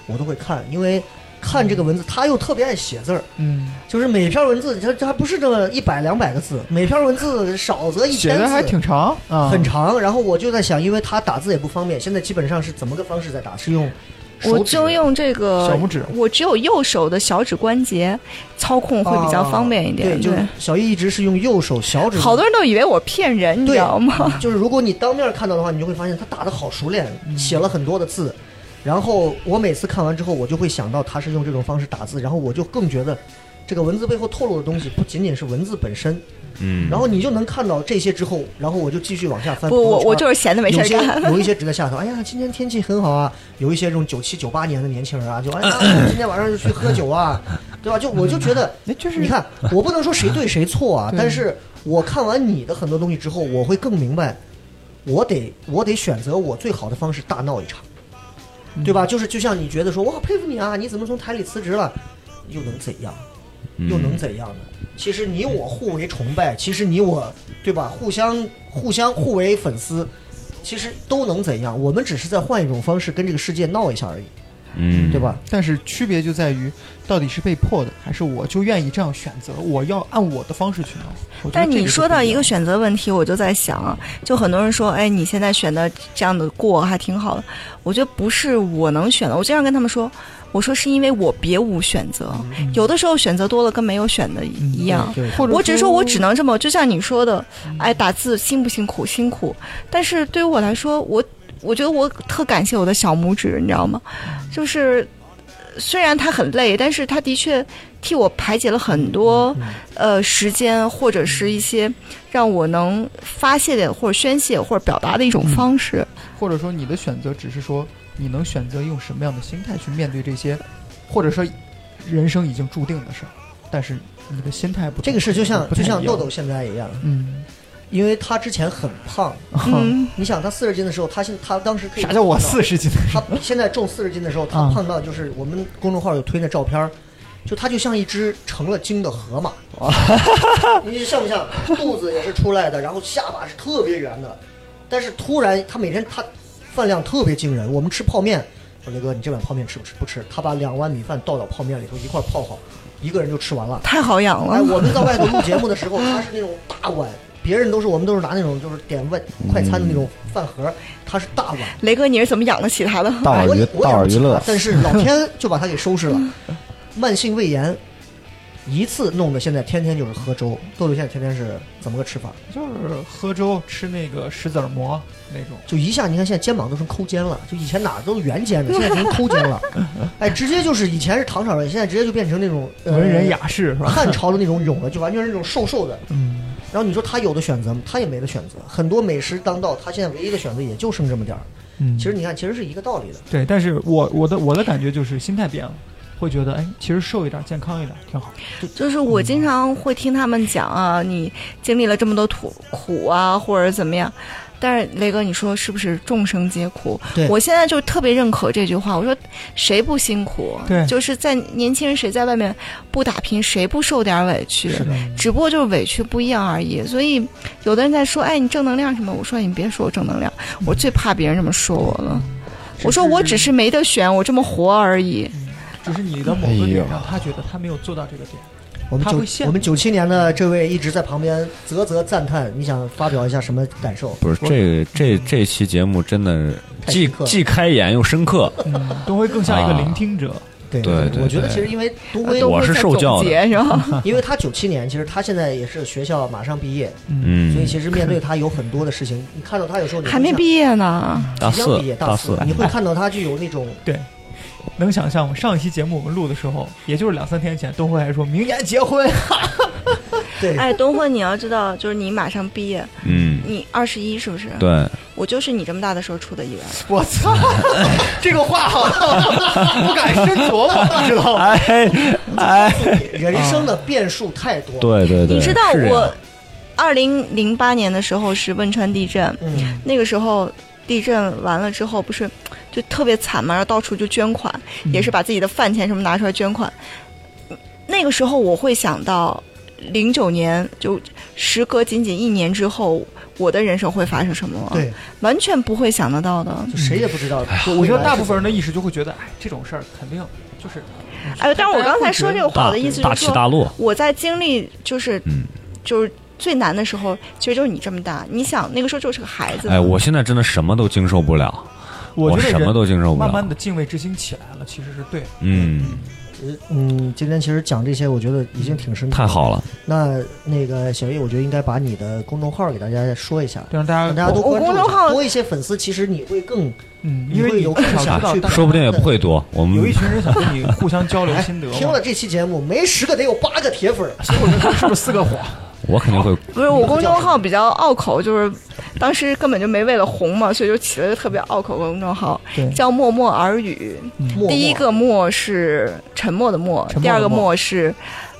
S3: 我都会看，因为看这个文字，他又特别爱写字儿，
S4: 嗯，
S3: 就是每篇文字，他他不是这么一百两百个字，每篇文字少则一
S4: 写
S3: 千
S4: 的还
S3: 字，
S4: 挺长啊，
S3: 很。长。然后我就在想，因为他打字也不方便，现在基本上是怎么个方式在打？是用手
S6: 我
S3: 指
S6: 就用这个
S4: 小拇指
S6: 我只有右手的小指关节操控会比较方便一点。
S3: 哦对，就是小易一直是用右手小指，
S6: 好多人都以为我骗人，你
S3: 嗯
S6: 知
S3: 对嗯
S6: 道吗？
S3: 就是如果你当面看到的话，你就会发现他打的好熟练，写了很多的字。然后我每次看完之后，我就会想到他是用这种方式打字，然后我就更觉得这个文字背后透露的东西不仅仅是文字本身。
S5: 嗯，
S3: 然后你就能看到这些之后，然后我就继续往下翻。。
S6: 不，我我就是是闲的没事
S3: 有
S6: 儿
S3: 些
S6: 干。
S3: 有一些只在下头，哎呀，今天天气很好啊。有一些这种九七九八年的年轻人啊，就哎呀，我今天晚上就去喝酒 啊，对吧？就我就觉得，
S4: 那
S6: 哎
S4: 就是
S3: 你看，我不能说谁对谁错啊，但是我看完你的很多东西之后，我会更明白，我得我得选择我最好的方式大闹一场，对吧？就是就像你觉得说，哇，佩服你啊，你怎么从台里辞职了？又能怎样？又能怎样呢？其实你我互为崇拜，其实你我对吧？互相互相互为粉丝，其实都能怎样？我们只是在换一种方式跟这个世界闹一下而已，
S5: 嗯，
S3: 对？吧？
S4: 但是区别就在于，到底是被迫的，还是我就愿意这样选择，我要按我的方式去弄。我觉得
S6: 但
S4: 这
S6: 你
S4: 就
S6: 说到
S4: 不
S3: 啊
S6: 一
S4: 样
S6: 个选择问题，我就在想啊，就很多人说，哎，你现在选的这样的过还挺好的。我觉得不是我能选的，我经常跟他们说，我说是因为我别无选择，有的时候选择多了跟没有选的一样。
S3: 嗯对，
S4: 嗯或者
S6: 我只是说我只能这么，就像你说的，哎，打字辛不辛苦？辛苦。但是对于我来说，我我觉得我特感谢我的小拇指，你知道吗？就是呃虽然他很累，但是他的确替我排解了很多呃时间，或者是一些让我能发泄的或者宣泄或者表达的一种方式。
S4: 或者说你的选择只是说你能选择用什么样的心态去面对这些，或者说人生已经注定的事儿，但是你的心态不同
S3: 这个事就像
S4: 不太
S3: 就像
S4: 一样
S3: 豆豆现在一样，
S4: 嗯，
S3: 因为他之前很胖，
S6: 嗯，
S3: 你想他四十斤的时候，他现他当时可以
S4: 啥叫我
S3: 胖到
S4: 四十斤的时
S3: 他
S4: 候？
S3: 现在重四十斤的时候，他
S4: 啊
S3: 胖到就是我们公众号有推那照片儿，就他就像一只成了精的河马，你像不像？肚子也是出来的，然后下巴是特别圆的，但是突然他每天他饭量特别惊人。我们吃泡面，说雷哥你这碗泡面吃不吃？不吃，他把两碗米饭倒到泡面里头一块儿泡好，一个人就吃完了。
S6: 太好养
S3: 哎，
S6: 了。
S3: 我们在外头录节目的时候，他是那种大碗，别人都是我们都是拿那种就是点外快餐的那种饭盒，他是大碗。
S6: 雷哥，你是怎么养得起他的？
S8: 大
S3: 哎
S8: 耳
S3: 我也
S8: 娱大耳娱乐，
S3: 但是老天就把他给收拾了。 慢性胃炎一次弄得现在天天就是喝粥，豆豆现在天天是怎么个吃法？
S4: 就是喝粥吃那个石子儿馍那种，
S3: 就一下，你看现在肩膀都成抠肩了，就以前哪都是圆肩的，现在成抠肩了。哎，直接就是以前是唐朝人，现在直接就变成那种、呃、
S4: 文人雅士 是吧？
S3: 汉朝的那种俑了，就完全是那种瘦瘦的。
S4: 嗯，
S3: 然后你说他有的选择吗？他也没得选择。很多美食当道，他现在唯一的选择也就剩这么点儿。
S4: 嗯
S3: 其实你看，其实是一个道理的。
S4: 对，但是我我的我的感觉就是心态变了，会觉得哎，其实瘦一点、健康一点挺好。
S6: 就是我经常会听他们讲啊，你经历了这么多苦苦啊，或者怎么样。但是雷哥，你说是不是众生皆苦
S3: 对？
S6: 我现在就特别认可这句话。我说谁不辛苦？
S4: 对
S6: 就是在年轻人谁在外面不打拼，谁不受点委屈？
S4: 的，
S6: 只不过就是委屈不一样而已。所以有的人在说，哎，你正能量什么？我说你别说我正能量，我最怕别人这么说我了。我说我只是没得选，我这么活而已。
S4: 只是你的某个点让他觉得他没有做到这个点，
S3: 我们
S4: 他会
S3: 九
S4: 羡
S3: 我们
S4: 慕
S3: 九七年的这位一直在旁边啧啧赞叹，你想发表一下什么感受？
S5: 不是这这这期节目真的
S3: 太
S5: 既
S3: 深刻了
S5: 既开眼又深刻，
S4: 嗯，都会更像一个
S5: 啊
S4: 聆听者。
S3: 对
S5: 对对
S3: 我觉得
S5: 对
S3: 其实因
S4: 呃
S3: 为都辉，
S6: 都
S5: 我
S6: 会
S5: 是
S6: 在
S5: 受
S6: 总
S5: 教的
S6: 结是吧？
S3: 因为他九七年，其实他现在也是学校马上毕业，所以
S5: 嗯，
S3: 其实面对他有很多的事情，你看到他有时候你
S6: 还没
S3: 业，
S6: 毕业呢。
S5: 大
S3: 即将毕业
S5: 四
S3: 大
S5: 四，
S3: 你会看到他就有那 种
S4: 对，能想象吗？上一期节目我们录的时候，也就是两三天前，东辉还说明年结婚，啊
S3: 对
S6: 哎，东辉，你要知道，就是你马上毕业，
S5: 嗯，
S6: 你二十一是不是？
S5: 对，
S6: 我就是你这么大的时候出的意外。
S4: 我操，这个话好像 不敢深琢磨，你知道吗？
S5: 哎哎，
S3: 人生的变数太多。，
S5: 对对对，
S6: 你知道
S5: 是这样
S6: 我二零零八年的时候是汶川地震，
S3: 嗯，
S6: 那个时候地震完了之后，不是就特别惨嘛，然后到处就捐款，也
S5: 嗯
S6: 是把自己的饭钱什么拿出来捐款。那个时候我会想到，零九年就时隔仅仅一年之后，我的人生会发生什么，
S3: 对，
S6: 完全不会想得到的。
S3: 就谁也不知道。
S5: 哎
S3: 就
S4: 我觉得大部分人的意识就会觉得，哎，这种事儿肯定就是，
S6: 哎，但是我刚才说这个话
S5: 大
S6: 的意思
S5: 啊大
S6: 就是
S5: 起
S6: 说，
S5: 大落，
S6: 我在经历就是
S5: 嗯，
S6: 就是最难的时候，其实就是你这么大，你想那个时候就是个孩子，
S5: 哎，我现在真的什么都经受不了，
S4: 我
S5: 我
S4: 觉得
S5: 什么
S4: 人
S5: 都经受不
S4: 慢
S5: 了
S4: 慢，的敬畏之心起来了，其实是对的。
S5: 嗯，
S3: 嗯，今天其实讲这些，我觉得已经挺深刻。
S5: 太好了，
S3: 那那个小叶，我觉得应该把你的公众号给大家说一下，
S4: 让大家
S3: 让大家都
S6: 我
S3: 关注一下
S6: 公众号
S3: 多一些粉丝，其实你会更
S4: 嗯，
S3: 你
S4: 因为
S3: 会
S4: 你
S3: 有
S4: 至
S3: 更
S4: 少
S3: 想
S4: 知道
S3: 去
S4: 大
S5: 说不定也不会多，我
S4: 有
S5: 们
S4: 一群人想跟 你互相交流
S3: 哎
S4: 心得嘛，
S3: 听了这期节目，没十个得有八个铁粉 儿。
S4: 所以我觉得是不是四个火？
S5: 我肯定会
S6: 不是我公众号比较拗口，就是当时根本就没为了红嘛，所以就起了个特别拗口的公众号
S4: 对，
S6: 叫“默默耳语”。
S3: 默默
S6: 第一个“默”是沉默的“默”，
S4: 沉默的
S6: 第二个“
S4: 默
S6: 默”是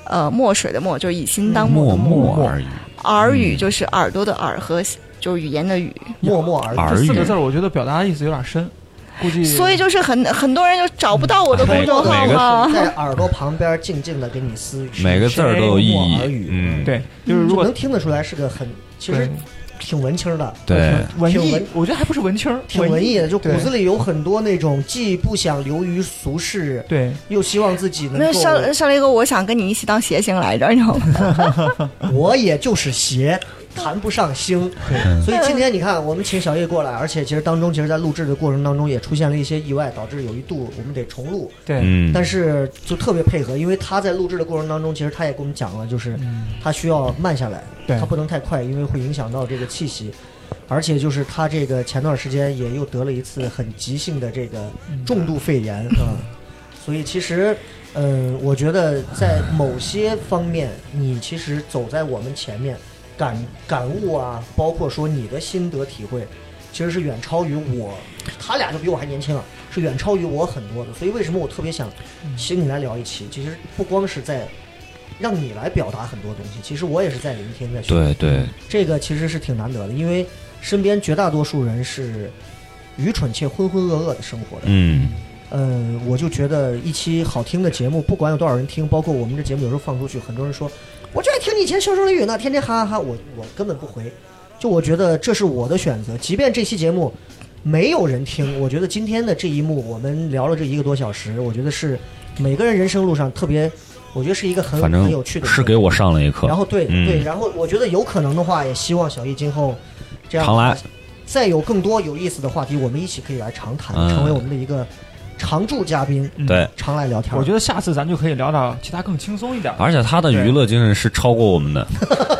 S6: 呃墨水的“墨”，就是以心当
S5: 默
S6: 墨
S5: 嗯
S6: 的“默
S5: 默而已，”。
S6: 耳语就是耳朵的“耳”和就是语言的“语
S3: 默默而
S5: 耳
S4: 这四
S5: 语
S4: 个字儿，我觉得表达的意思有点深，估计”，
S6: 所以就是很很多人就找不到我的
S5: 每
S6: 公众号
S5: 哎每个
S6: 嘛。
S3: 啊在耳朵旁边静静的给你私语，
S5: 每个字儿都有意义
S3: 默默而语，
S5: 嗯，
S4: 对，就是如
S3: 就
S4: 果
S3: 能听得出来是个很其实挺文青的，
S5: 对，
S4: 嗯文
S3: 挺
S4: 艺
S3: 文，
S4: 我觉得还不是文青儿，
S3: 挺文艺的，就骨
S4: 对
S3: 子里有很多那种既不想流于俗世，
S4: 对，
S3: 又希望自己能
S6: 没有
S3: 够
S6: 上，呃上雷哥，我想跟你一起当谐星来着，你知道吗？
S3: 我也就是鞋。谈不上星，所以今天你看，我们请小叶过来，而且其实当中，其实，在录制的过程当中也出现了一些意外，导致有一度我们得重录。
S4: 对，
S5: 嗯，
S3: 但是就特别配合，因为他在录制的过程当中，其实他也跟我们讲了，就是
S4: 嗯
S3: 他需要慢下来，
S4: 对
S3: 他不能太快，因为会影响到这个气息。而且就是他这个前段时间也又得了一次很急性的这个重度肺炎啊、所以其实，嗯，我觉得在某些方面，你其实走在我们前面，感感悟啊，包括说你的心得体会，其实是远超于我，他俩就比我还年轻啊，是远超于我很多的。所以为什么我特别想请你来聊一期？其实不光是在让你来表达很多东西，其实我也是在聆听，在学习
S5: 对对，
S3: 这个其实是挺难得的，因为身边绝大多数人是愚蠢且浑浑噩噩的生活的。
S5: 嗯，
S3: 嗯，我就觉得一期好听的节目，不管有多少人听，包括我们这节目有时候放出去，很多人说，我就爱听你以前笑声雷雨呢，天天哈哈哈，我我根本不回。就我觉得这是我的选择，即便这期节目没有人听，我觉得今天的这一幕，我们聊了这一个多小时，我觉得是每个人人生路上特别，我觉得是一个很
S5: 反正
S3: 很有趣的一个
S5: 是给我上了一课
S3: 然。后对、
S5: 嗯
S3: 对，然后我觉得有可能的话，也希望小易今后这样
S5: 常来，
S3: 再有更多有意思的话题，我们一起可以来常谈，
S5: 嗯
S3: 成为我们的一个常驻嘉宾，
S5: 对，
S3: 常来聊天。
S4: 我觉得下次咱就可以聊聊其他更轻松一点。
S5: 而且他的娱乐精神是超过我们的，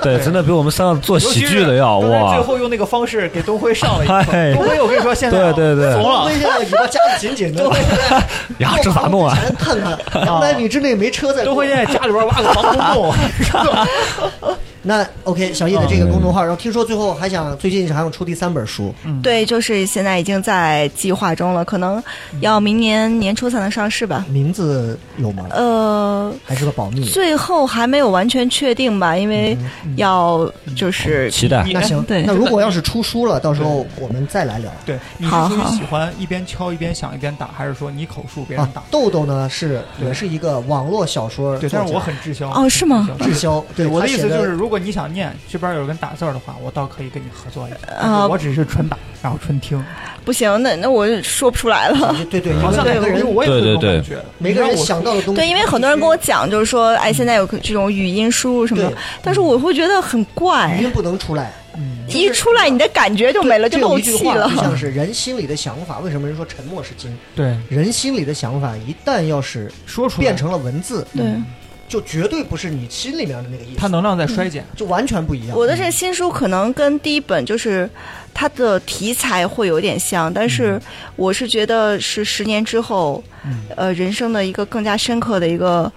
S5: 对，真的比我们三个做
S4: 尤
S5: 喜
S4: 其是
S5: 剧的要
S4: 刚才
S5: 哇
S4: 最，后用那个方式给东辉上了一课。
S5: 哎
S4: 东辉，我跟你说，现在啊
S5: 对对对
S4: 怂
S3: 我
S4: 了
S3: 微。信的尾巴夹得紧紧的，
S5: 呀，这咋 弄啊？
S3: 前看看，两百米之内没车在
S4: 东
S3: 过
S4: 辉现在家里边挖个防空 洞，
S3: 那 OK，小易的
S5: 嗯
S3: 这个公众号，然后听说最后还想最近还想出第三本书，
S5: 嗯
S6: 对，就是现在已经在计划中了，可能
S3: 嗯
S6: 要明年年初才能上市吧。
S3: 名字有吗？
S6: 呃，
S3: 还是个保密？
S6: 最后还没有完全确定吧，因
S3: 嗯
S6: 为要就是
S5: 期待
S4: 你
S3: 那行，
S6: 对
S3: 那如果要是出书了，到时候我们再来聊。
S4: 对，你是
S6: 好
S4: 属于
S6: 好
S4: 喜欢一边敲一边想一边打，还是说你口述别人
S3: 啊
S4: 打？，
S3: 豆豆呢是
S4: 对
S3: 也是一个网络小说
S4: 对，
S3: 作
S4: 但是我
S3: 家，
S4: 很滞销。
S6: 哦是吗
S4: 很
S3: 滞销。对，
S4: 我
S3: 他
S4: 的意
S3: 写
S4: 思就是，如果你想念这边有人打字儿的话，我倒可以跟你合作一下。但是
S6: 啊
S4: 我只是纯打，然后纯听，
S6: 不行，那那我说不出来了。
S3: 对对，
S4: 好
S3: 因为
S4: 像
S3: 每
S4: 每
S3: 个
S4: 个人
S3: 人
S4: 我也会有这种
S5: 对对对
S4: 感觉。
S3: 每个人想到的东西，
S6: 对，因为很多人跟我讲，就是说，哎，现在有这种语音输入什么的
S3: 对，
S6: 但是我会觉得很怪
S3: 语，音不能出来，
S4: 嗯
S3: 就是
S6: 一出来你的感觉就没了，就
S3: 这有
S6: 漏
S3: 一句
S6: 气
S3: 话
S6: 了
S3: 就。像是人心里的想法，为什么人说沉默是金？
S4: 对
S3: 人心里的想法一旦要是
S4: 说出来
S3: 变成了文字，
S6: 对，
S3: 就绝对不是你心里面的那个意
S4: 它
S3: 思，
S4: 能量在衰减。
S3: 就完全不一样。
S6: 我的这新书可能跟第一本就是它的题材会有点像，但
S3: 嗯
S6: 是我是觉得是十年之后，呃，人生的一个更加深刻的一个。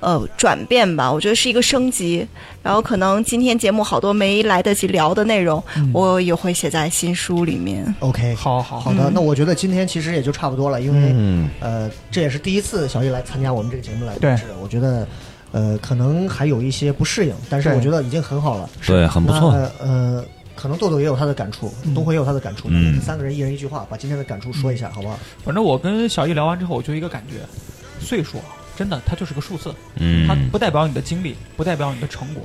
S6: 呃，转变吧，我觉得是一个升级。然后可能今天节目好多没来得及聊的内容，
S3: 嗯
S6: 我也会写在新书里面。
S3: OK，
S4: 好好
S3: 好
S6: 嗯
S3: 的，那我觉得今天其实也就差不多了，因为、
S5: 嗯，
S3: 呃，这也是第一次小易来参加我们这个节目来录
S4: 对
S3: 制，我觉得呃可能还有一些不适应，但是
S4: 对
S3: 我觉得已经很好了。
S5: 对，很不错
S3: 那。呃，可能豆豆也有他的感触，东辉也有他的感触，
S5: 嗯
S3: 那我们三个人一人一句话，把今天的感触说一下，好不好？
S4: 反正我跟小易聊完之后，我就一个感觉，岁数啊，真的它就是个数字，它
S5: 嗯，
S4: 不代表你的经历，不代表你的成果。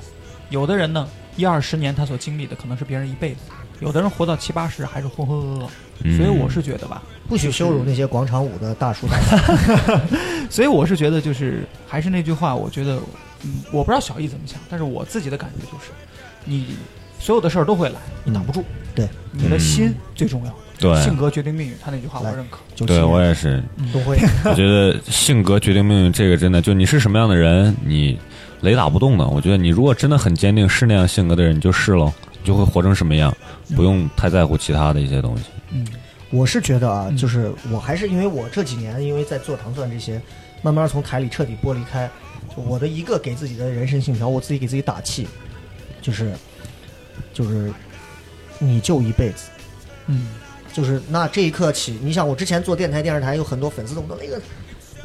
S4: 有的人呢，一二十年他所经历的可能是别人一辈子，有的人活到七八十还是浑浑噩噩。
S5: 嗯
S4: 所以我是觉得吧，
S3: 不许羞辱那些广场舞的大 叔大妈。
S4: 所以我是觉得就是还是那句话，我觉得，嗯，我不知道小易怎么想，但是我自己的感觉就是，你所有的事儿都会来，你挡不住，
S3: 对，
S4: 你的心最重要，
S5: 对
S4: 性格决定命运，他那句话我
S3: 来
S4: 认可。
S3: 九七
S5: 对我
S3: 年，
S5: 也是，
S3: 东辉，
S5: 我觉得性格决定命运，这个真的就你是什么样的人，你雷打不动的。我觉得你如果真的很坚定是那样性格的人，你就是喽，你就会活成什么样，不用太在乎其他的一些东西。
S4: 嗯，
S3: 我是觉得啊，
S4: 嗯
S3: 就是我还是因为我这几年因为在做糖蒜这些，慢慢从台里彻底剥离开，就我的一个给自己的人生信条，我自己给自己打气，就是就是你就一辈子。
S4: 嗯，
S3: 就是那这一刻起，你想我之前做电台、电视台，有很多粉丝懂得那个，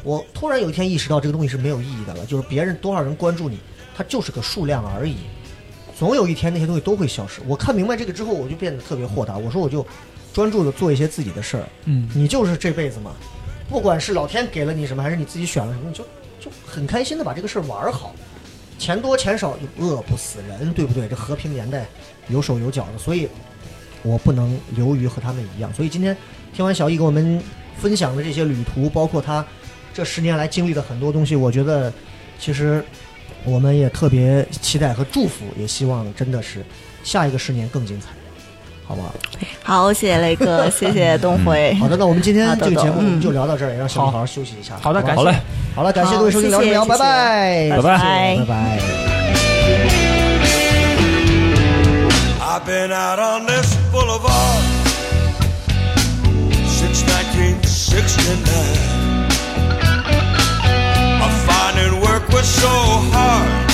S3: 我突然有一天意识到这个东西是没有意义的了，就是别人多少人关注你，它就是个数量而已，总有一天那些东西都会消失。我看明白这个之后，我就变得特别豁达，我说我就专注的做一些自己的事儿，
S4: 嗯，
S3: 你就是这辈子嘛，不管是老天给了你什么，还是你自己选了什么，你就就很开心的把这个事儿玩儿好，钱多钱少又饿不死人，对不对？这和平年代有手有脚的，所以我不能流于和他们一样。所以今天听完小易给我们分享的这些旅途，包括他这十年来经历的很多东西，我觉得其实我们也特别期待和祝福，也希望真的是下一个十年更精彩，好不好？
S6: 好，谢谢雷哥，谢谢东辉。
S3: 嗯好的，那我们今天这个节目
S6: 嗯
S3: 我们就聊到这儿，也让小易
S4: 好
S3: 好好休息一下。
S4: 好的
S3: 吧
S4: 感
S5: 好嘞，
S3: 好了，感谢各位收听《
S6: 好
S3: 聊什么聊》，
S6: 谢谢
S3: 拜拜，
S6: 谢
S3: 拜
S6: 谢拜拜
S3: 拜。
S2: I've been out on this boulevard since 1969. Uh, Finding work was so hard.